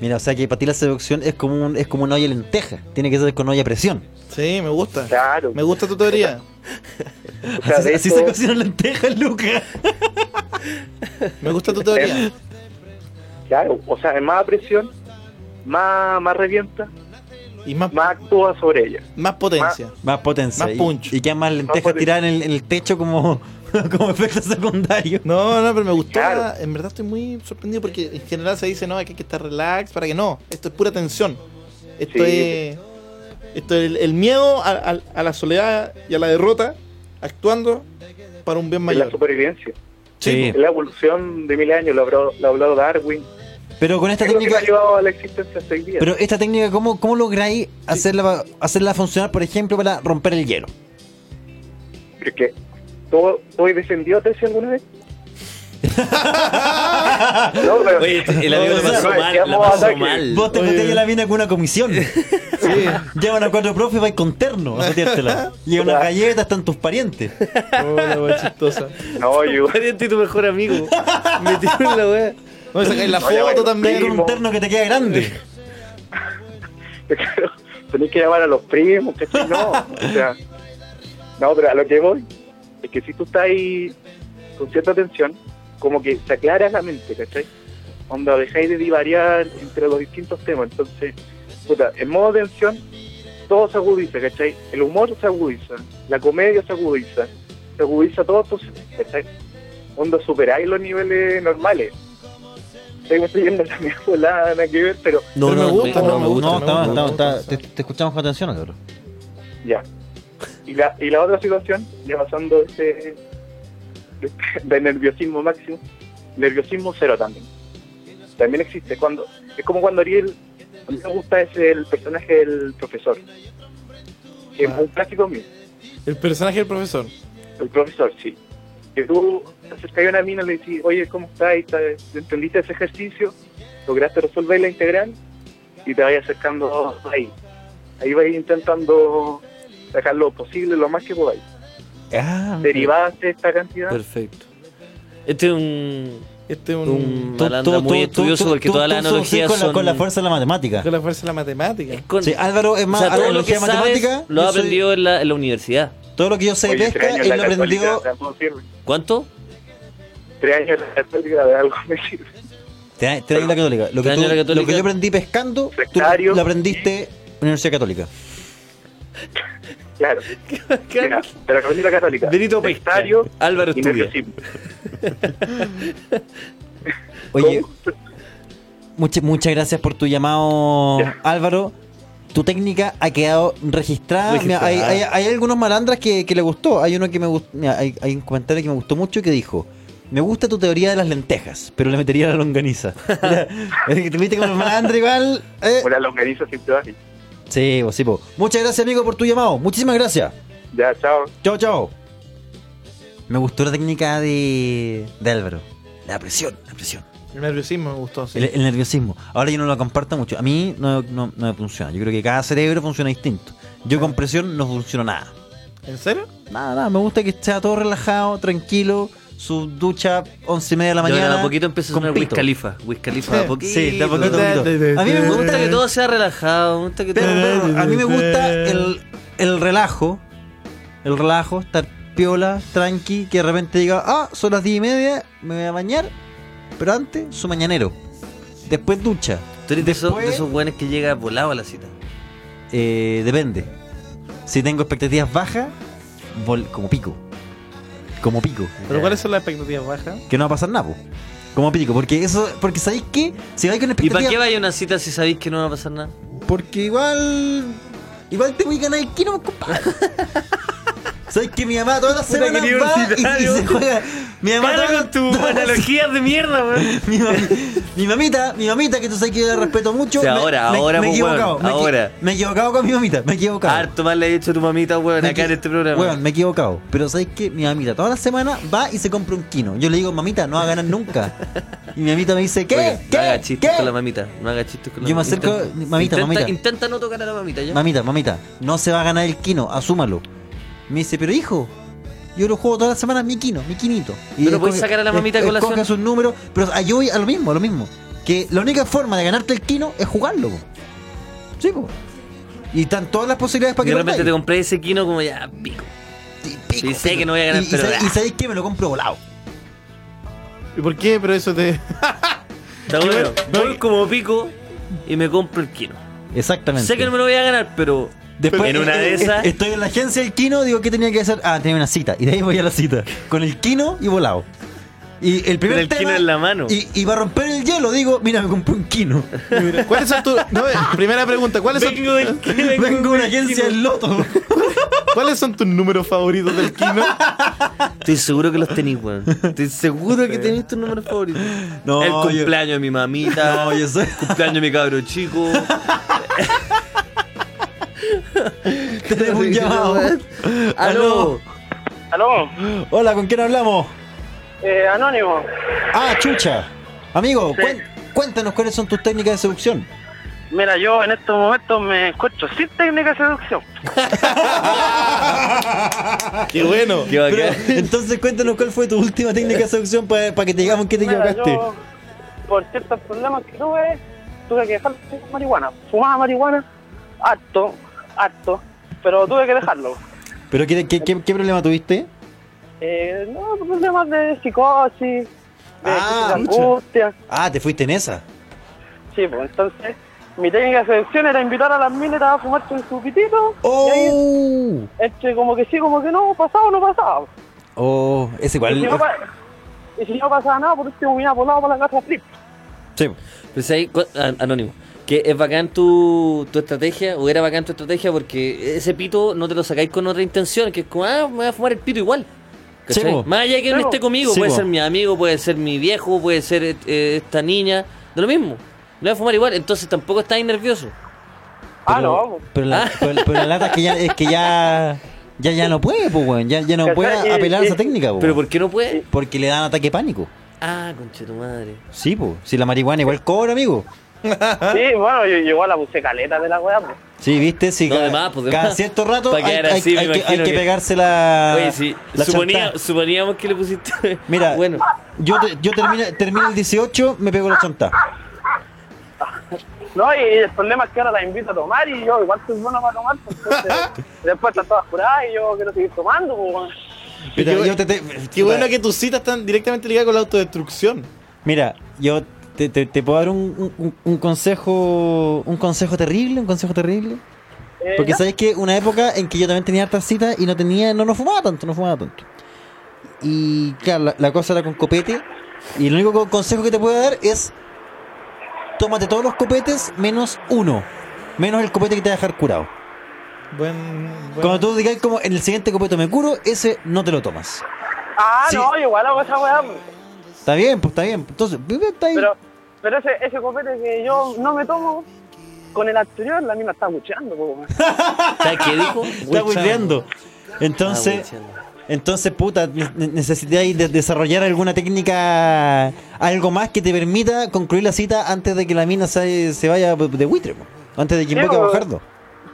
[SPEAKER 4] Mira, o sea que para ti la seducción es como, un, es como una olla de lenteja. Tiene que ser con olla a presión.
[SPEAKER 3] Sí, me gusta.
[SPEAKER 10] Claro.
[SPEAKER 3] Me gusta tu teoría.
[SPEAKER 10] O sea,
[SPEAKER 4] así
[SPEAKER 10] de
[SPEAKER 4] así
[SPEAKER 10] hecho-
[SPEAKER 4] se cocinan lentejas, Luca.
[SPEAKER 3] Me gusta tu teoría.
[SPEAKER 10] Em, Claro, o sea, es más a presión, más, más revienta,
[SPEAKER 3] Y más,
[SPEAKER 10] más actúa sobre ella.
[SPEAKER 3] más potencia.
[SPEAKER 4] Más potencia.
[SPEAKER 3] Ah, Más
[SPEAKER 4] y-
[SPEAKER 3] punch.
[SPEAKER 4] Y, quedan más lentejas
[SPEAKER 10] potencia.
[SPEAKER 4] tiradas en el, en el techo como, como efecto secundario.
[SPEAKER 3] No, no, pero me gustó.
[SPEAKER 10] Claro.
[SPEAKER 3] la- Ah, En verdad estoy muy sorprendido porque en general se dice, no, aquí hay que estar relax para que no. Esto es pura tensión. Esto
[SPEAKER 10] Sí.
[SPEAKER 3] es. Esto es el, el miedo a, a- a la soledad y a la derrota actuando para un bien
[SPEAKER 10] Es la
[SPEAKER 3] mayor.
[SPEAKER 10] supervivencia.
[SPEAKER 4] Sí.
[SPEAKER 10] Es la evolución de mil años, lo habrá, lo ha hablado Darwin.
[SPEAKER 4] Pero con esta
[SPEAKER 10] Es lo que
[SPEAKER 4] técnica.
[SPEAKER 10] ha llevado a la existencia hasta hoy día.
[SPEAKER 4] Pero esta técnica, ¿cómo, cómo lográis hacerla, hacerla funcionar, por ejemplo, para romper el hielo?
[SPEAKER 10] Porque, ¿tú, ¿tú has defendido a Tessie alguna vez? no, pero...
[SPEAKER 5] Oye, el amigo
[SPEAKER 10] No,
[SPEAKER 5] la
[SPEAKER 10] no,
[SPEAKER 5] pasó
[SPEAKER 10] no,
[SPEAKER 5] mal, la
[SPEAKER 10] decíamos
[SPEAKER 5] pasó
[SPEAKER 10] ataque.
[SPEAKER 5] mal.
[SPEAKER 4] Vos te
[SPEAKER 3] Oye.
[SPEAKER 4] metés a la mina con una comisión. Llevan a cuatro profes, vais con terno a pateártela. Y unas galletas están tus parientes.
[SPEAKER 3] Hola, wea chistosa.
[SPEAKER 10] No, yo...
[SPEAKER 9] Pariente y tu mejor amigo. Metido en la wea.
[SPEAKER 3] No, y sacáis la
[SPEAKER 10] Oye,
[SPEAKER 3] foto
[SPEAKER 10] bueno,
[SPEAKER 4] Ve
[SPEAKER 3] también.
[SPEAKER 4] con un terno que te queda grande.
[SPEAKER 10] Claro, tenés que llamar a los primos, que no, o sea, no, pero a lo que voy es que si tú estás ahí con cierta tensión, como que te aclaras la mente, ¿cachai? Onda, dejáis de divariar entre los distintos temas, entonces, puta, en modo tensión, todo se agudiza, ¿cachai? El humor se agudiza, la comedia se agudiza, se agudiza todo, tus ¿cachai? Onda, superáis los niveles normales. Sé que me estoy yendo a la mierda, nada que ver, pero
[SPEAKER 3] No, Pero me no, gusta, no, no, me gusta, me
[SPEAKER 4] No,
[SPEAKER 3] gusta,
[SPEAKER 4] está-
[SPEAKER 3] me
[SPEAKER 4] está-
[SPEAKER 3] gusta.
[SPEAKER 4] está- te- Te escuchamos con atención, Álvaro.
[SPEAKER 10] Ya. Y la, y la otra situación, ya pasando de este, de, este- de nerviosismo máximo, nerviosismo cero también. También existe. cuando Es como cuando Ariel, a mí me gusta es el personaje del profesor. Que es un clásico mío,
[SPEAKER 3] El personaje del profesor.
[SPEAKER 10] el profesor, sí. Que tú te acercas a una mina y le decís, oye, ¿cómo estás? ¿Y te- ¿Entendiste ese ejercicio? ¿Lograste resolver la integral? Y te vas acercando ahí. Ahí vas intentando sacar lo posible, lo más que podáis
[SPEAKER 4] Ah,
[SPEAKER 10] derivadas de esta cantidad.
[SPEAKER 9] Perfecto. Este es un.
[SPEAKER 3] Este es un.
[SPEAKER 9] Un
[SPEAKER 4] tú-
[SPEAKER 9] malandro
[SPEAKER 4] tú-
[SPEAKER 9] muy
[SPEAKER 4] tú-
[SPEAKER 9] estudioso
[SPEAKER 4] tú-
[SPEAKER 9] porque
[SPEAKER 4] tú-
[SPEAKER 9] todas
[SPEAKER 4] tú
[SPEAKER 9] las
[SPEAKER 4] asocias
[SPEAKER 9] analogías
[SPEAKER 4] con la-
[SPEAKER 9] son.
[SPEAKER 4] Con la fuerza de la matemática.
[SPEAKER 3] con la fuerza de la matemática.
[SPEAKER 9] es con-
[SPEAKER 4] Sí, Álvaro es
[SPEAKER 9] o
[SPEAKER 4] más
[SPEAKER 9] sea, todo lo
[SPEAKER 4] analogía
[SPEAKER 9] que sabes
[SPEAKER 4] matemática.
[SPEAKER 9] lo
[SPEAKER 4] yo
[SPEAKER 9] ha
[SPEAKER 4] soy-
[SPEAKER 9] aprendido en, la, en la universidad.
[SPEAKER 4] Todo lo que yo sé de
[SPEAKER 10] Oye, tres
[SPEAKER 4] pesca,
[SPEAKER 10] años
[SPEAKER 4] él
[SPEAKER 10] en
[SPEAKER 4] lo
[SPEAKER 10] la católica
[SPEAKER 4] aprendió.
[SPEAKER 10] de algo sirve.
[SPEAKER 9] ¿Cuánto?
[SPEAKER 10] Tres años en la católica de algo me sirve.
[SPEAKER 4] Te da- te da la católica.
[SPEAKER 9] Te
[SPEAKER 4] Lo que,
[SPEAKER 9] da
[SPEAKER 4] tú-
[SPEAKER 9] la católica.
[SPEAKER 4] lo que yo aprendí pescando, tú
[SPEAKER 10] Sectario.
[SPEAKER 4] lo aprendiste en la Universidad Católica.
[SPEAKER 10] Claro. Mira, de la Católica Católica.
[SPEAKER 9] Benito Pesca.
[SPEAKER 10] Pescario
[SPEAKER 9] Álvaro
[SPEAKER 10] y
[SPEAKER 9] estudia.
[SPEAKER 10] nerviosismo.
[SPEAKER 4] Oye,
[SPEAKER 10] ¿Cómo?
[SPEAKER 4] mucha- muchas gracias por tu llamado,
[SPEAKER 10] Ya.
[SPEAKER 4] Álvaro. Tu técnica ha quedado registrada. Mira, hay, hay- hay algunos malandras que, que le gustó. Hay uno que me gustó. Hay, hay un comentario que me gustó mucho que dijo: Me gusta tu teoría de las lentejas, pero le metería la longaniza. Mira, eh, ¿Te viste con el malandro igual? Eh,
[SPEAKER 10] Una longaniza siempre va así.
[SPEAKER 4] Sí, vos, sí, vos. Muchas gracias, amigo, por tu llamado. Muchísimas gracias.
[SPEAKER 10] Ya, chao.
[SPEAKER 4] Chao, chao. Me gustó la técnica de, de Álvaro. La presión, la presión.
[SPEAKER 3] El nerviosismo me gustó. sí.
[SPEAKER 4] El, el nerviosismo. Ahora yo no lo comparto mucho. A mí no, no- no me funciona. Yo creo que cada cerebro funciona distinto. Yo con presión no funciona nada.
[SPEAKER 3] ¿En serio?
[SPEAKER 4] Nada, nada. Me gusta que esté todo relajado, tranquilo. Su ducha, once y media de la
[SPEAKER 5] Yo
[SPEAKER 4] mañana.
[SPEAKER 5] ahora de a poquito empieza a sonar Wiz
[SPEAKER 4] compito.
[SPEAKER 5] Khalifa. Wiz Khalifa de a poquito.
[SPEAKER 4] Sí, de a poquito, de a poquito. A mí me
[SPEAKER 5] Me gusta
[SPEAKER 4] gusta
[SPEAKER 5] que todo sea relajado, me gusta que todo...
[SPEAKER 4] Pero, pero, a mí me gusta el, el relajo. El relajo, estar piola, tranqui, que de repente diga, ah, son las 10 y media, me voy a bañar. Pero antes, su mañanero. Después ducha.
[SPEAKER 5] Tú eres de esos,
[SPEAKER 4] Después-
[SPEAKER 5] de esos buenos que llega volado a la cita.
[SPEAKER 4] Eh, depende. Si tengo expectativas bajas, vol- como pico. Como pico.
[SPEAKER 3] ¿Pero cuáles son las expectativas bajas?
[SPEAKER 4] Que no va a pasar nada, po. Como pico. Porque eso, porque sabéis que, si vais con
[SPEAKER 5] ¿Y para qué
[SPEAKER 4] expectativas,
[SPEAKER 5] vaya a una cita si sabéis que no va a pasar nada?
[SPEAKER 4] porque igual. Igual te voy a ganar el kilo, compadre. ¿Sabes que mi mamá todas las
[SPEAKER 5] Puta,
[SPEAKER 4] semanas
[SPEAKER 5] querido
[SPEAKER 4] va y- y,
[SPEAKER 5] universitario.
[SPEAKER 4] se juega? Mi mamá
[SPEAKER 5] Cara
[SPEAKER 4] todas-
[SPEAKER 5] con tus
[SPEAKER 4] todas-
[SPEAKER 5] analogías de mierda, weón.
[SPEAKER 4] mi, mami- mi mamita, mi mamita, que tú sabes que yo la respeto mucho.
[SPEAKER 5] Sí,
[SPEAKER 4] me-
[SPEAKER 5] ahora,
[SPEAKER 4] me,
[SPEAKER 5] ahora,
[SPEAKER 4] me he
[SPEAKER 5] pues, weón,
[SPEAKER 4] equivocado. me he equi-
[SPEAKER 5] ahora.
[SPEAKER 4] Me he equivocado con mi mamita, me he equivocado.
[SPEAKER 5] Harto mal le he hecho a tu mamita, weón,
[SPEAKER 4] Me
[SPEAKER 5] acá en
[SPEAKER 4] equi-
[SPEAKER 5] este programa.
[SPEAKER 4] Weón, me he equivocado. Pero ¿sabes qué? Mi mamita todas las semanas va y se compra un quino. Yo le digo, mamita, no va a ganar nunca. Y mi mamita me dice, ¿qué?
[SPEAKER 11] Oiga,
[SPEAKER 4] ¿Qué?
[SPEAKER 11] No haga chistes
[SPEAKER 4] ¿Qué?
[SPEAKER 11] con la mamita. No haga chistes con la
[SPEAKER 4] Yo me
[SPEAKER 11] mamita.
[SPEAKER 4] acerco-
[SPEAKER 11] Intenta-
[SPEAKER 4] mamita,
[SPEAKER 11] intenta,
[SPEAKER 4] mamita.
[SPEAKER 11] Intenta no tocar a la mamita ya.
[SPEAKER 4] Mamita, mamita, no se va a ganar el quino, asúmalo. Me dice, pero hijo, yo lo juego todas las semanas mi quino, mi quinito.
[SPEAKER 5] Pero
[SPEAKER 4] escoge-
[SPEAKER 5] puedes sacar a la mamita
[SPEAKER 4] es-
[SPEAKER 5] con la
[SPEAKER 4] escoge
[SPEAKER 5] suerte.
[SPEAKER 4] sus números, pero ah, yo voy a lo mismo, a lo mismo. Que la única forma de ganarte el quino es jugarlo. po. Sí, po. Y están todas las posibilidades
[SPEAKER 5] Y
[SPEAKER 4] para que
[SPEAKER 5] de
[SPEAKER 4] lo
[SPEAKER 5] repente te
[SPEAKER 4] ganáis.
[SPEAKER 5] compré ese kino como ya, pico.
[SPEAKER 4] Y pico,
[SPEAKER 5] y sé
[SPEAKER 4] pico.
[SPEAKER 5] que no voy a ganar,
[SPEAKER 4] Y- y
[SPEAKER 5] pero-
[SPEAKER 4] sabéis- ¿Y sabéis qué? Me lo compro volado.
[SPEAKER 3] ¿Y por qué? Pero eso te.
[SPEAKER 5] Está bueno. Voy como pico y me compro el kino.
[SPEAKER 4] Exactamente.
[SPEAKER 5] Sé que no me lo voy a ganar, pero
[SPEAKER 4] Después,
[SPEAKER 5] en una
[SPEAKER 4] eh,
[SPEAKER 5] de
[SPEAKER 4] eh,
[SPEAKER 5] esas.
[SPEAKER 4] Estoy en la agencia del Kino, digo, ¿qué tenía que hacer? Ah, tenía una cita. Y de ahí voy a la cita. Con el Kino y volado. Y el primer
[SPEAKER 5] Con el
[SPEAKER 4] tema-
[SPEAKER 5] Kino en la mano.
[SPEAKER 4] Y, y va a romper el hielo, digo, mira, me compré un Kino.
[SPEAKER 3] ¿Cuáles son tus. No, eh, primera pregunta, ¿cuáles son,
[SPEAKER 5] Vengo del Kino,
[SPEAKER 4] Vengo de una agencia del Loto.
[SPEAKER 3] ¿cuáles son tus números favoritos del Kino?
[SPEAKER 5] Estoy seguro que los tenéis, weón. Estoy seguro que tenéis tus números favoritos.
[SPEAKER 4] No,
[SPEAKER 5] el
[SPEAKER 4] yo-
[SPEAKER 5] cumpleaños de mi mamita.
[SPEAKER 4] No, yo soy-
[SPEAKER 5] El cumpleaños de mi cabro chico.
[SPEAKER 4] Tenemos un llamado.
[SPEAKER 5] Aló.
[SPEAKER 12] ¿Aló?
[SPEAKER 4] Hola, ¿con quién hablamos?
[SPEAKER 12] Eh, anónimo.
[SPEAKER 4] Ah, chucha. Amigo,
[SPEAKER 12] Sí.
[SPEAKER 4] cuen- cuéntanos cuáles son tus técnicas de seducción.
[SPEAKER 12] Mira, yo en estos momentos me encuentro sin técnica de seducción.
[SPEAKER 5] Ah, Qué
[SPEAKER 3] Qué bueno.
[SPEAKER 4] Pero,
[SPEAKER 5] bacán.
[SPEAKER 4] entonces, cuéntanos cuál fue tu última técnica de seducción para que te digamos que te
[SPEAKER 12] Mira,
[SPEAKER 4] equivocaste.
[SPEAKER 12] yo, por ciertos problemas que tuve, tuve que dejar de fumar marihuana. Fumaba marihuana, harto, harto, pero tuve que dejarlo.
[SPEAKER 4] ¿Pero qué, qué- qué- qué problema tuviste?
[SPEAKER 12] Eh, no, problemas de psicosis, de
[SPEAKER 4] Ah,
[SPEAKER 12] crisis de
[SPEAKER 4] mucho.
[SPEAKER 12] angustia.
[SPEAKER 4] Ah, te fuiste en esa.
[SPEAKER 12] Sí, pues entonces mi técnica de seducción era invitar a las minas a fumarse un suquitito. Y ahí,
[SPEAKER 4] ¡Oh!
[SPEAKER 12] entre como que sí, como que no, pasaba o no pasaba.
[SPEAKER 4] Oh, es
[SPEAKER 12] Y si, no, pa- y si no pasaba nada, por último me iba volado para la casa flip.
[SPEAKER 4] Sí.
[SPEAKER 5] Pues ahí, cu- an- anónimo. Que es bacán tu, tu estrategia, o era bacán tu estrategia, porque ese pito no te lo sacáis con otra intención, que es como, ah, me voy a fumar el pito igual. ¿Cachai?
[SPEAKER 4] Sí, po.
[SPEAKER 5] Más allá que no
[SPEAKER 12] Sí, po.
[SPEAKER 5] esté conmigo,
[SPEAKER 4] Sí,
[SPEAKER 5] puede
[SPEAKER 4] po.
[SPEAKER 5] ser mi amigo, puede ser mi viejo, puede ser eh, esta niña, de lo mismo. Me voy a fumar igual, entonces tampoco estáis nervioso.
[SPEAKER 12] Ah, no, vamos.
[SPEAKER 4] Pero la, pero- pero la lata es que ya, es que ya, ya, ya no puede, pues, weón. Ya, ya no
[SPEAKER 12] ¿Cachai?
[SPEAKER 4] puede
[SPEAKER 12] Y-
[SPEAKER 4] apelar a esa
[SPEAKER 12] y-
[SPEAKER 4] técnica, po,
[SPEAKER 5] Pero
[SPEAKER 4] weón.
[SPEAKER 5] ¿por qué no puede?
[SPEAKER 4] Porque le dan ataque de pánico.
[SPEAKER 5] Ah, conche tu madre.
[SPEAKER 4] Sí, pues. Si la marihuana igual cobra, amigo.
[SPEAKER 12] Sí, bueno, yo, yo igual la puse caleta de la weá, pues.
[SPEAKER 4] Sí, viste, sí.
[SPEAKER 5] No,
[SPEAKER 4] cada,
[SPEAKER 5] de más, pues, de
[SPEAKER 4] cada
[SPEAKER 5] más.
[SPEAKER 4] cierto rato
[SPEAKER 5] Pa'
[SPEAKER 4] hay,
[SPEAKER 5] quedar
[SPEAKER 4] hay-
[SPEAKER 5] así, me
[SPEAKER 4] hay que, hay
[SPEAKER 5] imagino
[SPEAKER 4] que
[SPEAKER 5] que-
[SPEAKER 4] pegarse la.
[SPEAKER 5] Oye, sí,
[SPEAKER 4] la
[SPEAKER 5] suponía-
[SPEAKER 4] chantada.
[SPEAKER 5] suponíamos que le pusiste.
[SPEAKER 4] Mira,
[SPEAKER 5] bueno,
[SPEAKER 4] yo, te- yo termino, termino el 18, me pego la chanta.
[SPEAKER 12] No, y el problema es que ahora la invito a tomar y yo igual soy bueno para tomar, pues, entonces después están todas curadas y yo quiero seguir tomando, pues. weón.
[SPEAKER 4] Mira,
[SPEAKER 3] qué bu-
[SPEAKER 4] yo te, te-
[SPEAKER 3] Qué bueno que tus citas están directamente ligadas con la autodestrucción.
[SPEAKER 4] Mira, yo te, te- te puedo dar un, un- un consejo. Un consejo terrible, un consejo terrible.
[SPEAKER 12] Eh,
[SPEAKER 4] Porque
[SPEAKER 12] ya,
[SPEAKER 4] sabes que una época en que yo también tenía hartas citas y no tenía, no, no fumaba tanto, no fumaba tanto. Y claro, la, la cosa era con copete. Y el único co- consejo que te puedo dar es tómate todos los copetes menos uno. Menos el copete que te va a dejar curado.
[SPEAKER 3] Buen. buen-
[SPEAKER 4] Cuando tú digas como en el siguiente copete me curo, ese no te lo tomas.
[SPEAKER 12] Ah,
[SPEAKER 4] sí.
[SPEAKER 12] no, yo igual hago esa weá, pues.
[SPEAKER 4] Está bien, pues está bien. Entonces, está ahí.
[SPEAKER 12] Pero, pero ese, ese copete que yo no me tomo, con el anterior la mina está bucheando, pues, po, weón.
[SPEAKER 5] ¿sabes qué dijo?
[SPEAKER 4] está buileando.
[SPEAKER 5] Ah,
[SPEAKER 4] Entonces,
[SPEAKER 5] buileando.
[SPEAKER 4] entonces puta, ne- necesitáis de- desarrollar alguna técnica, algo más que te permita concluir la cita antes de que la mina se, se vaya de buitre, po. antes de que
[SPEAKER 12] Sí,
[SPEAKER 4] invoque a
[SPEAKER 12] po.
[SPEAKER 4] Bojardo.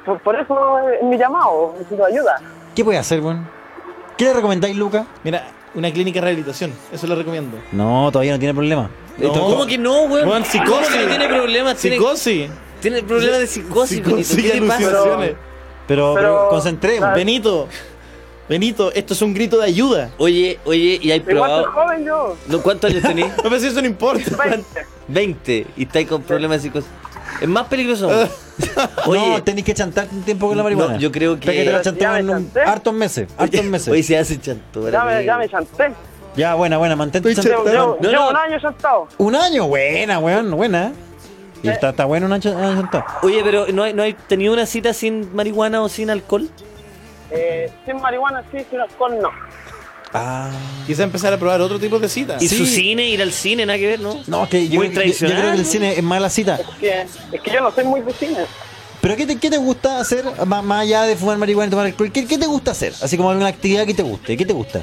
[SPEAKER 12] Por, por eso eh, es mi llamado, necesito ayuda.
[SPEAKER 4] ¿Qué puedes hacer, weón? ¿Qué le recomendáis, Luca?
[SPEAKER 3] Mira, una clínica de rehabilitación. Eso lo recomiendo.
[SPEAKER 4] No, todavía no tiene problema.
[SPEAKER 3] No.
[SPEAKER 5] ¿Cómo que no, weón?
[SPEAKER 3] Weón, psicosis.
[SPEAKER 5] ¿Cómo que no tiene problemas? Tiene,
[SPEAKER 3] Psicosis.
[SPEAKER 5] tiene problemas de psicosis, Benito.
[SPEAKER 3] y
[SPEAKER 5] ¿Qué le pasa?
[SPEAKER 3] alucinaciones.
[SPEAKER 12] Pero-
[SPEAKER 4] Pero, pero concentremos.
[SPEAKER 12] Claro.
[SPEAKER 3] Benito. Benito, esto es un grito de ayuda.
[SPEAKER 5] Oye, oye, ¿y hay
[SPEAKER 12] Igual soy
[SPEAKER 5] probado?
[SPEAKER 12] joven yo.
[SPEAKER 5] No, ¿Cuántos años tenés?
[SPEAKER 3] No, pero si eso no importa.
[SPEAKER 12] 20.
[SPEAKER 5] 20 y estáis con problemas de psicosis. Es más peligroso. aún. Oye,
[SPEAKER 4] no, tenéis que chantar un tiempo con la marihuana.
[SPEAKER 5] No, yo creo que-
[SPEAKER 4] Para te la
[SPEAKER 12] Pero ya
[SPEAKER 4] chantemos
[SPEAKER 12] me
[SPEAKER 4] en un-
[SPEAKER 12] chanté.
[SPEAKER 4] hartos meses. Hartos meses.
[SPEAKER 5] Hoy se hace chanto.
[SPEAKER 12] Ya me,
[SPEAKER 5] amigo.
[SPEAKER 12] ya me chanté.
[SPEAKER 4] Ya, buena, buena, mantente
[SPEAKER 3] Estoy
[SPEAKER 4] chantado.
[SPEAKER 12] Llevo, llevo-
[SPEAKER 5] no,
[SPEAKER 12] llevo
[SPEAKER 5] no.
[SPEAKER 12] un año chantado.
[SPEAKER 4] Un año, buena, weón, buena. Y
[SPEAKER 12] Eh.
[SPEAKER 4] está, está bueno un año, un año sentado.
[SPEAKER 5] Oye, pero ¿no hay, ¿no hay tenido una cita sin marihuana o sin alcohol?
[SPEAKER 12] Eh, sin marihuana sí, sin alcohol no.
[SPEAKER 3] Ah. Quizá empezar a probar otro tipo de citas.
[SPEAKER 5] Y su cine, ir al cine, nada que ver, ¿no?
[SPEAKER 4] Ah. No, que yo,
[SPEAKER 5] Muy
[SPEAKER 4] yo- yo
[SPEAKER 5] tradicional.
[SPEAKER 4] creo que el cine es eh, mala cita.
[SPEAKER 12] Que- es que yo no soy muy de cine.
[SPEAKER 4] ¿Pero qué te, qué te gusta hacer, más, más allá de fumar marihuana y tomar alcohol? ¿Qué, qué te gusta hacer? Así como alguna actividad que te guste. ¿Qué te gusta?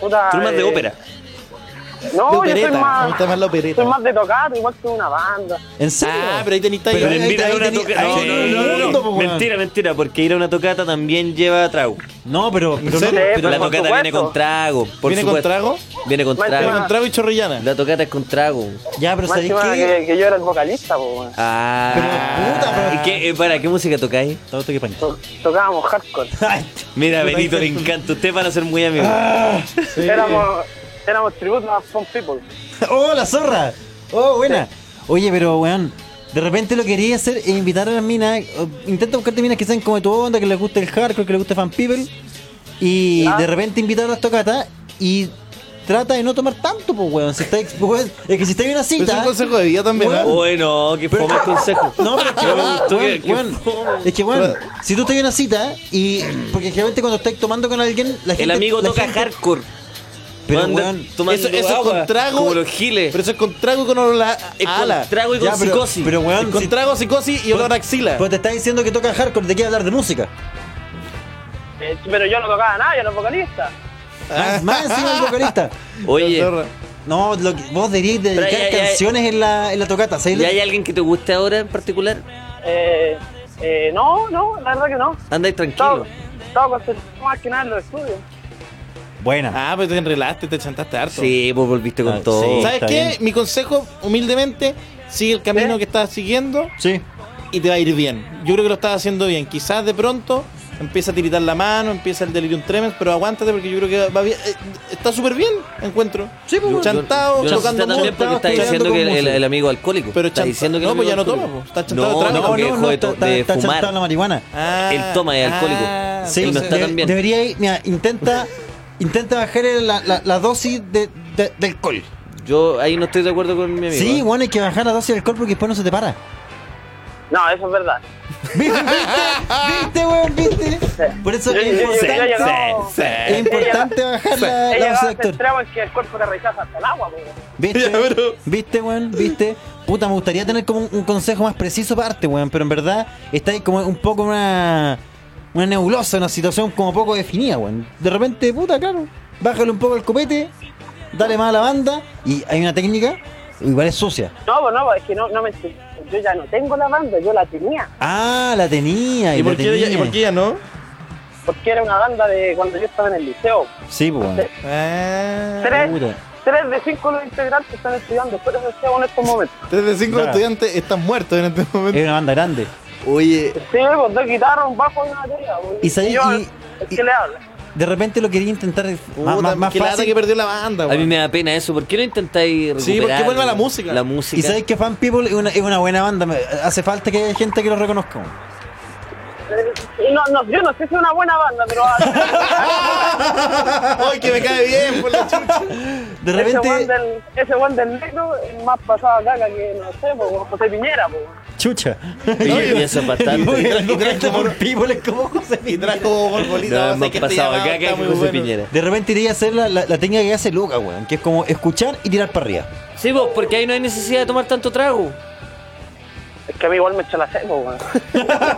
[SPEAKER 12] Puta, eh, No,
[SPEAKER 4] De
[SPEAKER 12] Oh, yo
[SPEAKER 4] opereta,
[SPEAKER 12] soy
[SPEAKER 4] me gusta
[SPEAKER 12] más,
[SPEAKER 4] más la opereta.
[SPEAKER 12] soy más de tocar, igual que una banda.
[SPEAKER 4] ¿En serio?
[SPEAKER 3] Ah, pero ahí tenéis
[SPEAKER 5] Pero le
[SPEAKER 3] ahí-
[SPEAKER 5] invitan
[SPEAKER 3] ahí
[SPEAKER 5] a una
[SPEAKER 3] tení-
[SPEAKER 5] tocata.
[SPEAKER 3] ahí
[SPEAKER 5] No,
[SPEAKER 3] tení-
[SPEAKER 5] no, no, no,
[SPEAKER 3] mundo, po,
[SPEAKER 4] pues,
[SPEAKER 3] weón.
[SPEAKER 5] Mentira, mentira, porque ir a una tocata también lleva trago.
[SPEAKER 4] No, pero,
[SPEAKER 5] pero,
[SPEAKER 3] serio?
[SPEAKER 12] Pero
[SPEAKER 5] la
[SPEAKER 12] por
[SPEAKER 5] tocata
[SPEAKER 12] supuesto.
[SPEAKER 5] viene con trago. por
[SPEAKER 3] ¿Viene con
[SPEAKER 5] supuesto.
[SPEAKER 3] trago?
[SPEAKER 5] Viene con
[SPEAKER 12] Más
[SPEAKER 5] trago.
[SPEAKER 12] encima- Con
[SPEAKER 3] trago y chorrillana.
[SPEAKER 5] La tocata es con trago.
[SPEAKER 4] Ya, pero
[SPEAKER 12] Más
[SPEAKER 4] ¿sabéis
[SPEAKER 12] encima
[SPEAKER 4] qué?
[SPEAKER 12] que, que yo era el vocalista, po, weón.
[SPEAKER 5] Ah, ¿Y qué, eh, para, ¿qué música tocáis?
[SPEAKER 4] Todo toque pañal.
[SPEAKER 12] To- tocábamos hardcore.
[SPEAKER 5] Mira, Benito, le encanta. Ustedes van a ser muy amigos.
[SPEAKER 4] Ah,
[SPEAKER 12] Éramos, éramos tributos a Fun People.
[SPEAKER 4] ¡Oh, la zorra! ¡Oh, buena! Oye, pero, weón, de repente lo que quería hacer es invitar a las minas. o- Intenta buscarte minas que sean como de tu onda, que les guste el hardcore, que les guste fan people. Y
[SPEAKER 12] Ya.
[SPEAKER 4] de repente invitar a las tocatas y trata de no tomar tanto, pues, weón. Si está, weón, es que si está en una
[SPEAKER 3] Pero Es un
[SPEAKER 4] cita.
[SPEAKER 3] consejo de vida también,
[SPEAKER 4] ¿eh?
[SPEAKER 3] ¿ah?
[SPEAKER 5] Bueno, qué fome el consejo.
[SPEAKER 4] No, pero es que,
[SPEAKER 5] Me
[SPEAKER 4] weón,
[SPEAKER 5] gustó que-
[SPEAKER 4] weón,
[SPEAKER 5] que-
[SPEAKER 4] weón, es que, weón, si tú estás en una cita y. Porque generalmente cuando estás tomando con alguien, la gente.
[SPEAKER 5] El amigo
[SPEAKER 4] la
[SPEAKER 5] toca
[SPEAKER 4] gente-
[SPEAKER 5] hardcore.
[SPEAKER 4] Pero,
[SPEAKER 5] Anda
[SPEAKER 4] weón,
[SPEAKER 5] tomando
[SPEAKER 3] eso- eso es
[SPEAKER 5] agua,
[SPEAKER 3] con trago.
[SPEAKER 5] Como los giles.
[SPEAKER 3] Pero eso es con trago y con olor a
[SPEAKER 5] Es
[SPEAKER 3] a ala.
[SPEAKER 5] con trago y con
[SPEAKER 4] Ya, pero-
[SPEAKER 5] psicosis.
[SPEAKER 4] Pero, weón,
[SPEAKER 3] Con
[SPEAKER 4] si-
[SPEAKER 3] trago, psicosis y olor a axila.
[SPEAKER 4] pero te está diciendo que toca hardcore, te quiere hablar de música.
[SPEAKER 12] Eh, pero yo no tocaba nada, yo era el vocalista.
[SPEAKER 4] Más, más encima del vocalista.
[SPEAKER 5] Oye,
[SPEAKER 3] Ah. Zorra.
[SPEAKER 4] No, lo que- vos deberíais dedicar
[SPEAKER 5] Pero ya, ya, ya.
[SPEAKER 4] canciones En, la, en la tocata, ¿sabes?
[SPEAKER 5] ¿y hay alguien que te guste ahora en particular?
[SPEAKER 12] Eh, eh, no, no, la verdad que no.
[SPEAKER 5] Andáis
[SPEAKER 12] Estaba,
[SPEAKER 5] tranquilo.
[SPEAKER 12] estaba concentrado más que nada en los estudios.
[SPEAKER 4] Buena.
[SPEAKER 3] Ah,
[SPEAKER 12] pues
[SPEAKER 3] pero te enrelaste, te chantaste harto.
[SPEAKER 5] Sí, pues volviste con
[SPEAKER 4] Ah,
[SPEAKER 5] todo.
[SPEAKER 4] sí.
[SPEAKER 3] ¿Sabes
[SPEAKER 4] está
[SPEAKER 3] qué?
[SPEAKER 4] bien.
[SPEAKER 3] Mi consejo, humildemente, sigue el camino
[SPEAKER 12] ¿Eh?
[SPEAKER 3] que estás siguiendo
[SPEAKER 4] Sí.
[SPEAKER 3] y te va a ir bien. Yo creo que lo estás haciendo bien. Quizás de pronto empieza a tiritar la mano, empieza el delirium tremens, pero aguántate porque yo creo que va bien. Eh, está súper bien, encuentro. Sí,
[SPEAKER 5] Yo- yo-
[SPEAKER 3] chantado,
[SPEAKER 5] pues, yo no sé si
[SPEAKER 3] tocando
[SPEAKER 5] está también
[SPEAKER 3] música,
[SPEAKER 5] porque está
[SPEAKER 3] estudiando
[SPEAKER 5] diciendo
[SPEAKER 3] con
[SPEAKER 5] que el, el-
[SPEAKER 3] música.
[SPEAKER 5] el amigo alcohólico.
[SPEAKER 3] Pero
[SPEAKER 5] está
[SPEAKER 3] chan-
[SPEAKER 5] diciendo que el
[SPEAKER 3] no,
[SPEAKER 5] amigo
[SPEAKER 3] pues ya no
[SPEAKER 5] alcohólico.
[SPEAKER 3] toma, pues, está chantado de
[SPEAKER 5] No,
[SPEAKER 3] trago.
[SPEAKER 5] no,
[SPEAKER 4] No,
[SPEAKER 5] que
[SPEAKER 4] no,
[SPEAKER 5] dejó
[SPEAKER 4] no,
[SPEAKER 5] de,
[SPEAKER 4] está,
[SPEAKER 5] to-
[SPEAKER 4] está,
[SPEAKER 5] de
[SPEAKER 4] está
[SPEAKER 5] fumar.
[SPEAKER 4] chantado la marihuana.
[SPEAKER 3] Ah,
[SPEAKER 5] Él toma, es alcohólico.
[SPEAKER 3] ah,
[SPEAKER 4] Sí,
[SPEAKER 5] Y no está
[SPEAKER 4] de-
[SPEAKER 5] tan bien.
[SPEAKER 4] deberíais- mira, intenta, intenta bajar el- la, la- la dosis de, de- de alcohol.
[SPEAKER 5] Yo ahí no estoy de acuerdo con mi amigo.
[SPEAKER 4] Sí,
[SPEAKER 5] ¿eh?
[SPEAKER 4] bueno, hay que bajar la dosis de alcohol porque después no se te para.
[SPEAKER 12] No, eso es verdad.
[SPEAKER 4] ¿Viste? ¿Viste, weón? ¿Viste? Por eso
[SPEAKER 12] Yo- yo-
[SPEAKER 4] es
[SPEAKER 12] yo- yo he
[SPEAKER 4] importante,
[SPEAKER 12] llegado-
[SPEAKER 4] es importante bajar
[SPEAKER 12] He
[SPEAKER 4] la,
[SPEAKER 12] llegado
[SPEAKER 4] la dosis de
[SPEAKER 12] a ese
[SPEAKER 4] alcohol.
[SPEAKER 12] extremo en que el cuerpo te rechaza hasta el agua, po, weón.
[SPEAKER 4] ¿Viste? ¿Viste, weón? ¿Viste? Puta, me gustaría tener como un, un consejo más preciso para arte, weón. Pero en verdad está ahí como un poco una, una nebulosa, una situación como poco definida, weón. De repente, puta, claro. Bájale un poco el copete, dale más a la banda. Y hay una técnica, igual es sucia.
[SPEAKER 12] No, pues no, es que no, no me yo ya no tengo la banda, yo la tenía,
[SPEAKER 4] Ah, la tenía.
[SPEAKER 3] ¿Y
[SPEAKER 4] la
[SPEAKER 3] por, qué
[SPEAKER 4] tenía.
[SPEAKER 3] ella, ¿Y por qué ella no?
[SPEAKER 12] porque era una banda de cuando yo estaba en el liceo.
[SPEAKER 4] Sí, pues, weón.
[SPEAKER 3] Ah,
[SPEAKER 12] Tres,
[SPEAKER 4] puta.
[SPEAKER 12] tres de cinco los integrantes están estudiando fuera del liceo en estos momentos.
[SPEAKER 3] tres de cinco
[SPEAKER 4] Claro.
[SPEAKER 3] estudiantes están muertos en este momento.
[SPEAKER 4] Es una banda grande.
[SPEAKER 13] Oye,
[SPEAKER 12] Sí, pues dos guitarras, un bajo y una batería. pues,
[SPEAKER 4] ¿Y sabes-
[SPEAKER 12] yo,
[SPEAKER 4] y-
[SPEAKER 12] el
[SPEAKER 4] y-
[SPEAKER 12] que le habla.
[SPEAKER 4] De repente lo quería intentar más,
[SPEAKER 3] Puta,
[SPEAKER 4] más- más
[SPEAKER 3] qué lata
[SPEAKER 4] fácil.
[SPEAKER 3] que perdió la banda.
[SPEAKER 5] A mí
[SPEAKER 3] weón.
[SPEAKER 5] me da pena eso. ¿Por qué no intentáis recuperar?
[SPEAKER 3] Sí, porque vuelva la música.
[SPEAKER 5] La música.
[SPEAKER 4] Y sabéis que Fan People es una, es una buena banda. me- Hace falta que haya gente que lo reconozca. weón.
[SPEAKER 12] Y no, no, yo no sé si es una buena banda, pero
[SPEAKER 3] Ay, que me cae bien por la chucha.
[SPEAKER 12] ese
[SPEAKER 4] De repente.
[SPEAKER 12] one del, ese one del negro es más pasado caca que, no sé, pues, como José Piñera. Pues.
[SPEAKER 4] Chucha.
[SPEAKER 5] Oye, y eso es bastante.
[SPEAKER 4] Y trajo por people es como José
[SPEAKER 3] Y
[SPEAKER 4] Piñera.
[SPEAKER 3] trajo gorgolita.
[SPEAKER 5] No, hemos pasado acá que José Piñera.
[SPEAKER 4] De repente iría a hacer la, la, la técnica que hace Luca, weón, que es como escuchar y tirar para arriba.
[SPEAKER 5] Sí, vos, porque ahí no hay necesidad de tomar tanto trago.
[SPEAKER 12] Es que a mí igual me echa la cepa, weón.
[SPEAKER 5] Puta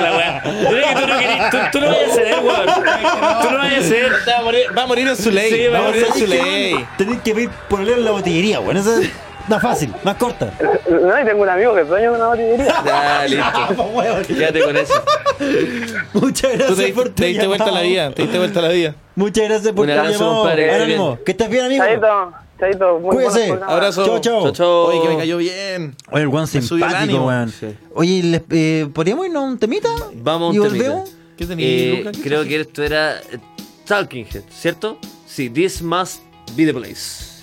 [SPEAKER 5] la weá. Tú, que tú no querís, tú, tú no vayas a ceder, weón. Tú no vayas a ceder.
[SPEAKER 3] Va a morir, va a morir en su ley.
[SPEAKER 5] Sí,
[SPEAKER 3] va a morir en
[SPEAKER 4] ¿Sabéis
[SPEAKER 3] su
[SPEAKER 4] qué,
[SPEAKER 3] ley.
[SPEAKER 4] weón? Tenéis que ponerle en la botillería, weón. Esa es más fácil, más corta.
[SPEAKER 12] No, y tengo un amigo que es dueño de una batería.
[SPEAKER 5] Ya, listo. Quédate con eso.
[SPEAKER 4] Muchas
[SPEAKER 3] Tú
[SPEAKER 4] gracias
[SPEAKER 3] te,
[SPEAKER 4] por tu
[SPEAKER 3] te diste vuelta a la
[SPEAKER 4] llamado.
[SPEAKER 3] vida. Te diste vuelta a la vida.
[SPEAKER 4] Muchas gracias por
[SPEAKER 5] Un
[SPEAKER 4] tu
[SPEAKER 5] abrazo,
[SPEAKER 4] llamado.
[SPEAKER 5] compadre, que estés
[SPEAKER 4] Anónimo, que estés bien, amigo.
[SPEAKER 12] Chaito, chaito, muy
[SPEAKER 4] Cuídese.
[SPEAKER 12] buenos programas.
[SPEAKER 3] Abrazo.
[SPEAKER 4] Chao, chao.
[SPEAKER 5] Chao, chao.
[SPEAKER 3] Oye, que me cayó bien.
[SPEAKER 4] Oye, el weón
[SPEAKER 3] Me subió el
[SPEAKER 4] simpático,
[SPEAKER 3] ánimo.
[SPEAKER 4] weón.
[SPEAKER 5] Sí.
[SPEAKER 4] Oye, ¿les- eh, ¿podríamos irnos a un temita?
[SPEAKER 5] Vamos
[SPEAKER 4] ¿Y
[SPEAKER 5] a un temita.
[SPEAKER 4] volvemos?
[SPEAKER 3] ¿Qué tenías,
[SPEAKER 5] Eh,
[SPEAKER 3] Lucas?
[SPEAKER 5] creo que esto era eh, Talking Head, ¿cierto? Sí, This Must Be The Place.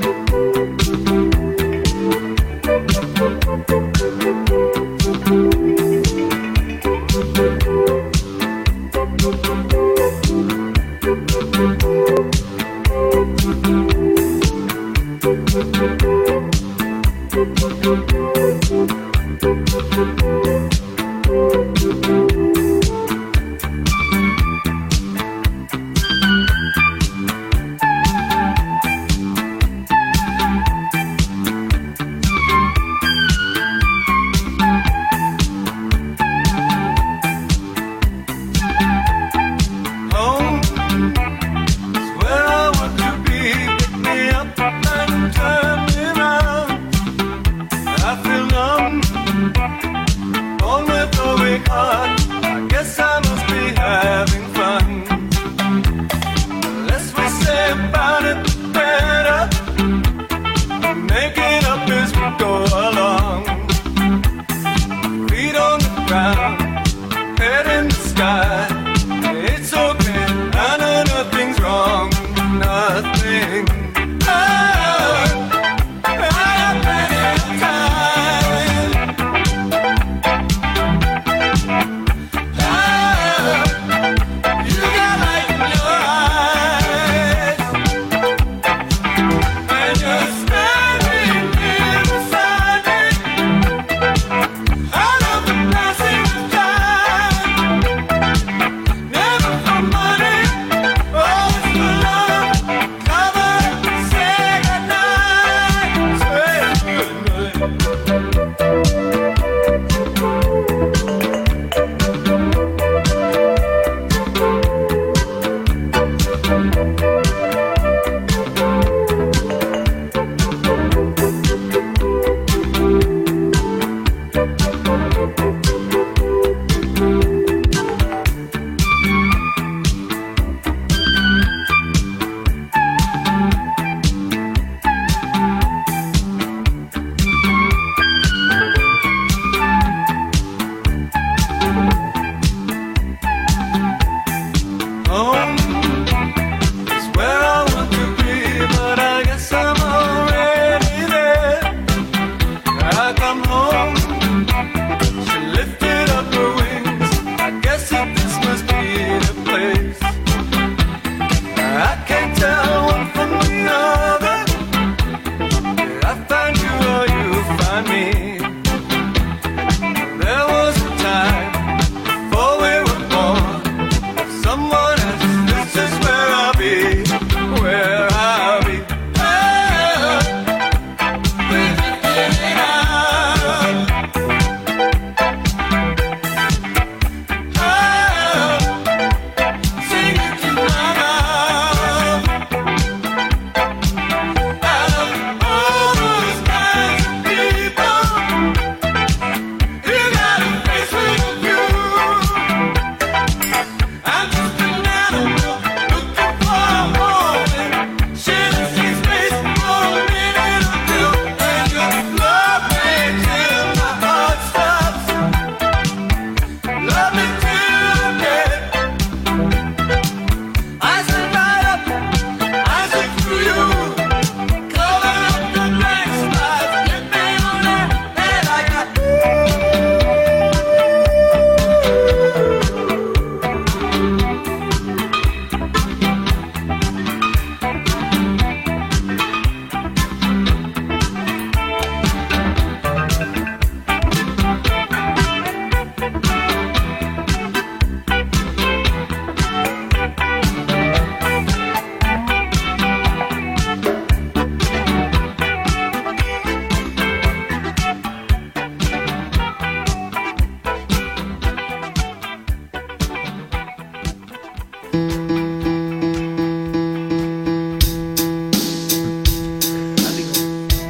[SPEAKER 14] Quiero
[SPEAKER 9] Home is where I want to be. Pick me up and turn me round. I feel numb, all my throwing heart. I guess I must be having fun. The less we say about it, the better. Make it up as we go along. Feet on the ground, head in the sky. It's okay, I know nothing's wrong, nothing. Oh, I have plenty of time. Oh, you got light in your eyes. When you're standing here beside me, I love the passing of time. Never for money, always for love. Come and say goodnight, say goodnight. Home is where I want to be, but I guess I'm already there. I come home, she lifted up her wings. I guess that this must be the place. I can't tell one from the other. Did I find you or you find me? There was a time before we were born. Someone else, this is where I'll be, where I'll be.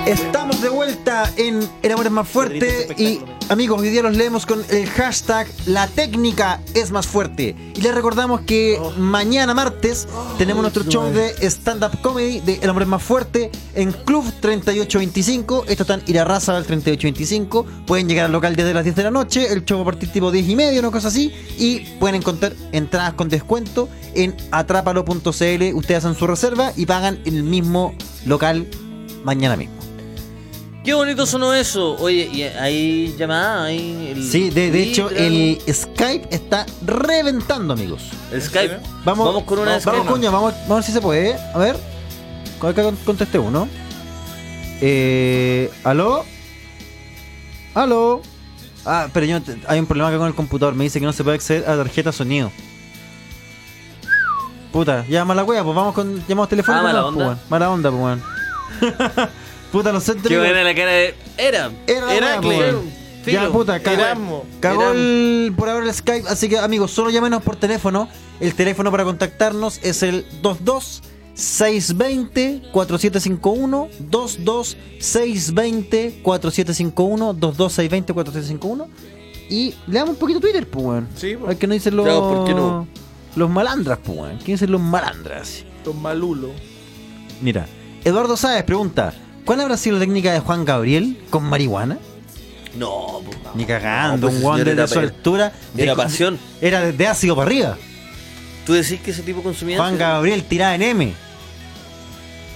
[SPEAKER 4] Estamos de vuelta en El amor es más fuerte y amigos, hoy día los leemos con el hashtag La técnica es más fuerte. Y les recordamos que mañana martes tenemos nuestro show de stand-up comedy de El amor es más fuerte en Club 3825. Esto está en Irarraza al 3825. Pueden llegar al local desde las 10 de la noche. El show va a partir tipo 10 y media, una cosa así. Y pueden encontrar entradas con descuento en atrápalo.cl. Ustedes hacen su reserva y pagan en el mismo local mañana mismo.
[SPEAKER 5] Qué bonito sonó eso. Oye, y hay llamada, hay el-
[SPEAKER 4] Sí, de, de hecho,
[SPEAKER 5] Vibra.
[SPEAKER 4] el Skype está reventando, amigos.
[SPEAKER 5] El Skype.
[SPEAKER 4] Vamos,
[SPEAKER 5] Vamos con una
[SPEAKER 4] vamos, vamos,
[SPEAKER 5] Skype.
[SPEAKER 4] coño, vamos, vamos a ver si se puede. A ver. Con- Acá con- contesté uno. Eh, ¿Aló? ¿Aló? Ah, pero yo te- hay un problema acá con el computador. Me dice que no se puede acceder a tarjeta sonido. Puta, ya mala wea, pues vamos con llamados telefónicos.
[SPEAKER 5] Ah, mala
[SPEAKER 4] no,
[SPEAKER 5] onda.
[SPEAKER 4] pues, weón. mala onda, pues weón. Puta, los centros.
[SPEAKER 5] Qué buena la cara de. Era.
[SPEAKER 4] Era Heracles. Ya, puta, cagó, cagó el- por ahora el Skype. Así que, amigos, solo llámenos por teléfono. El teléfono para contactarnos es el 22 620 4751 22 620 4751 22 620 4751 y le damos un poquito a Twitter, pues, weón.
[SPEAKER 3] Sí,
[SPEAKER 4] A ver qué nos dicen los
[SPEAKER 3] Ya, ¿por qué no?
[SPEAKER 4] los malandras, pues, weón. ¿Qué dicen los malandras?
[SPEAKER 3] Los malulos.
[SPEAKER 4] Mira, Eduardo Sáez pregunta, ¿cuál habrá sido la técnica de Juan Gabriel con marihuana?
[SPEAKER 15] No, pues,
[SPEAKER 4] Ni cagando,
[SPEAKER 15] No, pues,
[SPEAKER 4] un guante
[SPEAKER 15] señor,
[SPEAKER 4] de
[SPEAKER 15] era
[SPEAKER 4] su
[SPEAKER 15] pa-
[SPEAKER 4] altura.
[SPEAKER 15] era
[SPEAKER 4] de-
[SPEAKER 15] pasión.
[SPEAKER 4] Era de, de ácido para arriba.
[SPEAKER 5] ¿Tú decís que ese tipo consumía?
[SPEAKER 4] Juan
[SPEAKER 5] ácido?
[SPEAKER 4] Gabriel tirada en M.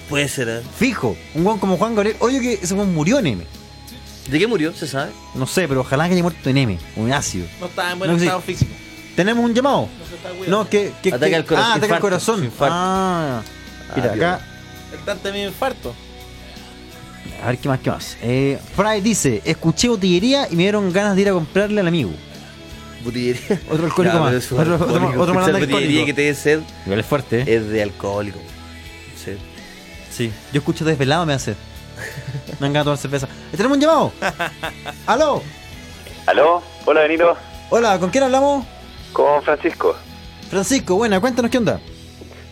[SPEAKER 5] Puede ser. ¿eh?
[SPEAKER 4] Fijo. Un guan como Juan Gabriel. Oye, que ese guan murió en M.
[SPEAKER 5] ¿De qué murió? ¿Se sabe?
[SPEAKER 4] No sé, pero ojalá que haya muerto en M. Un ácido.
[SPEAKER 3] No está en
[SPEAKER 4] buen No, sí. estado
[SPEAKER 3] físico.
[SPEAKER 4] ¿Tenemos un llamado? No, que. que
[SPEAKER 5] Ataque
[SPEAKER 4] que-
[SPEAKER 5] al corazón.
[SPEAKER 4] Ah, ataque al
[SPEAKER 5] Infarto,
[SPEAKER 4] corazón.
[SPEAKER 5] infarto.
[SPEAKER 4] Ah. Mira,
[SPEAKER 5] Ah,
[SPEAKER 4] acá.
[SPEAKER 3] El tanto de mi infarto.
[SPEAKER 4] A ver qué más, qué más. Eh, Fry dice: Escuché botillería y me dieron ganas de ir a comprarle al amigo.
[SPEAKER 15] Botillería.
[SPEAKER 4] Otro alcohólico
[SPEAKER 15] Ya, pero
[SPEAKER 4] más.
[SPEAKER 15] es un
[SPEAKER 4] Otro, otro,
[SPEAKER 15] alcohólico.
[SPEAKER 4] otro
[SPEAKER 15] Escuchar
[SPEAKER 4] malandro
[SPEAKER 15] botillería
[SPEAKER 4] alcohólico.
[SPEAKER 15] que te dé sed
[SPEAKER 4] Igual es fuerte, ¿eh?
[SPEAKER 15] es de alcohólico. Sí.
[SPEAKER 4] Sí. Yo escucho desvelado, me hace. Me han ganado tomar cerveza. ¿Tenemos un llamado? ¡Aló!
[SPEAKER 10] ¿Aló? Hola, Benito.
[SPEAKER 4] Hola, ¿con quién hablamos?
[SPEAKER 10] Con Francisco.
[SPEAKER 4] Francisco, buena, cuéntanos qué onda.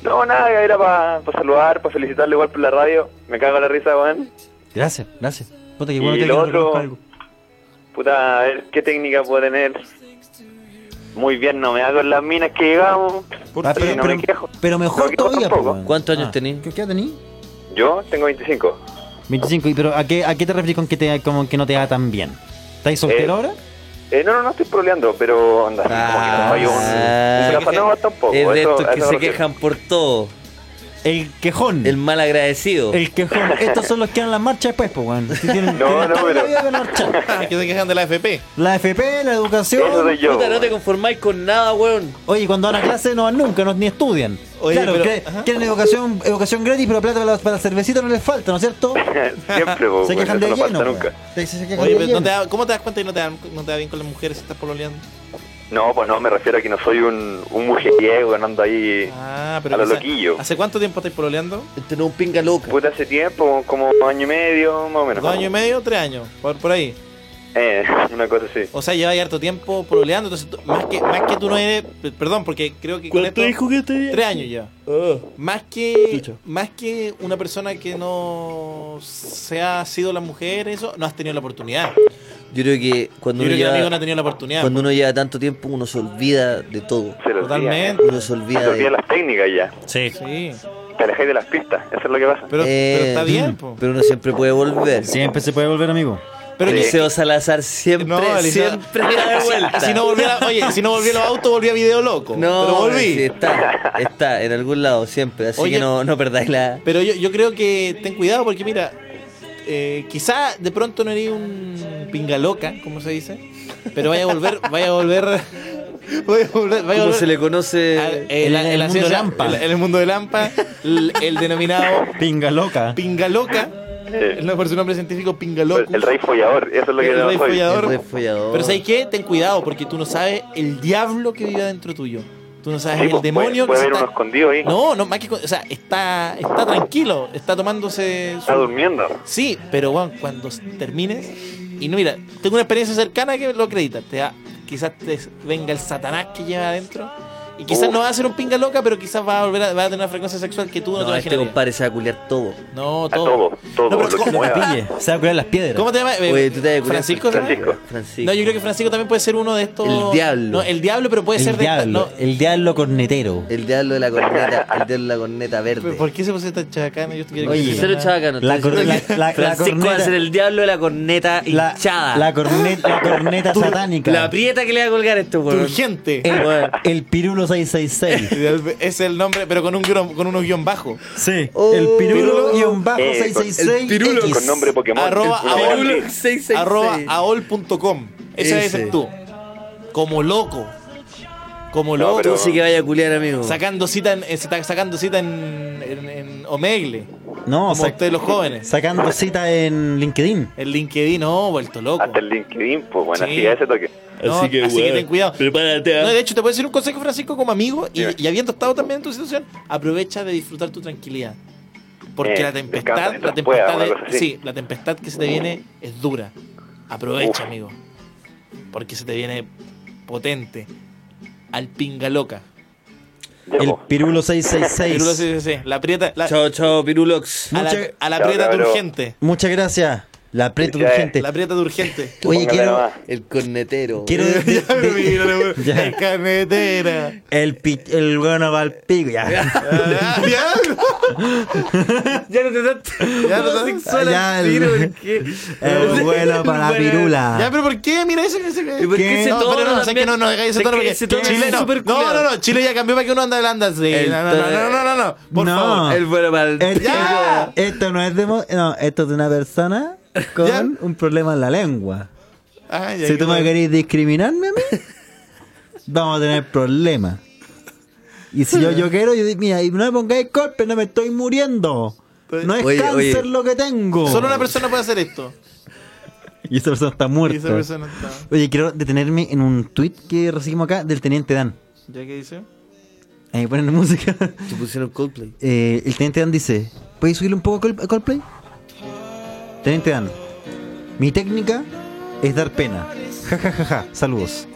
[SPEAKER 10] No, nada, era para saludar, para felicitarle igual por la radio. Me cago en la risa, weón.
[SPEAKER 4] Gracias, gracias. Puta, que
[SPEAKER 10] Y
[SPEAKER 4] bueno que
[SPEAKER 10] lo
[SPEAKER 4] alguien
[SPEAKER 10] otro-
[SPEAKER 4] reconozca algo.
[SPEAKER 10] Puta, a ver qué técnica puedo tener. Muy bien, no me hago en las minas que llegamos.
[SPEAKER 4] Ah,
[SPEAKER 10] Sí,
[SPEAKER 4] pero,
[SPEAKER 10] no
[SPEAKER 4] pero-
[SPEAKER 10] me quejo.
[SPEAKER 4] pero mejor todavía. Ah.
[SPEAKER 10] tampoco.
[SPEAKER 5] ¿Cuántos años tenés?
[SPEAKER 4] ¿Qué, edad tenés?
[SPEAKER 10] Yo tengo 25.
[SPEAKER 4] 25, ¿y pero a qué, a qué te refieres con que, te, como que no te da tan bien? ¿Estáis soltero
[SPEAKER 10] Eh,
[SPEAKER 4] ahora? Ah.
[SPEAKER 10] Eh, no, no, no estoy proleando, pero anda, como que no fallo un, un Casanova tampoco.
[SPEAKER 5] Es de
[SPEAKER 10] eso-
[SPEAKER 5] estos
[SPEAKER 10] a
[SPEAKER 5] que
[SPEAKER 10] eso me
[SPEAKER 5] se
[SPEAKER 10] refiero.
[SPEAKER 5] quejan por todo.
[SPEAKER 4] El quejón.
[SPEAKER 5] El mal agradecido.
[SPEAKER 4] El quejón. Estos son los que dan las marchas después, pues, weón. Si tienen-
[SPEAKER 5] No,
[SPEAKER 4] tienen
[SPEAKER 5] no,
[SPEAKER 4] toda
[SPEAKER 5] pero-
[SPEAKER 4] la vida con marchar.
[SPEAKER 3] que se quejan de la FP.
[SPEAKER 4] La FP, la educación.
[SPEAKER 5] Puta, no te conformáis con nada, weón.
[SPEAKER 4] Oye, cuando van a clase no van nunca, no, ni estudian.
[SPEAKER 5] Oye,
[SPEAKER 4] claro,
[SPEAKER 5] pero-
[SPEAKER 4] cre-
[SPEAKER 5] ajá.
[SPEAKER 4] quieren educación, educación gratis, pero plata para la, para la cervecita no les falta, ¿no es cierto?
[SPEAKER 10] Siempre, po,
[SPEAKER 4] Se
[SPEAKER 10] weón,
[SPEAKER 4] quejan
[SPEAKER 10] eso
[SPEAKER 4] de lleno.
[SPEAKER 10] no falta
[SPEAKER 4] weón.
[SPEAKER 10] nunca.
[SPEAKER 4] Se- se quejan
[SPEAKER 3] Oye,
[SPEAKER 4] de
[SPEAKER 3] pero no
[SPEAKER 4] lleno.
[SPEAKER 3] te da- ¿cómo te das cuenta que no te, dan- no te da bien con las mujeres si estás pololeando?
[SPEAKER 10] No, pues no, me refiero a que no soy un, un mujeriego, no ando ahí
[SPEAKER 3] Ah, pero
[SPEAKER 10] a lo
[SPEAKER 3] o sea,
[SPEAKER 10] loquillo.
[SPEAKER 3] ¿Hace cuánto tiempo estáis pololeando?
[SPEAKER 5] Este no un pinga loca.
[SPEAKER 10] Puta, hace tiempo, como año y medio, más o menos.
[SPEAKER 3] ¿Dos años y medio tres años? Por, por ahí.
[SPEAKER 10] Eh, una cosa así.
[SPEAKER 3] O sea, lleváis harto tiempo pololeando, entonces tú- más que, más que tú no eres. Perdón, porque creo que. con
[SPEAKER 5] ¿Cuánto
[SPEAKER 3] esto-
[SPEAKER 5] dijo que tenía?
[SPEAKER 3] Tres años ya. Más que, más que una persona que no se ha sido la mujer, eso, no has tenido la oportunidad.
[SPEAKER 5] Yo creo que cuando uno
[SPEAKER 3] Yo creo que
[SPEAKER 5] lleva,
[SPEAKER 3] amigo no ha tenido la oportunidad.
[SPEAKER 5] cuando uno lleva tanto tiempo, uno se olvida de todo.
[SPEAKER 10] Se lo olvida. Totalmente.
[SPEAKER 5] Uno se olvida.
[SPEAKER 10] Se olvidan
[SPEAKER 5] de-
[SPEAKER 10] las técnicas ya.
[SPEAKER 4] Sí.
[SPEAKER 10] Te alejáis de las pistas, eso es lo que pasa.
[SPEAKER 5] Eh, mm, Pero uno siempre puede volver.
[SPEAKER 4] Siempre se puede volver, amigo.
[SPEAKER 3] Pero
[SPEAKER 5] el
[SPEAKER 3] que-
[SPEAKER 5] Liceo Salazar siempre,
[SPEAKER 3] No, Eliseo-
[SPEAKER 5] siempre da
[SPEAKER 3] Si-
[SPEAKER 5] vuelta.
[SPEAKER 3] Si no volví a la- oye, si no volví a los autos, volví a video loco.
[SPEAKER 5] No,
[SPEAKER 3] pero volví.
[SPEAKER 5] sí, está, está en algún lado siempre. Así
[SPEAKER 3] Oye,
[SPEAKER 5] que no, no perdáis la.
[SPEAKER 3] Pero yo, yo creo que ten cuidado porque mira, eh, quizá de pronto no eres un pinga loca, como se dice, pero vaya a volver, vaya a volver, vaya a volver, vaya a
[SPEAKER 5] ¿Cómo
[SPEAKER 3] volver.
[SPEAKER 5] se le conoce?
[SPEAKER 3] a- eh, la- la ciencia- el- En el mundo de Lampa, el, el denominado
[SPEAKER 4] Pinga loca.
[SPEAKER 3] pinga loca, no por su nombre científico, pinga loco.
[SPEAKER 10] El rey follador, eso es lo que
[SPEAKER 3] El
[SPEAKER 10] yo
[SPEAKER 3] rey
[SPEAKER 10] soy.
[SPEAKER 3] follador.
[SPEAKER 5] El rey follador.
[SPEAKER 3] Pero ¿sabes qué? Ten cuidado porque tú no sabes el diablo que vive adentro tuyo. Tú no sabes
[SPEAKER 10] Sí,
[SPEAKER 3] el
[SPEAKER 10] pues,
[SPEAKER 3] demonio que
[SPEAKER 10] puede- puede
[SPEAKER 3] se
[SPEAKER 10] haber
[SPEAKER 3] está-
[SPEAKER 10] uno escondido ahí.
[SPEAKER 3] No, no, más que. con- O sea, está, está tranquilo, está tomándose.
[SPEAKER 10] Está durmiendo.
[SPEAKER 3] Sí, pero bueno, cuando termines. Y no, mira, tengo una experiencia cercana que lo acredita. Te da- quizás te venga el satanás que lleva adentro. Y quizás
[SPEAKER 5] Uf.
[SPEAKER 3] no va a ser un pinga loca, pero quizás va a volver a, va a tener una frecuencia sexual que tú no, te
[SPEAKER 5] No, este
[SPEAKER 3] imaginarías.
[SPEAKER 5] compadre se va a culiar todo.
[SPEAKER 3] No, todo. todo, todo, No, pero lo que ¿cómo- mueva.
[SPEAKER 4] Se va a curar las piedras.
[SPEAKER 3] ¿Cómo te llamas? Eh,
[SPEAKER 5] Oye, tú te vas a culiar-
[SPEAKER 3] Francisco, ¿no?
[SPEAKER 5] Francisco.
[SPEAKER 3] No, yo creo que Francisco también puede ser uno de estos.
[SPEAKER 5] El diablo.
[SPEAKER 3] No, el diablo, pero puede
[SPEAKER 4] el
[SPEAKER 3] ser de esta-
[SPEAKER 4] diablo, el diablo cornetero.
[SPEAKER 5] El diablo de la corneta, el diablo de la corneta verde.
[SPEAKER 3] no, ¿Por qué se puso tan chavacano? Yo te quiero
[SPEAKER 4] Oye,
[SPEAKER 5] Cero chavacano.
[SPEAKER 4] la
[SPEAKER 5] estoy
[SPEAKER 4] cor-
[SPEAKER 5] diciendo
[SPEAKER 4] la-
[SPEAKER 5] que
[SPEAKER 4] la- la
[SPEAKER 5] Francisco va a
[SPEAKER 4] corneta-
[SPEAKER 5] ser el diablo de la corneta hinchada.
[SPEAKER 4] La corneta, la corneta satánica.
[SPEAKER 5] La aprieta que le va a colgar a esto, weón.
[SPEAKER 3] Turgente.
[SPEAKER 4] el, el pirulo 1666.
[SPEAKER 3] Es el nombre, pero con un guión, con unos guión bajo.
[SPEAKER 4] Sí,
[SPEAKER 5] Oh.
[SPEAKER 4] el pirulo guión bajo
[SPEAKER 3] Eh, con-
[SPEAKER 4] 666.
[SPEAKER 3] el pirulo
[SPEAKER 4] X.
[SPEAKER 3] con nombre Pokémon. Arroba El pirulo. aol. Pirulo 666. Arroba aol.com. Esa
[SPEAKER 5] Ese.
[SPEAKER 3] es tú. Como loco. Como
[SPEAKER 5] No,
[SPEAKER 3] loco.
[SPEAKER 5] pero- Tú sí que vaya a culiar, amigo.
[SPEAKER 3] Sacando cita en, eh, se está sacando cita en, en, en Omegle.
[SPEAKER 4] No,
[SPEAKER 3] como
[SPEAKER 4] sac-
[SPEAKER 3] ustedes los jóvenes.
[SPEAKER 4] Sacando cita en LinkedIn.
[SPEAKER 3] El LinkedIn, no, vuelto loco.
[SPEAKER 10] Hasta el LinkedIn, pues bueno,
[SPEAKER 3] Sí.
[SPEAKER 10] así a ese toque.
[SPEAKER 3] No, así que, ten cuidado.
[SPEAKER 5] Prepárate.
[SPEAKER 3] No, de hecho, te puedo decir un consejo, Francisco, como amigo, y, y habiendo estado también en tu situación, aprovecha de disfrutar tu tranquilidad. Porque
[SPEAKER 10] Eh,
[SPEAKER 3] la
[SPEAKER 10] descansa
[SPEAKER 3] tempestad, la
[SPEAKER 10] mientras
[SPEAKER 3] tempestad,
[SPEAKER 10] pueda,
[SPEAKER 3] de-
[SPEAKER 10] una cosa así.
[SPEAKER 3] sí, la tempestad que se te viene es dura. Aprovecha,
[SPEAKER 10] Uf.
[SPEAKER 3] amigo. Porque se te viene potente. Al pinga loca.
[SPEAKER 4] El pirulo
[SPEAKER 3] Pirulo,
[SPEAKER 4] 666.
[SPEAKER 3] sí, sí, sí. La aprieta. la-
[SPEAKER 5] Chao, chao, Pirulox.
[SPEAKER 3] a la,
[SPEAKER 4] Mucha-
[SPEAKER 3] a la aprieta
[SPEAKER 5] Chao, cabrón.
[SPEAKER 3] urgente.
[SPEAKER 4] Muchas gracias. La aprieto
[SPEAKER 5] Ya, eh.
[SPEAKER 4] urgente.
[SPEAKER 3] La aprieta urgente.
[SPEAKER 4] Oye, quiero.
[SPEAKER 5] El cornetero. Eh,
[SPEAKER 4] Quiero. de- de- Ya.
[SPEAKER 3] La carretera.
[SPEAKER 4] El, pi- el bueno va al pico, ya.
[SPEAKER 5] Ya no te das
[SPEAKER 3] Ya no te
[SPEAKER 4] sexual Ya, al tiro, el- el bueno para la
[SPEAKER 5] Ah.
[SPEAKER 4] pirula.
[SPEAKER 3] Ya, pero ¿por
[SPEAKER 4] Eh,
[SPEAKER 3] qué? Mira ese. ese
[SPEAKER 5] ¿Y por qué ese
[SPEAKER 3] no,
[SPEAKER 5] tono
[SPEAKER 3] pero no, sé
[SPEAKER 5] también?
[SPEAKER 3] que no, no dejáis ese
[SPEAKER 5] Sé
[SPEAKER 3] tono
[SPEAKER 5] que
[SPEAKER 3] porque
[SPEAKER 5] ese tono
[SPEAKER 3] Chile
[SPEAKER 5] es
[SPEAKER 3] no.
[SPEAKER 5] súper
[SPEAKER 3] No,
[SPEAKER 5] culiao.
[SPEAKER 3] no, no, Chile ya cambió para que uno anda adelante así.
[SPEAKER 5] El
[SPEAKER 3] No, no, no,
[SPEAKER 5] tono-
[SPEAKER 3] no, no, no, no, por
[SPEAKER 4] no.
[SPEAKER 3] favor.
[SPEAKER 5] El bueno para el
[SPEAKER 4] Esto,
[SPEAKER 3] Ya.
[SPEAKER 4] esto no es de. mo- No, esto es de una persona con
[SPEAKER 3] Ya.
[SPEAKER 4] un problema en la lengua.
[SPEAKER 3] Ay, ay,
[SPEAKER 4] Si tú
[SPEAKER 3] qué
[SPEAKER 4] me
[SPEAKER 3] bueno.
[SPEAKER 4] querés discriminarme a mí, vamos a tener problemas. Y si yo, yo quiero, yo digo, mira, y no me pongáis golpes, no me estoy muriendo. No es
[SPEAKER 5] Oye,
[SPEAKER 4] cáncer
[SPEAKER 5] oye.
[SPEAKER 4] lo que tengo.
[SPEAKER 3] Pues, Solo una persona puede hacer esto.
[SPEAKER 4] Y esa persona está muerta.
[SPEAKER 3] Y esa persona está.
[SPEAKER 4] Oye, quiero detenerme en un tweet que recibimos acá del Teniente Dan.
[SPEAKER 3] ¿Ya qué dice?
[SPEAKER 4] Ahí ponen música.
[SPEAKER 5] Te pusieron Coldplay.
[SPEAKER 4] Eh, el Teniente Dan dice, ¿puedes subirle un poco a Col- a Coldplay? Teniente Dan, mi técnica es dar pena. Ja, ja, ja, ja. Saludos.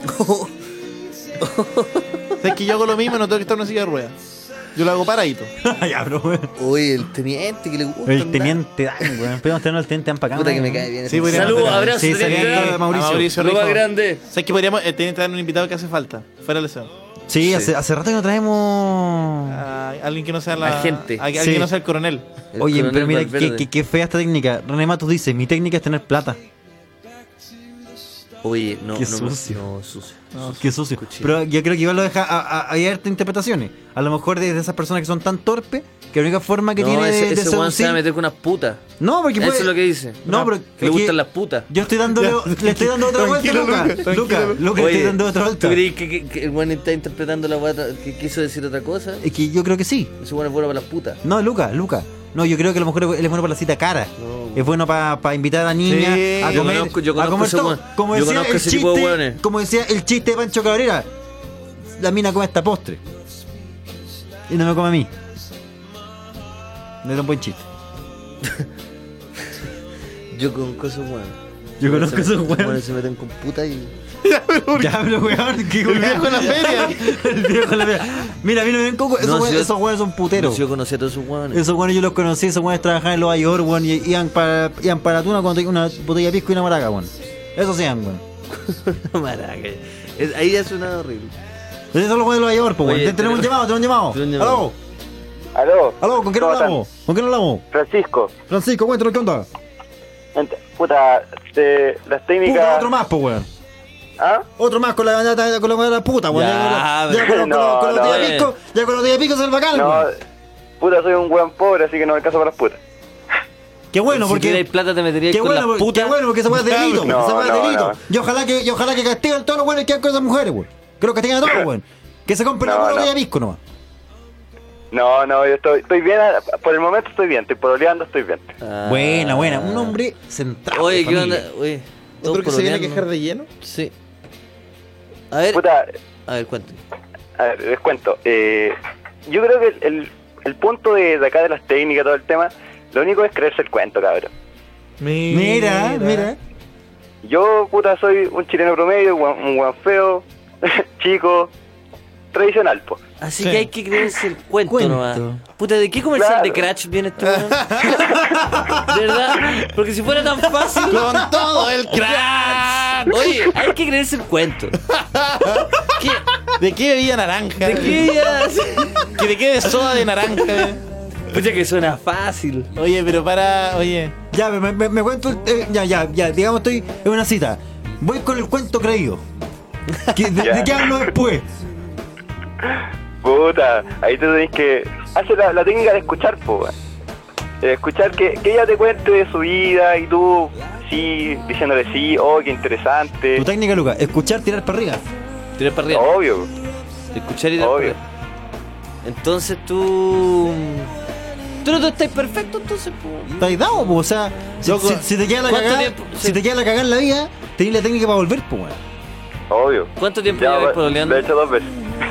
[SPEAKER 3] ¿Sabes que yo hago lo mismo no tengo que estar en una silla de ruedas? Yo lo hago paradito.
[SPEAKER 4] ya, bro, weón.
[SPEAKER 5] Oye, el teniente que le gusta.
[SPEAKER 4] El
[SPEAKER 5] andar.
[SPEAKER 4] teniente Dan, weón. Podemos tener al teniente Dan para acá.
[SPEAKER 5] Puta que
[SPEAKER 4] ¿no?
[SPEAKER 5] me cae bien.
[SPEAKER 3] Sí, podríamos
[SPEAKER 5] Saludos,
[SPEAKER 3] tener-
[SPEAKER 5] abrazos,
[SPEAKER 4] Sí,
[SPEAKER 5] teniente.
[SPEAKER 4] sería
[SPEAKER 5] Dan.
[SPEAKER 4] de Mauricio.
[SPEAKER 3] A Eh, Mauricio
[SPEAKER 5] Lo
[SPEAKER 3] Rico.
[SPEAKER 5] más grande.
[SPEAKER 3] ¿Sabes que podríamos eh, tener que tener un invitado que hace falta? Fuera de la sesión.
[SPEAKER 4] Sí, Hace, hace rato que no traemos.
[SPEAKER 3] A alguien que no sea la.
[SPEAKER 5] A gente.
[SPEAKER 3] a- alguien
[SPEAKER 4] Sí.
[SPEAKER 3] que no sea el coronel.
[SPEAKER 5] El
[SPEAKER 4] Oye, pero
[SPEAKER 5] coronel
[SPEAKER 4] mira,
[SPEAKER 5] Valverde.
[SPEAKER 4] qué, qué- qué fea esta técnica. René Matos dice: Mi técnica es tener plata.
[SPEAKER 5] Oye, no,
[SPEAKER 4] Qué
[SPEAKER 5] no,
[SPEAKER 4] sucio.
[SPEAKER 5] No, sucio.
[SPEAKER 4] Qué sucio. Pero yo creo que igual lo deja a, a- abierta a interpretaciones. A lo mejor de, de esas personas que son tan torpes que la única forma que
[SPEAKER 5] no,
[SPEAKER 4] tiene
[SPEAKER 5] ese,
[SPEAKER 4] de, de
[SPEAKER 5] ese weón se va a
[SPEAKER 4] seducir-
[SPEAKER 5] meter con unas putas.
[SPEAKER 4] No, porque
[SPEAKER 5] Eso
[SPEAKER 4] puede-
[SPEAKER 5] es lo que dice.
[SPEAKER 4] No, pero-
[SPEAKER 5] Que le
[SPEAKER 4] es que-
[SPEAKER 5] gustan las putas.
[SPEAKER 4] Yo estoy dando le estoy dando otra vuelta,
[SPEAKER 3] Tranquilo,
[SPEAKER 4] Luca.
[SPEAKER 3] Luca,
[SPEAKER 4] Luca, Luca,
[SPEAKER 3] tranquilo.
[SPEAKER 4] le
[SPEAKER 5] Oye,
[SPEAKER 4] estoy dando otra
[SPEAKER 5] ¿Tú
[SPEAKER 4] vuelta.
[SPEAKER 5] crees que, que- que el weón está interpretando la guata que quiso decir otra cosa?
[SPEAKER 4] Es que yo creo que sí.
[SPEAKER 5] Ese weón es bueno para las putas.
[SPEAKER 4] No, Luca, Luca. No, yo creo que a lo mejor él es bueno para la cita cara. es bueno para invitar a niñas
[SPEAKER 3] Sí,
[SPEAKER 4] a
[SPEAKER 5] yo
[SPEAKER 4] comer.
[SPEAKER 5] conozco- yo
[SPEAKER 4] a
[SPEAKER 5] conozco
[SPEAKER 4] comer
[SPEAKER 5] ese
[SPEAKER 4] todo.
[SPEAKER 5] weón.
[SPEAKER 4] Como
[SPEAKER 5] Yo
[SPEAKER 4] decía
[SPEAKER 5] conozco
[SPEAKER 4] el
[SPEAKER 5] ese tipo de
[SPEAKER 4] chiste,
[SPEAKER 5] weones.
[SPEAKER 4] como decía el chiste de Pancho Cabrera. La mina come hasta postre. Y no me come a mí. No era un buen chiste.
[SPEAKER 5] Yo conozco esos weones.
[SPEAKER 4] Yo conozco
[SPEAKER 5] Se-
[SPEAKER 4] esos
[SPEAKER 5] esos
[SPEAKER 4] weones.
[SPEAKER 5] Se meten con putas y.
[SPEAKER 4] Ya, pero weón, qué weón.
[SPEAKER 3] Viejo en la feria.
[SPEAKER 4] El viejo en la feria. Mira, mira, ven coco. Esos
[SPEAKER 5] No,
[SPEAKER 4] weones
[SPEAKER 5] si yo-
[SPEAKER 4] esos weones son puteros.
[SPEAKER 5] No, si yo conocí a todos esos weones.
[SPEAKER 4] Esos weones yo los conocí, esos weones trabajaban en los Ayor, weón, y iban para, iban para Tuna cuando tenían una botella de pisco y una maraca, weón. Esos sean, weón.
[SPEAKER 5] Maraca. Es- Ahí ya suena horrible.
[SPEAKER 4] Esos son los weones de los Ayor, po, weón.
[SPEAKER 5] Oye,
[SPEAKER 4] Te- Tenemos un
[SPEAKER 5] pero-
[SPEAKER 4] llamado, tenemos un
[SPEAKER 5] Tenemos un
[SPEAKER 4] llamado. Aló,
[SPEAKER 5] llamado.
[SPEAKER 10] Aló.
[SPEAKER 4] aló, ¿con quién
[SPEAKER 10] ¿Cómo
[SPEAKER 4] hablamos? ¿Con quién hablamos?
[SPEAKER 10] están? Francisco.
[SPEAKER 4] Francisco, cuéntanos, ¿qué onda?
[SPEAKER 10] Ent- Puta, te- las
[SPEAKER 4] Puta,
[SPEAKER 10] técnicas.
[SPEAKER 4] otro más, po, weón.
[SPEAKER 10] ¿Ah?
[SPEAKER 4] Otro más con la bandata, con la bandata puta, weón.
[SPEAKER 5] Ya,
[SPEAKER 4] Ya con la- ya con la-
[SPEAKER 10] no,
[SPEAKER 4] con la
[SPEAKER 10] no,
[SPEAKER 4] botella de
[SPEAKER 5] eh.
[SPEAKER 4] pisco, ya con la botella de pisco es el bacán,
[SPEAKER 10] No,
[SPEAKER 4] weón.
[SPEAKER 10] puta, soy un weón pobre, así que no me caso para las putas. eh.
[SPEAKER 4] Qué bueno,
[SPEAKER 5] si
[SPEAKER 4] porque...
[SPEAKER 5] tuvierais plata te meterías
[SPEAKER 4] Qué
[SPEAKER 5] con
[SPEAKER 4] bueno,
[SPEAKER 5] las
[SPEAKER 4] porque-
[SPEAKER 5] putas.
[SPEAKER 4] qué bueno, porque esa weá es delito,
[SPEAKER 10] No,
[SPEAKER 4] esa weá es
[SPEAKER 10] no,
[SPEAKER 4] delito.
[SPEAKER 10] no.
[SPEAKER 4] Y ojalá que, y ojalá que castigan a todos los buenos que quedan con esas mujeres, weón. Que los castigan a todos, weón. Que se compren
[SPEAKER 10] No,
[SPEAKER 4] la pura
[SPEAKER 10] no.
[SPEAKER 4] botella de pisco nomás.
[SPEAKER 10] No, no, yo estoy, estoy bien, a- por el momento estoy bien, estoy pololeando, estoy bien.
[SPEAKER 5] Ah.
[SPEAKER 4] Buena, buena. Un hombre centrado.
[SPEAKER 5] Oye,
[SPEAKER 4] de
[SPEAKER 5] ¿qué
[SPEAKER 4] familia.
[SPEAKER 5] onda? Oye.
[SPEAKER 3] ¿Otro que se viene a
[SPEAKER 5] pololeando.
[SPEAKER 3] quejar de lleno?
[SPEAKER 5] Sí. A ver,
[SPEAKER 10] Puta,
[SPEAKER 5] a ver, cuánto.
[SPEAKER 10] a ver, les cuento. eh, yo creo que el, el- el punto de, de acá de las técnicas, todo el tema, lo único es creerse el cuento, cabrón.
[SPEAKER 4] Mira, mira.
[SPEAKER 10] Yo, puta, soy un chileno promedio, guan- un guan feo, chico, tradicional, pues.
[SPEAKER 5] Así
[SPEAKER 3] Sí.
[SPEAKER 5] que hay que creerse el cuento,
[SPEAKER 4] Cuento.
[SPEAKER 5] nomás. Puta, ¿de qué comercial
[SPEAKER 10] Claro.
[SPEAKER 5] de Crash viene este weón? De verdad, porque si fuera tan fácil.
[SPEAKER 3] Con todo el crack.
[SPEAKER 5] Oye, hay que creerse el cuento. ¿Qué?
[SPEAKER 3] ¿De qué bebía naranja?
[SPEAKER 5] ¿De qué ideas?
[SPEAKER 3] ¿Que ¿De qué de soda de naranja?
[SPEAKER 5] Pucha, que suena fácil.
[SPEAKER 3] Oye, pero para, oye.
[SPEAKER 4] Ya, me, me- me cuento. el- eh, ya, ya, ya. Digamos, estoy en una cita. Voy con el cuento creído. ¿Qué- ¿De,
[SPEAKER 10] Ya.
[SPEAKER 4] de qué hablo después?
[SPEAKER 10] Puta, ahí te tenés que. Hace la, la técnica de escuchar, po, weón. Eh, Escuchar que, que ella te cuente de su vida y tú, sí, diciéndole sí, oh, qué interesante.
[SPEAKER 4] Tu técnica, Luca, escuchar, tirar para arriba.
[SPEAKER 5] Tirar para arriba.
[SPEAKER 10] Obvio.
[SPEAKER 5] Escuchar y tirar para arriba. Entonces tú. Tú no tú estás perfecto, entonces, pues.
[SPEAKER 4] Estás dado, po, o sea, si,
[SPEAKER 5] Loco,
[SPEAKER 4] si- si te queda la
[SPEAKER 5] ¿cuánto
[SPEAKER 4] cagada,
[SPEAKER 5] tiempo?
[SPEAKER 4] si te queda la cagada en la vida, tenés la técnica para volver, po, weón.
[SPEAKER 10] Obvio.
[SPEAKER 5] ¿Cuánto tiempo
[SPEAKER 10] Ya,
[SPEAKER 5] lleváis
[SPEAKER 10] bueno,
[SPEAKER 5] pololeando?
[SPEAKER 10] De hecho, dos veces.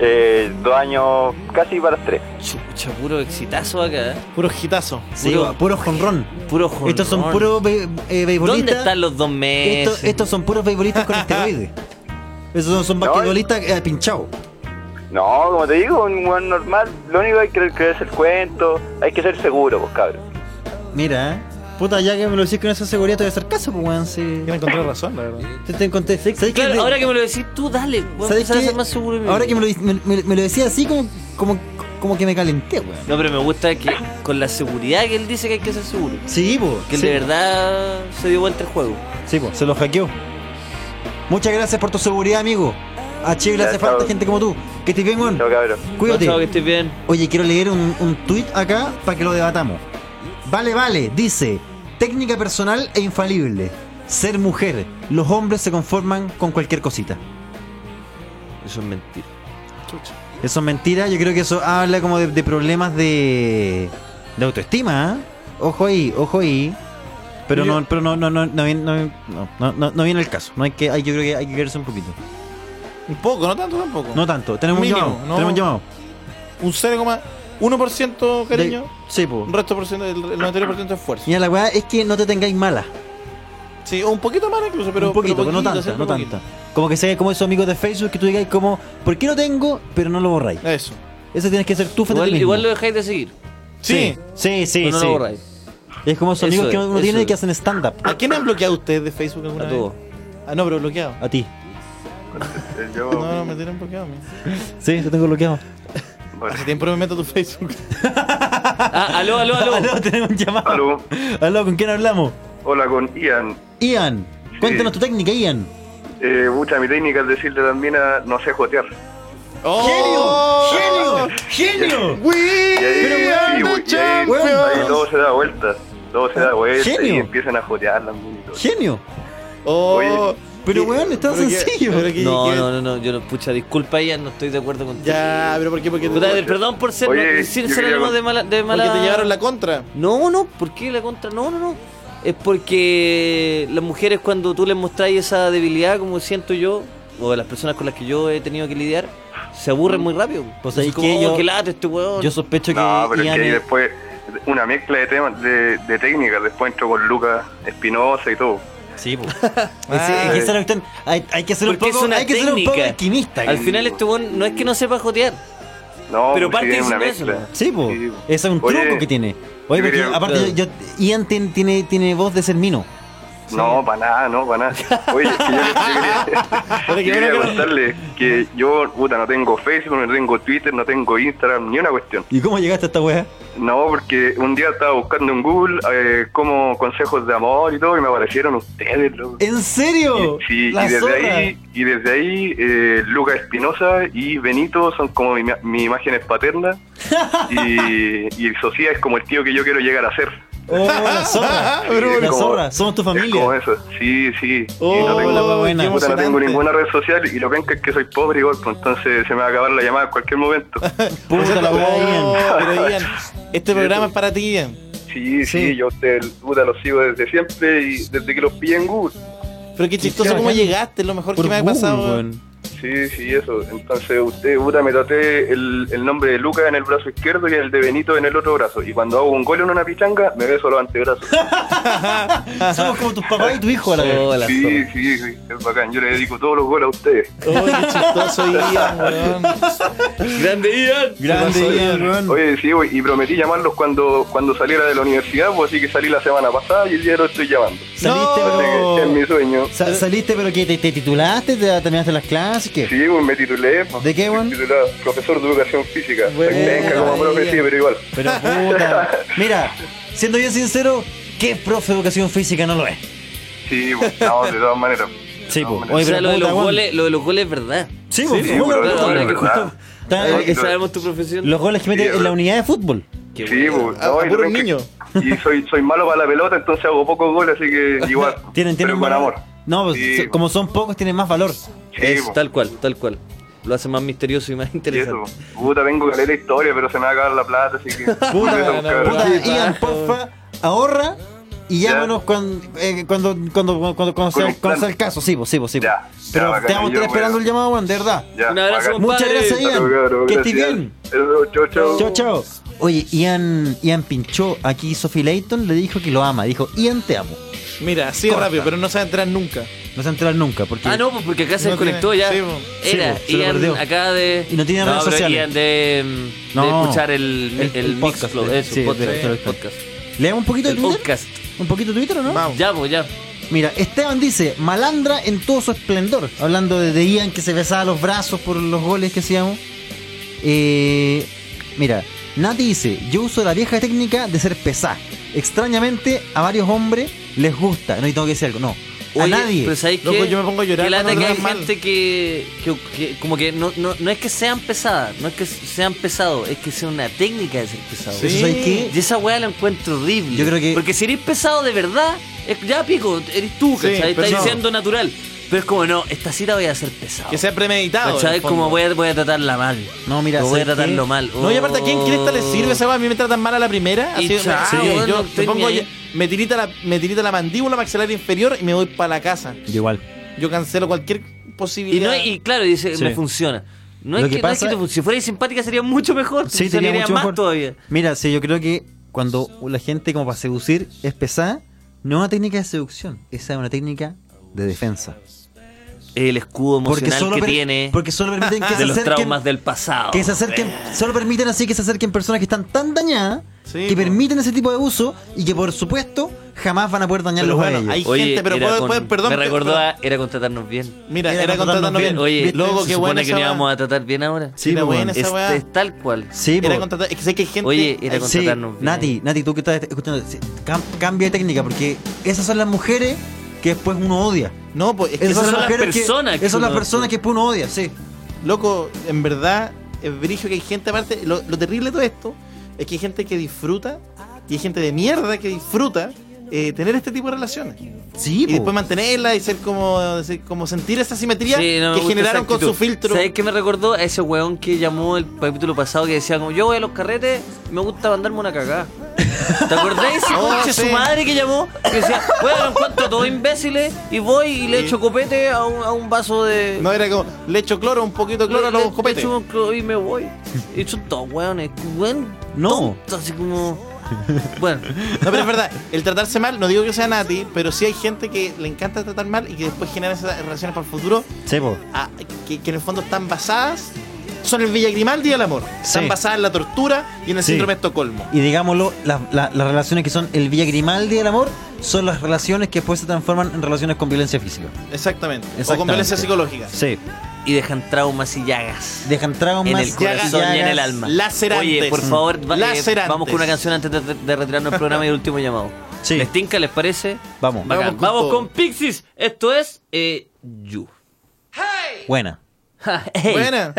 [SPEAKER 10] Eh, dos años, casi para las tres.
[SPEAKER 5] Chucha, puro exitazo acá. ¿eh?
[SPEAKER 3] Puro gitazo.
[SPEAKER 4] Sí, puro, jonrón.
[SPEAKER 5] Puro jonrón.
[SPEAKER 4] Estos son puros be- eh, beisbolistas.
[SPEAKER 5] ¿Dónde están los dos meses?
[SPEAKER 4] Estos, estos son puros beisbolistas con esteroides. Esos son, son basquetbolistas eh, pinchados.
[SPEAKER 10] No, como te digo, un weón normal. Lo único que hay que creer es el cuento. Hay que ser seguro, pues, cabrón.
[SPEAKER 4] Mira, eh. Puta, ya que me lo decís con esa seguridad, te voy a hacer caso, pues, weón. Sí. me
[SPEAKER 3] encontré razón, la verdad.
[SPEAKER 4] Te, te encontré. ¿Sabes
[SPEAKER 5] Claro,
[SPEAKER 4] qué?
[SPEAKER 5] ahora que me lo decís tú, dale. Voy a
[SPEAKER 4] ¿Sabes
[SPEAKER 5] empezar a
[SPEAKER 4] qué?
[SPEAKER 5] ser más seguro de mí.
[SPEAKER 4] Ahora que me lo, me, me- me lo decía así, como, como, como que me calenté, weón.
[SPEAKER 5] No, pero me gusta que con la seguridad que él dice que hay que ser seguro.
[SPEAKER 4] Sí, po.
[SPEAKER 5] Que él
[SPEAKER 4] sí.
[SPEAKER 5] de verdad se dio vuelta el juego.
[SPEAKER 4] Sí, po, se lo hackeó. Muchas gracias por tu seguridad, amigo. A Chile le
[SPEAKER 5] Ya,
[SPEAKER 4] hace falta
[SPEAKER 5] chao.
[SPEAKER 4] gente como tú. Que estés bien, weón. Cuídate.
[SPEAKER 5] No, chao, que estés bien.
[SPEAKER 4] Oye, quiero leer un, un tuit acá para que lo debatamos. Vale, vale, dice, técnica personal e infalible. Ser mujer, los hombres se conforman con cualquier cosita.
[SPEAKER 5] Eso es mentira.
[SPEAKER 4] Eso es mentira, yo creo que eso habla como de, de problemas de, de autoestima. ¿eh? Ojo ahí, ojo ahí. Pero no, pero no, no, no, no, viene- no, no, no, no- no viene el caso. No hay que, hay- yo creo que hay que quererse un poquito.
[SPEAKER 3] Un poco, no tanto tampoco.
[SPEAKER 4] No tanto. Tenemos
[SPEAKER 3] Mínimo,
[SPEAKER 4] un llamado.
[SPEAKER 3] ¿no?
[SPEAKER 4] Tenemos un llamado.
[SPEAKER 3] Un 0,1% cariño.
[SPEAKER 4] De- sí, po.
[SPEAKER 3] Un resto por ciento, el, el 99% de esfuerzo.
[SPEAKER 4] Mira, la weá es que no te tengáis mala.
[SPEAKER 3] Sí, o un poquito más incluso, pero.
[SPEAKER 4] un poquito, pero, no tanta,
[SPEAKER 3] siempre
[SPEAKER 4] no
[SPEAKER 3] poquito.
[SPEAKER 4] tanta. Como que seas como esos amigos de Facebook que tú digáis como, ¿por qué lo tengo? Pero no lo borráis.
[SPEAKER 3] Eso.
[SPEAKER 4] Eso tienes que ser tú frente a ti
[SPEAKER 5] Igual,
[SPEAKER 4] mismo.
[SPEAKER 5] igual lo dejáis de seguir.
[SPEAKER 4] Sí, sí, sí.
[SPEAKER 5] Pero no
[SPEAKER 4] sí.
[SPEAKER 5] lo borráis.
[SPEAKER 4] Es como esos
[SPEAKER 5] Eso
[SPEAKER 4] amigos que
[SPEAKER 5] es,
[SPEAKER 4] uno
[SPEAKER 5] eso
[SPEAKER 4] tiene
[SPEAKER 5] es.
[SPEAKER 4] que hacen stand-up.
[SPEAKER 3] ¿A quién han bloqueado ustedes de Facebook alguna
[SPEAKER 4] A
[SPEAKER 3] vez?
[SPEAKER 4] todos.
[SPEAKER 3] Ah, no, pero bloqueado.
[SPEAKER 4] A ti.
[SPEAKER 3] Eh, No, no, me tienen bloqueado a mí.
[SPEAKER 4] Sí, te tengo bloqueado.
[SPEAKER 3] Hace tiempo no me meto a tu Facebook.
[SPEAKER 5] Ah, aló, aló, aló.
[SPEAKER 4] Aló, tenemos un llamado. Aló. ¿con quién hablamos?
[SPEAKER 16] Hola, con Ian.
[SPEAKER 4] Ian, cuéntanos tu técnica, Ian.
[SPEAKER 16] Eh, mucha mi técnica es decirle también a no sé jotear.
[SPEAKER 5] ¡Oh!
[SPEAKER 4] ¡Genio! ¡Genio!
[SPEAKER 16] Y ahí, Ah, sí, güey, y ahí-
[SPEAKER 8] pues.
[SPEAKER 16] ahí todo se da vuelta. Todo
[SPEAKER 4] Ah,
[SPEAKER 16] se da vuelta
[SPEAKER 3] Genio.
[SPEAKER 16] y empiezan a jotear también y todo.
[SPEAKER 4] Genio.
[SPEAKER 3] Oh,
[SPEAKER 4] pero weón, es tan
[SPEAKER 5] Pero que-
[SPEAKER 4] sencillo.
[SPEAKER 5] pero que- no,
[SPEAKER 4] que-
[SPEAKER 5] no, no, no, yo no, pucha, disculpa Ian, no estoy de acuerdo contigo.
[SPEAKER 3] Ya, pero ¿por qué? Porque
[SPEAKER 5] Puta, perdón por ser,
[SPEAKER 3] Oye,
[SPEAKER 5] decir
[SPEAKER 3] yo
[SPEAKER 5] ser
[SPEAKER 3] quería
[SPEAKER 5] algo
[SPEAKER 3] con-
[SPEAKER 5] de mala, de
[SPEAKER 3] porque
[SPEAKER 5] mala.
[SPEAKER 3] te llevaron la contra.
[SPEAKER 5] No, no, ¿por qué la contra? No, no, no. Es porque las mujeres cuando tú les mostráis esa debilidad, como siento yo, o las personas con las que yo he tenido que lidiar, se aburren muy rápido.
[SPEAKER 4] Pues
[SPEAKER 5] ahí
[SPEAKER 4] ahí que yo-
[SPEAKER 5] late este weón.
[SPEAKER 4] Yo sospecho que
[SPEAKER 16] No, pero es
[SPEAKER 4] Ian
[SPEAKER 16] que ahí
[SPEAKER 4] es-
[SPEAKER 16] después una mezcla de temas, de, de técnicas. Después entro con Lucas Espinosa y todo.
[SPEAKER 4] Sí, pues. es que esa es la cuestión. hay, hay que ser un
[SPEAKER 5] Porque es
[SPEAKER 4] poco,
[SPEAKER 5] una
[SPEAKER 4] Ah, hay que ser un poco
[SPEAKER 5] técnica.
[SPEAKER 4] alquimista.
[SPEAKER 5] Al final este weón no es que no sepa jotear.
[SPEAKER 16] No,
[SPEAKER 5] pero
[SPEAKER 16] pues
[SPEAKER 5] parte
[SPEAKER 16] sí, es una
[SPEAKER 5] diciendo eso.
[SPEAKER 16] mezcla.
[SPEAKER 4] Sí, pues. Ese es un
[SPEAKER 16] Oye,
[SPEAKER 4] truco que tiene. Oye,
[SPEAKER 16] yo
[SPEAKER 4] porque
[SPEAKER 16] quería-
[SPEAKER 4] aparte,
[SPEAKER 16] claro.
[SPEAKER 4] yo, yo- Ian tiene, tiene, tiene voz de ser mino.
[SPEAKER 16] No, para nada, no, para nada. Oye, que yo, yo quería, yo quería contarle que yo, puta, no tengo Facebook, no tengo Twitter, no tengo Instagram, ni una cuestión.
[SPEAKER 4] ¿Y cómo llegaste a esta weá?
[SPEAKER 16] No, porque un día estaba buscando en Google eh, como consejos de amor y todo, y me aparecieron ustedes, loco.
[SPEAKER 4] ¿En serio?
[SPEAKER 16] Sí,
[SPEAKER 4] Eh, La
[SPEAKER 16] y desde
[SPEAKER 4] zorra.
[SPEAKER 16] ahí, y desde ahí eh, Lucas Espinosa y Benito son como mi, ma- mi imagen es paterna y, y Socia es como el tío que yo quiero llegar a ser.
[SPEAKER 4] Oh, la zorra.
[SPEAKER 16] es
[SPEAKER 4] la
[SPEAKER 16] como-
[SPEAKER 4] zorra. Somos tu
[SPEAKER 16] Es
[SPEAKER 4] familia.
[SPEAKER 16] como eso, sí, sí. y
[SPEAKER 4] Oh,
[SPEAKER 16] no tengo,
[SPEAKER 4] la wea buena.
[SPEAKER 16] puta,
[SPEAKER 4] Qué
[SPEAKER 16] no tengo
[SPEAKER 4] emocionante.
[SPEAKER 16] ninguna red social y lo que es que soy pobre igual, pues, entonces se me va a acabar la llamada en cualquier momento.
[SPEAKER 3] Puta la weá, Ian. Pero Ian,
[SPEAKER 16] Sí,
[SPEAKER 3] este Oh, programa
[SPEAKER 16] pues.
[SPEAKER 3] es para ti, Ian.
[SPEAKER 16] Sí, sí, yo te, puta, los sigo desde siempre y desde que los pillé en Google.
[SPEAKER 3] Pero qué chistoso
[SPEAKER 16] bacán.
[SPEAKER 3] cómo llegaste, es lo mejor que me ha pasado.
[SPEAKER 16] Sí, sí, eso. Entonces, usted, puta, me tatué el, el nombre de Lucas en el brazo izquierdo y el de Benito en el otro brazo. Y cuando hago un gol en una pichanga, me beso los antebrazos.
[SPEAKER 4] Somos como tus papás y tu hijo a la vez.
[SPEAKER 16] sí, sí, sí, es bacán. Yo le dedico todos los goles a ustedes.
[SPEAKER 3] Oh, qué chistoso Ian, weón.
[SPEAKER 5] Grande Ian.
[SPEAKER 16] Oye, Oye, sí, güey, y prometí llamarlos cuando, cuando saliera de la universidad, pues así que salí la semana pasada y el día de hoy estoy llamando.
[SPEAKER 4] Saliste, pero-
[SPEAKER 16] Así que Es mi sueño.
[SPEAKER 4] Sa- saliste, pero que te, te titulaste, te terminaste las clases, ¿qué?
[SPEAKER 16] Sí, güey, me titulé. pues,
[SPEAKER 4] ¿De qué, weón?
[SPEAKER 16] titulado Profesor de Educación Física. Soy
[SPEAKER 4] Buena,
[SPEAKER 16] penca como profe,
[SPEAKER 4] ya.
[SPEAKER 16] sí, pero igual.
[SPEAKER 4] Pero puta. Mira, siendo yo sincero, ¿qué profe de educación física no lo es?
[SPEAKER 16] Sí, pues, no, de todas maneras.
[SPEAKER 4] Sí, pues.
[SPEAKER 5] o sea, lo de, los goles, lo de los goles es verdad.
[SPEAKER 4] Sí, pues, fútbol,
[SPEAKER 16] bueno,
[SPEAKER 4] claro,
[SPEAKER 16] bueno,
[SPEAKER 4] que
[SPEAKER 16] es
[SPEAKER 4] justo-
[SPEAKER 16] verdad.
[SPEAKER 4] está-
[SPEAKER 16] Ahora que
[SPEAKER 4] es-
[SPEAKER 16] sabemos
[SPEAKER 5] tu profesión.
[SPEAKER 4] Los goles que mete en la unidad de fútbol.
[SPEAKER 16] Sí, pues, no, y también que- Y soy, soy malo para la pelota, entonces hago pocos goles, así que igual.
[SPEAKER 4] Tienen, tienen
[SPEAKER 16] pero con
[SPEAKER 4] valor.
[SPEAKER 16] amor.
[SPEAKER 4] No, pues, so- como son pocos, tienen más valor.
[SPEAKER 5] Es tal cual, tal cual. Lo hace más misterioso y más
[SPEAKER 16] Y eso,
[SPEAKER 5] interesante.
[SPEAKER 16] puta, tengo caleta de historia, pero se me va a acabar la plata, así que.
[SPEAKER 4] Puta, puta, Ah, Ian, porfa, ahorra y
[SPEAKER 16] Ya.
[SPEAKER 4] llámanos cuan- eh, cuando, cuando, cuando, cuando, sea,
[SPEAKER 16] un
[SPEAKER 4] cuando sea
[SPEAKER 16] plan.
[SPEAKER 4] el caso. Sí, pues, sí, pues, sí. pues. Pero
[SPEAKER 16] bacán,
[SPEAKER 4] te vamos a
[SPEAKER 16] yo,
[SPEAKER 4] estar esperando el
[SPEAKER 16] bueno.
[SPEAKER 4] llamado, Juan, de verdad.
[SPEAKER 16] pues. Ya, Un abrazo, bacán.
[SPEAKER 4] Muchas
[SPEAKER 16] compadre.
[SPEAKER 4] gracias, Ian.
[SPEAKER 16] Hasta luego,
[SPEAKER 4] que estés
[SPEAKER 16] gracias.
[SPEAKER 4] bien.
[SPEAKER 16] Chao, chao.
[SPEAKER 4] Chao, chao. Oye, Ian, Ian pinchó aquí. Sophie Layton le dijo que lo ama. Dijo, Ian, te amo.
[SPEAKER 3] Mira, así de
[SPEAKER 4] Corta.
[SPEAKER 3] rápido, pero no se va a entrar nunca.
[SPEAKER 4] No se va a enterar nunca. Porque
[SPEAKER 5] Ah, no, pues porque acá se
[SPEAKER 3] No
[SPEAKER 5] desconectó
[SPEAKER 3] tiene-
[SPEAKER 5] ya.
[SPEAKER 3] sí, po. Sí,
[SPEAKER 5] Era
[SPEAKER 4] po, pues. se lo
[SPEAKER 5] Ian
[SPEAKER 4] perdió.
[SPEAKER 5] acá de.
[SPEAKER 4] Y no tiene redes
[SPEAKER 5] pero
[SPEAKER 4] sociales.
[SPEAKER 5] Ian de, mm, de
[SPEAKER 4] No.
[SPEAKER 5] escuchar el,
[SPEAKER 4] El-
[SPEAKER 5] el,
[SPEAKER 4] el podcast,
[SPEAKER 5] podcast.
[SPEAKER 4] de-
[SPEAKER 5] eso,
[SPEAKER 4] sí, de-
[SPEAKER 5] podcast,
[SPEAKER 4] de-
[SPEAKER 5] el podcast.
[SPEAKER 4] ¿Leemos un poquito de
[SPEAKER 5] El
[SPEAKER 4] Twitter?
[SPEAKER 5] podcast.
[SPEAKER 4] ¿Un poquito de Twitter o no?
[SPEAKER 5] Ya, pues ya.
[SPEAKER 4] Mira, Esteban dice, malandra en todo su esplendor. Hablando de, de Ian que se besaba los brazos por los goles que hacíamos. Eh, mira, Nati dice, yo uso la vieja técnica de ser pesá. Extrañamente, a varios hombres les gusta. No, y tengo que decir algo, no. a
[SPEAKER 5] Oye,
[SPEAKER 4] nadie.
[SPEAKER 5] Pero ¿sabes qué? Qué lata que hay gente que, que- que como que no, no, no es que sean pesadas, no es que sean pesados, es que sea una técnica de ser pesado.
[SPEAKER 4] Sí. Eso, ¿sabes qué?
[SPEAKER 5] Y esa weá la encuentro horrible.
[SPEAKER 4] Yo creo que-
[SPEAKER 5] Porque si eres pesado de verdad, es- ya pico, eres tú,
[SPEAKER 3] Sí,
[SPEAKER 5] ¿cachai?
[SPEAKER 3] pero
[SPEAKER 5] Estás
[SPEAKER 3] no.
[SPEAKER 5] diciendo natural. Pero es como, no, esta cita voy a ser pesado.
[SPEAKER 3] Que sea premeditado.
[SPEAKER 5] ¿Cachai?
[SPEAKER 3] ¿Sabes
[SPEAKER 5] Como voy a, voy a tratarla mal.
[SPEAKER 4] No, mira,
[SPEAKER 5] Lo voy a
[SPEAKER 4] ¿sabes
[SPEAKER 5] tratarlo
[SPEAKER 4] qué?
[SPEAKER 5] mal.
[SPEAKER 3] No, y aparte, ¿a quién cresta le sirve esa weá? A mí me tratan mal a la primera.
[SPEAKER 5] Y
[SPEAKER 3] Así,
[SPEAKER 5] chao,
[SPEAKER 3] sí,
[SPEAKER 5] bueno,
[SPEAKER 3] yo
[SPEAKER 5] no
[SPEAKER 3] me
[SPEAKER 5] estoy
[SPEAKER 3] pongo,
[SPEAKER 5] ni ahí.
[SPEAKER 3] me tirita la, me tirita la mandíbula maxilar inferior y me voy para la casa.
[SPEAKER 4] Yo igual.
[SPEAKER 3] Yo cancelo cualquier
[SPEAKER 5] Oh. Y, no,
[SPEAKER 3] posibilidad.
[SPEAKER 5] y claro, dice,
[SPEAKER 4] Sí.
[SPEAKER 5] me funciona. No es
[SPEAKER 4] Lo
[SPEAKER 5] que,
[SPEAKER 4] que
[SPEAKER 5] no es
[SPEAKER 4] pasa-
[SPEAKER 5] que te fun- si fuera simpática sería mucho mejor.
[SPEAKER 4] Sí, tenía
[SPEAKER 5] funcionaría
[SPEAKER 4] mucho
[SPEAKER 5] más
[SPEAKER 4] mejor.
[SPEAKER 5] todavía.
[SPEAKER 4] Mira, sí, yo creo que cuando la gente como para seducir es pesada, no es una técnica de seducción, esa es una técnica de defensa.
[SPEAKER 5] El escudo
[SPEAKER 4] Porque
[SPEAKER 5] emocional
[SPEAKER 4] solo
[SPEAKER 5] que
[SPEAKER 4] per-
[SPEAKER 5] tiene.
[SPEAKER 4] porque solo permiten que
[SPEAKER 5] de
[SPEAKER 4] se
[SPEAKER 5] los
[SPEAKER 4] acerquen-
[SPEAKER 5] traumas del
[SPEAKER 3] Ah,
[SPEAKER 5] pasado.
[SPEAKER 4] Que se acerquen, solo permiten así que se acerquen personas que están tan dañadas,
[SPEAKER 3] Sí,
[SPEAKER 4] que
[SPEAKER 3] po.
[SPEAKER 4] permiten ese tipo de uso y que por supuesto jamás van a poder dañarlos
[SPEAKER 3] Pero bueno,
[SPEAKER 4] a ellos.
[SPEAKER 3] hay
[SPEAKER 5] Oye,
[SPEAKER 3] gente, pero
[SPEAKER 5] era
[SPEAKER 3] puedo-
[SPEAKER 5] con-
[SPEAKER 3] puedo- perdón,
[SPEAKER 5] Me
[SPEAKER 3] pe-
[SPEAKER 5] recordó
[SPEAKER 3] pero-
[SPEAKER 5] a- era contratarnos bien.
[SPEAKER 3] Mira, Era era contratarnos contratarnos bien. bien.
[SPEAKER 5] Oye,
[SPEAKER 3] ¿Viste? Loco,
[SPEAKER 5] se
[SPEAKER 3] qué
[SPEAKER 5] supone
[SPEAKER 3] buena
[SPEAKER 5] que
[SPEAKER 3] esa
[SPEAKER 5] no íbamos
[SPEAKER 3] weá.
[SPEAKER 5] a tratar bien ahora.
[SPEAKER 4] Sí, Era po, buena
[SPEAKER 3] esa
[SPEAKER 5] es,
[SPEAKER 3] weá.
[SPEAKER 5] es tal cual.
[SPEAKER 4] Sí,
[SPEAKER 3] Era
[SPEAKER 4] po.
[SPEAKER 3] contratar- es que sé que hay gente.
[SPEAKER 5] Oye, era
[SPEAKER 4] Ay,
[SPEAKER 5] contratarnos bien.
[SPEAKER 4] Nati, Nati, tú que estás escuchando, sí, cam- cambia de técnica porque esas son las mujeres que después uno odia.
[SPEAKER 3] No, pues es que
[SPEAKER 4] esas
[SPEAKER 3] esas son las
[SPEAKER 4] mujeres que-
[SPEAKER 3] personas que
[SPEAKER 4] esas son las
[SPEAKER 3] uno-
[SPEAKER 4] personas que después uno odia, sí.
[SPEAKER 3] Loco, en verdad, es brillo que hay gente, aparte, lo, lo terrible de todo esto es que hay gente que disfruta y hay gente de mierda que disfruta eh, tener este tipo de relaciones.
[SPEAKER 4] Sí,
[SPEAKER 3] y después mantenerla y ser como, ser como sentir esa simetría
[SPEAKER 5] Sí, no me
[SPEAKER 3] que
[SPEAKER 5] gusta
[SPEAKER 3] generaron
[SPEAKER 5] esa
[SPEAKER 3] con su
[SPEAKER 5] actitud.
[SPEAKER 3] filtro.
[SPEAKER 5] ¿Sabes qué me recordó? A ese weón que llamó el capítulo pasado que decía como yo voy a los carretes y me gusta mandarme una cagada. ¿Te acordás de ese
[SPEAKER 3] Oh,
[SPEAKER 5] conche
[SPEAKER 3] sí.
[SPEAKER 5] su madre que llamó? Que decía, bueno, encuentro a todos imbéciles y voy y le echo copete a un, a un vaso de.
[SPEAKER 3] No era como, le echo cloro, un poquito de cloro a
[SPEAKER 5] le-
[SPEAKER 3] los
[SPEAKER 5] le
[SPEAKER 3] copetes.
[SPEAKER 5] echo un clo- y me voy. Y son todos weones. Weón,
[SPEAKER 4] No.
[SPEAKER 5] tonto, así como. Bueno.
[SPEAKER 3] No, pero es verdad, el tratarse mal, no digo que sea Nati, pero sí hay gente que le encanta tratar mal y que después genera esas relaciones para el futuro
[SPEAKER 4] Sí, po.
[SPEAKER 3] a- que, que en el fondo están basadas, son el Villa Grimaldi y el amor. Están basadas en la tortura y en el
[SPEAKER 4] Sí.
[SPEAKER 3] síndrome de Estocolmo.
[SPEAKER 4] Y digámoslo, las, la- las relaciones que son el Villa Grimaldi del amor son las relaciones que después se transforman en relaciones con violencia física.
[SPEAKER 3] Exactamente. O con
[SPEAKER 4] Exactamente.
[SPEAKER 3] violencia psicológica.
[SPEAKER 4] Sí.
[SPEAKER 5] Y dejan traumas y llagas.
[SPEAKER 4] Dejan traumas
[SPEAKER 5] en el corazón
[SPEAKER 4] llagas,
[SPEAKER 5] y en el alma.
[SPEAKER 3] Lacerantes.
[SPEAKER 5] Oye, por favor, va- eh,
[SPEAKER 3] Lacerantes.
[SPEAKER 5] vamos con una canción antes de, de retirarnos del programa y el último llamado. ¿Les tinca? ¿Les parece?
[SPEAKER 4] Vamos.
[SPEAKER 5] Bacán.
[SPEAKER 4] Vamos
[SPEAKER 5] Vamos,
[SPEAKER 4] con todo.
[SPEAKER 5] con Pixies. Esto es eh, You.
[SPEAKER 4] Buena.
[SPEAKER 5] Hey.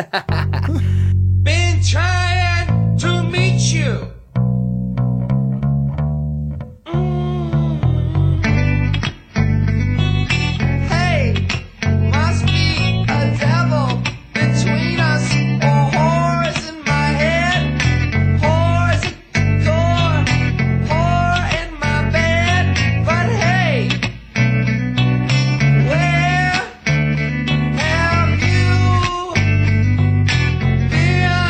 [SPEAKER 8] Been trying to meet you. Mm. Hey, must be a devil between us or whores in my head, whores at the door, whore in my bed. But hey, where have you? Beyond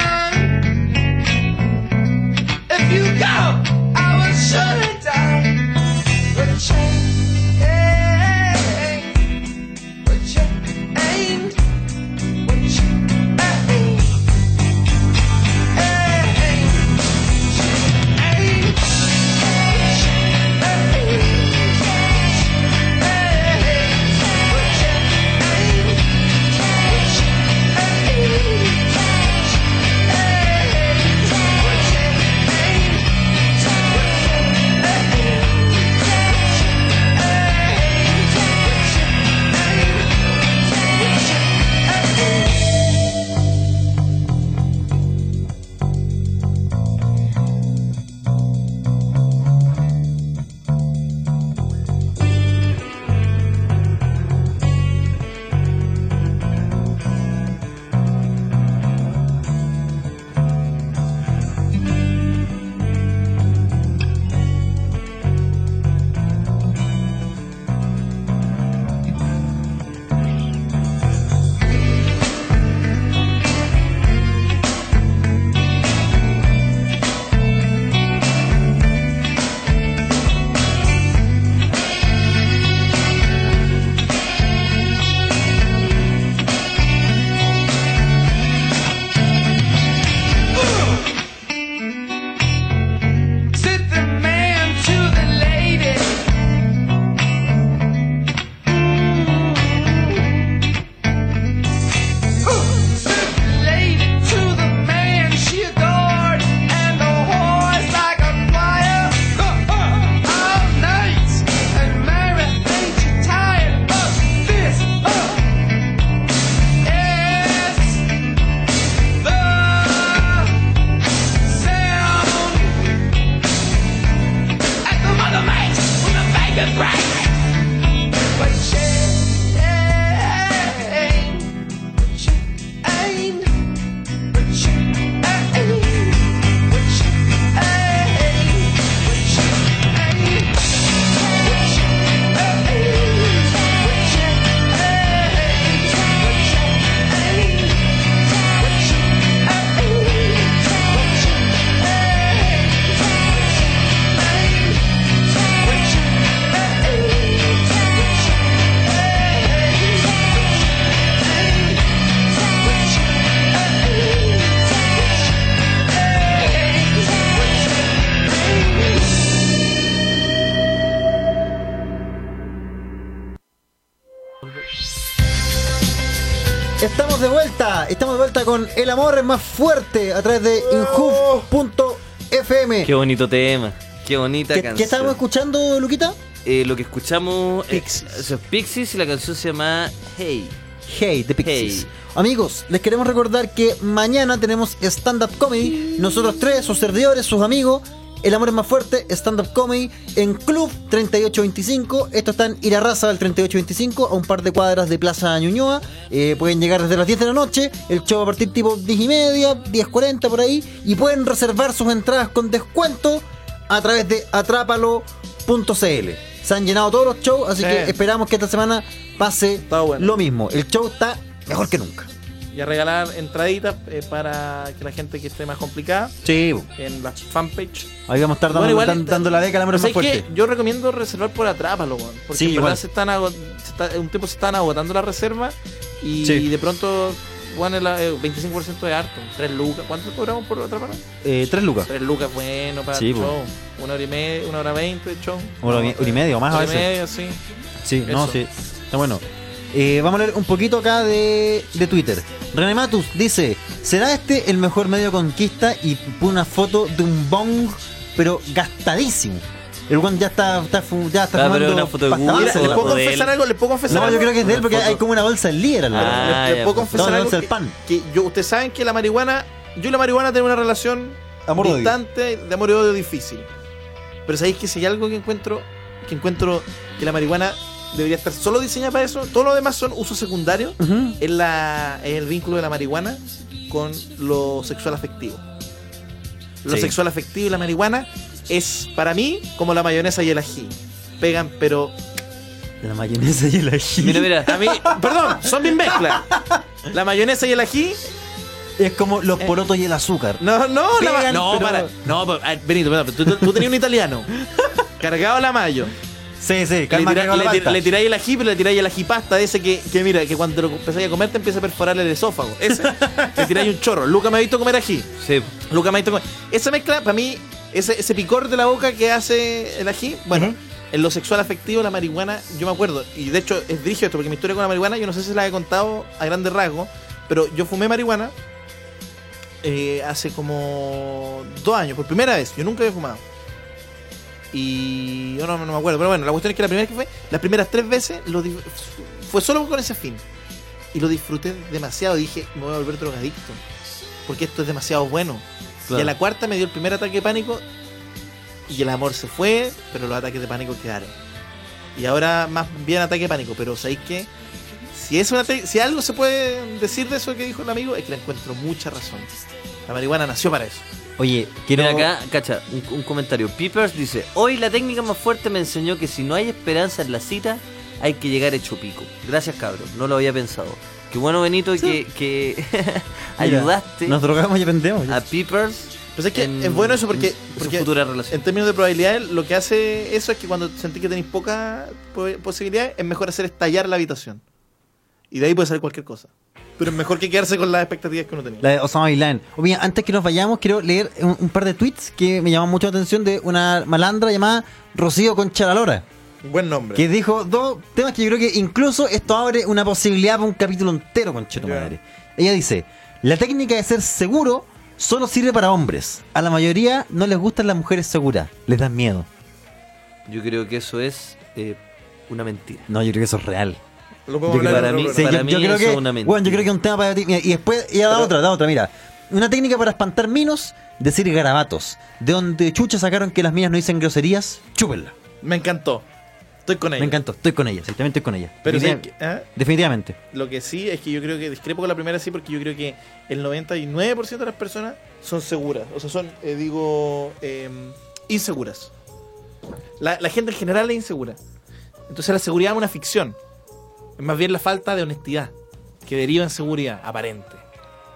[SPEAKER 4] Estamos de vuelta, estamos de vuelta con El amor es más fuerte a través de
[SPEAKER 3] Oh.
[SPEAKER 4] inhoof.fm.
[SPEAKER 9] Qué bonito tema. Qué bonita
[SPEAKER 4] ¿Qué,
[SPEAKER 9] canción.
[SPEAKER 4] qué estábamos escuchando, Luquita?
[SPEAKER 9] Eh, lo que escuchamos Pixies. es Pixies y la canción se llama Hey.
[SPEAKER 4] Hey, de Pixies. Amigos, les queremos recordar que mañana tenemos stand-up comedy. Nosotros tres, sus servidores, sus amigos. El amor es más fuerte, stand-up comedy en Club 3825. Esto está en Irarraza del 3825, a un par de cuadras de Plaza Ñuñoa. Eh, pueden llegar desde las 10 de la noche. El show va a partir tipo 10 y media, 10.40 por ahí. Y pueden reservar sus entradas con descuento a través de atrápalo.cl. Se han llenado todos los shows, así
[SPEAKER 3] Sí.
[SPEAKER 4] que esperamos que esta semana pase lo mismo. El show está mejor que nunca.
[SPEAKER 3] Y a regalar entraditas eh, para que la gente que esté más complicada
[SPEAKER 4] Sí, bo.
[SPEAKER 3] en la fanpage.
[SPEAKER 4] ahí vamos a estar dando,
[SPEAKER 3] Bueno, igual
[SPEAKER 4] dan-
[SPEAKER 3] está-
[SPEAKER 4] dando la beca al amor es más
[SPEAKER 3] ¿Sabes
[SPEAKER 4] fuerte.
[SPEAKER 3] qué? Yo recomiendo reservar por atrápalo, weón, Porque
[SPEAKER 4] Sí,
[SPEAKER 3] en verdad
[SPEAKER 4] igual.
[SPEAKER 3] se están ago- se está- un tiempo se están agotando las reservas y,
[SPEAKER 4] Sí.
[SPEAKER 3] de pronto, bueno, el, eh, 25% de harto, 3 lucas. ¿Cuánto cobramos por atrápalo?
[SPEAKER 4] Eh, tres lucas.
[SPEAKER 3] 3 lucas, bueno, para
[SPEAKER 4] Sí, pues.
[SPEAKER 3] el
[SPEAKER 4] po.
[SPEAKER 3] show. Una hora y media, una hora veinte de show.
[SPEAKER 4] Hora y- hora y media o más a
[SPEAKER 3] Hora y
[SPEAKER 4] veces.
[SPEAKER 3] media, sí.
[SPEAKER 4] Sí, no,
[SPEAKER 3] Eso.
[SPEAKER 4] sí. Está bueno. Eh, vamos a leer un poquito acá de, de Twitter. René Matus dice: ¿Será este el mejor medio de conquista? Y pone una foto de un bong, pero gastadísimo. El one ya está, está fu- ya está
[SPEAKER 9] Ah, pero
[SPEAKER 4] fumando
[SPEAKER 9] es una foto de
[SPEAKER 4] pasta
[SPEAKER 9] Google
[SPEAKER 4] base.
[SPEAKER 9] o-
[SPEAKER 4] ¿Le puedo
[SPEAKER 9] o
[SPEAKER 4] confesar
[SPEAKER 9] de él.
[SPEAKER 4] algo?
[SPEAKER 3] ¿Le puedo confesar
[SPEAKER 4] No,
[SPEAKER 3] algo?
[SPEAKER 4] yo creo que es de él
[SPEAKER 3] Una
[SPEAKER 4] porque
[SPEAKER 3] foto.
[SPEAKER 4] hay como una bolsa de líder al lado.
[SPEAKER 9] Ah,
[SPEAKER 4] Le- le
[SPEAKER 9] ya,
[SPEAKER 4] puedo
[SPEAKER 9] pues.
[SPEAKER 4] confesar
[SPEAKER 3] No,
[SPEAKER 4] algo
[SPEAKER 3] no,
[SPEAKER 4] que-
[SPEAKER 3] pan. Que yo, ustedes saben que la marihuana, yo y la marihuana tengo una relación
[SPEAKER 4] Amor-odio.
[SPEAKER 3] distante de amor y odio difícil. Pero sabéis que si hay algo que encuentro, que encuentro que la marihuana debería estar solo diseñada para eso, todo lo demás son usos secundarios,
[SPEAKER 8] Mm-hmm.
[SPEAKER 3] es, la, es el vínculo de la marihuana con lo sexual afectivo. Lo
[SPEAKER 9] Sí.
[SPEAKER 3] sexual afectivo y la marihuana es para mí como la mayonesa y el ají. Pegan, pero
[SPEAKER 4] La mayonesa y el ají.
[SPEAKER 9] Mira, mira.
[SPEAKER 3] a mí, perdón, son bien mezclas. La mayonesa y el ají
[SPEAKER 4] Es como
[SPEAKER 9] Eh.
[SPEAKER 4] los porotos y el azúcar.
[SPEAKER 3] No, no, la ma-
[SPEAKER 4] Pegan,
[SPEAKER 3] no,
[SPEAKER 4] pero-
[SPEAKER 3] para. No, pero, ah, Benito, pero tú, tú- tú tenías un italiano. cargado a la mayo.
[SPEAKER 4] Sí, sí,
[SPEAKER 3] Le,
[SPEAKER 4] calma,
[SPEAKER 3] tira-
[SPEAKER 4] que hago la
[SPEAKER 3] le tira-
[SPEAKER 4] pasta.
[SPEAKER 3] le tiráis el ají, pero le tiráis el ají pasta ese que, que mira, que cuando lo empezáis a comer te empieza a perforar el esófago. Ese. le tiráis un chorro. Luca me ha visto comer ají.
[SPEAKER 9] Sí.
[SPEAKER 3] Luca me ha visto comer. Esa mezcla, para mí, ese, ese picor de la boca que hace el ají, bueno. En lo sexual afectivo, la marihuana, yo me acuerdo, y de hecho es dirigido esto, porque mi historia con la marihuana, yo no sé si la he contado a grandes rasgos, pero yo fumé marihuana eh, hace como dos años, por primera vez. Yo nunca había fumado. Y yo no, no me acuerdo, pero bueno, la cuestión es que la primera vez que fue, las primeras tres veces lo di- fue solo con ese fin. Y lo disfruté demasiado. Dije, me voy a volver drogadicto. Porque esto es demasiado bueno.
[SPEAKER 9] Claro.
[SPEAKER 3] Y a la cuarta me dio el primer ataque de pánico. Y el amor se fue, pero los ataques de pánico quedaron. Y ahora más bien ataque de pánico. Pero ¿sabéis qué? Si, es una te- si algo se puede decir de eso que dijo el amigo, es que le encuentro mucha razón. La marihuana nació para eso.
[SPEAKER 4] Oye,
[SPEAKER 9] quiero. acá, cacha, un, un comentario. Peepers dice: Hoy la técnica más fuerte me enseñó que si no hay esperanza en la cita, hay que llegar hecho pico. Gracias, cabros. No lo había pensado. Qué bueno, Benito, que, que ayudaste.
[SPEAKER 4] Nos drogamos y aprendemos.
[SPEAKER 9] A Peepers.
[SPEAKER 3] Pues es que es bueno eso porque, porque
[SPEAKER 9] futura relación.
[SPEAKER 3] en términos de probabilidades lo que hace eso es que cuando sentís que tenéis pocas po- posibilidades es mejor hacer estallar la habitación. Y de ahí puede salir cualquier cosa. Pero es mejor que quedarse con las expectativas que uno tenía.
[SPEAKER 4] La de Osama Bin Laden. Oye, antes que nos vayamos, quiero leer un, un par de tweets que me llaman mucho la atención de una malandra llamada Rocío Concharalora.
[SPEAKER 3] Buen nombre.
[SPEAKER 4] Que dijo dos temas que yo creo que incluso esto abre una posibilidad para un capítulo entero, conchero madre. Ella dice: La técnica de ser seguro solo sirve para hombres. A la mayoría no les gustan las mujeres seguras, les dan miedo.
[SPEAKER 9] Yo creo que eso es eh, una mentira.
[SPEAKER 4] No, yo creo que eso es real.
[SPEAKER 3] Lo
[SPEAKER 9] podemos hablar en otro
[SPEAKER 4] sí,
[SPEAKER 9] programa. Para
[SPEAKER 4] yo- yo
[SPEAKER 9] mí
[SPEAKER 4] creo
[SPEAKER 9] eso
[SPEAKER 4] que,
[SPEAKER 9] es una mentira.
[SPEAKER 4] bueno, yo creo que es un tema para ti. Mira, Y después, ella da otra, da otra, mira. Una técnica para espantar minos, decir garabatos. De donde chucha sacaron que las minas no dicen groserías, chúpenla.
[SPEAKER 3] Me encantó. Estoy con ella.
[SPEAKER 4] Me encantó, estoy con ella, exactamente estoy con ella.
[SPEAKER 3] Pero
[SPEAKER 4] Definitiv-
[SPEAKER 3] sí que- ¿ah?
[SPEAKER 4] Definitivamente.
[SPEAKER 3] Lo que sí es que yo creo que discrepo con la primera sí porque yo creo que el 99% de las personas son seguras. O sea, son, eh, digo, eh, inseguras. La, la gente en general es insegura. Entonces la seguridad es una ficción. Es más bien la falta de honestidad que deriva en seguridad aparente.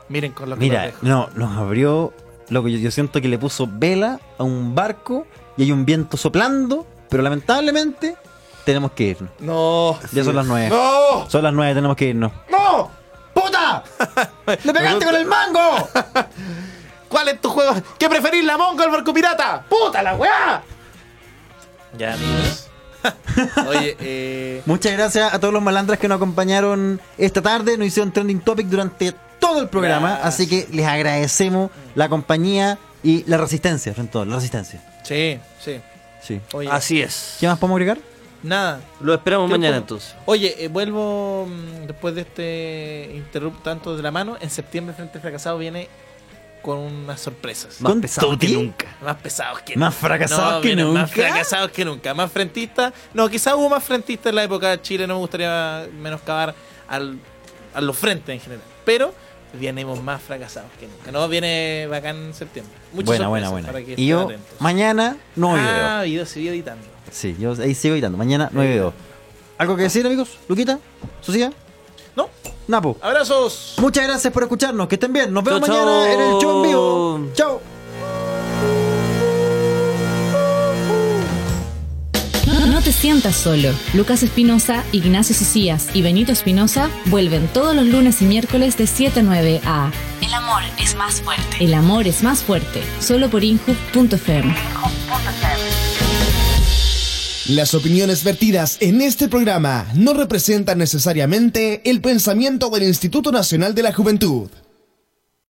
[SPEAKER 3] Miren con lo que los
[SPEAKER 4] Mira,
[SPEAKER 3] dejo.
[SPEAKER 4] no, nos abrió. Loco, yo, yo siento que le puso vela a un barco y hay un viento soplando, pero lamentablemente tenemos que irnos.
[SPEAKER 3] No.
[SPEAKER 4] Ya son las nueve.
[SPEAKER 3] ¡No!
[SPEAKER 4] Son las nueve, tenemos que irnos.
[SPEAKER 3] ¡No! ¡Puta!
[SPEAKER 4] ¡Le pegaste con el mango!
[SPEAKER 3] ¿Cuál es tu juego? ¿Qué preferís, la monca o el barco pirata? ¡Puta la weá! Ya, amigos. Oye, eh,
[SPEAKER 4] Muchas gracias a todos los malandras que nos acompañaron esta tarde. Nos hicieron trending topic durante todo el programa. Así que les agradecemos la compañía y la resistencia, frente a todo, la resistencia.
[SPEAKER 3] sí, sí.
[SPEAKER 4] Sí.
[SPEAKER 3] Oye.
[SPEAKER 9] Así es.
[SPEAKER 4] ¿Qué más podemos agregar?
[SPEAKER 3] Nada.
[SPEAKER 9] Lo esperamos
[SPEAKER 3] Creo
[SPEAKER 9] mañana
[SPEAKER 3] que-
[SPEAKER 9] entonces.
[SPEAKER 3] Oye, eh, vuelvo mm, después de este interrupt tanto de la mano. En septiembre Frente Fracasado viene con unas sorpresas.
[SPEAKER 9] Más ¿Con pesado que Toti? nunca.
[SPEAKER 3] Más pesados que
[SPEAKER 4] Más fracasados que
[SPEAKER 3] vienen Más
[SPEAKER 4] nunca.
[SPEAKER 3] fracasados que nunca. Más frentistas. No, quizás hubo más frentistas en la época de Chile. No me gustaría menoscabar al, a los frentes en general. Pero vienemos más fracasados que nunca. No, viene bacán en septiembre. Muchas
[SPEAKER 4] buena, buena,
[SPEAKER 3] sorpresas para
[SPEAKER 4] buena.
[SPEAKER 3] que
[SPEAKER 4] Y
[SPEAKER 3] estén
[SPEAKER 4] yo,
[SPEAKER 3] atentos.
[SPEAKER 4] mañana, no video.
[SPEAKER 3] Ah, video, se vio editando.
[SPEAKER 4] Sí, yo ahí sigo editando. Mañana, no video. ¿Algo que decir, amigos? ¿Luquita? ¿Sucia?
[SPEAKER 3] No.
[SPEAKER 4] Napo.
[SPEAKER 3] Abrazos.
[SPEAKER 4] Muchas gracias por escucharnos. Que estén bien. Nos vemos
[SPEAKER 9] Chao,
[SPEAKER 4] mañana en el show en vivo.
[SPEAKER 9] chao.
[SPEAKER 4] Chao.
[SPEAKER 1] No, no te sientas solo. Lucas Espinosa, Ignacio Socias y Benito Espinosa vuelven todos los lunes y miércoles de 7 a 9 a
[SPEAKER 2] El amor es más fuerte.
[SPEAKER 1] El amor es más fuerte, solo por inhub.fm.
[SPEAKER 17] Las opiniones vertidas en este programa no representan necesariamente el pensamiento del Instituto Nacional de la Juventud.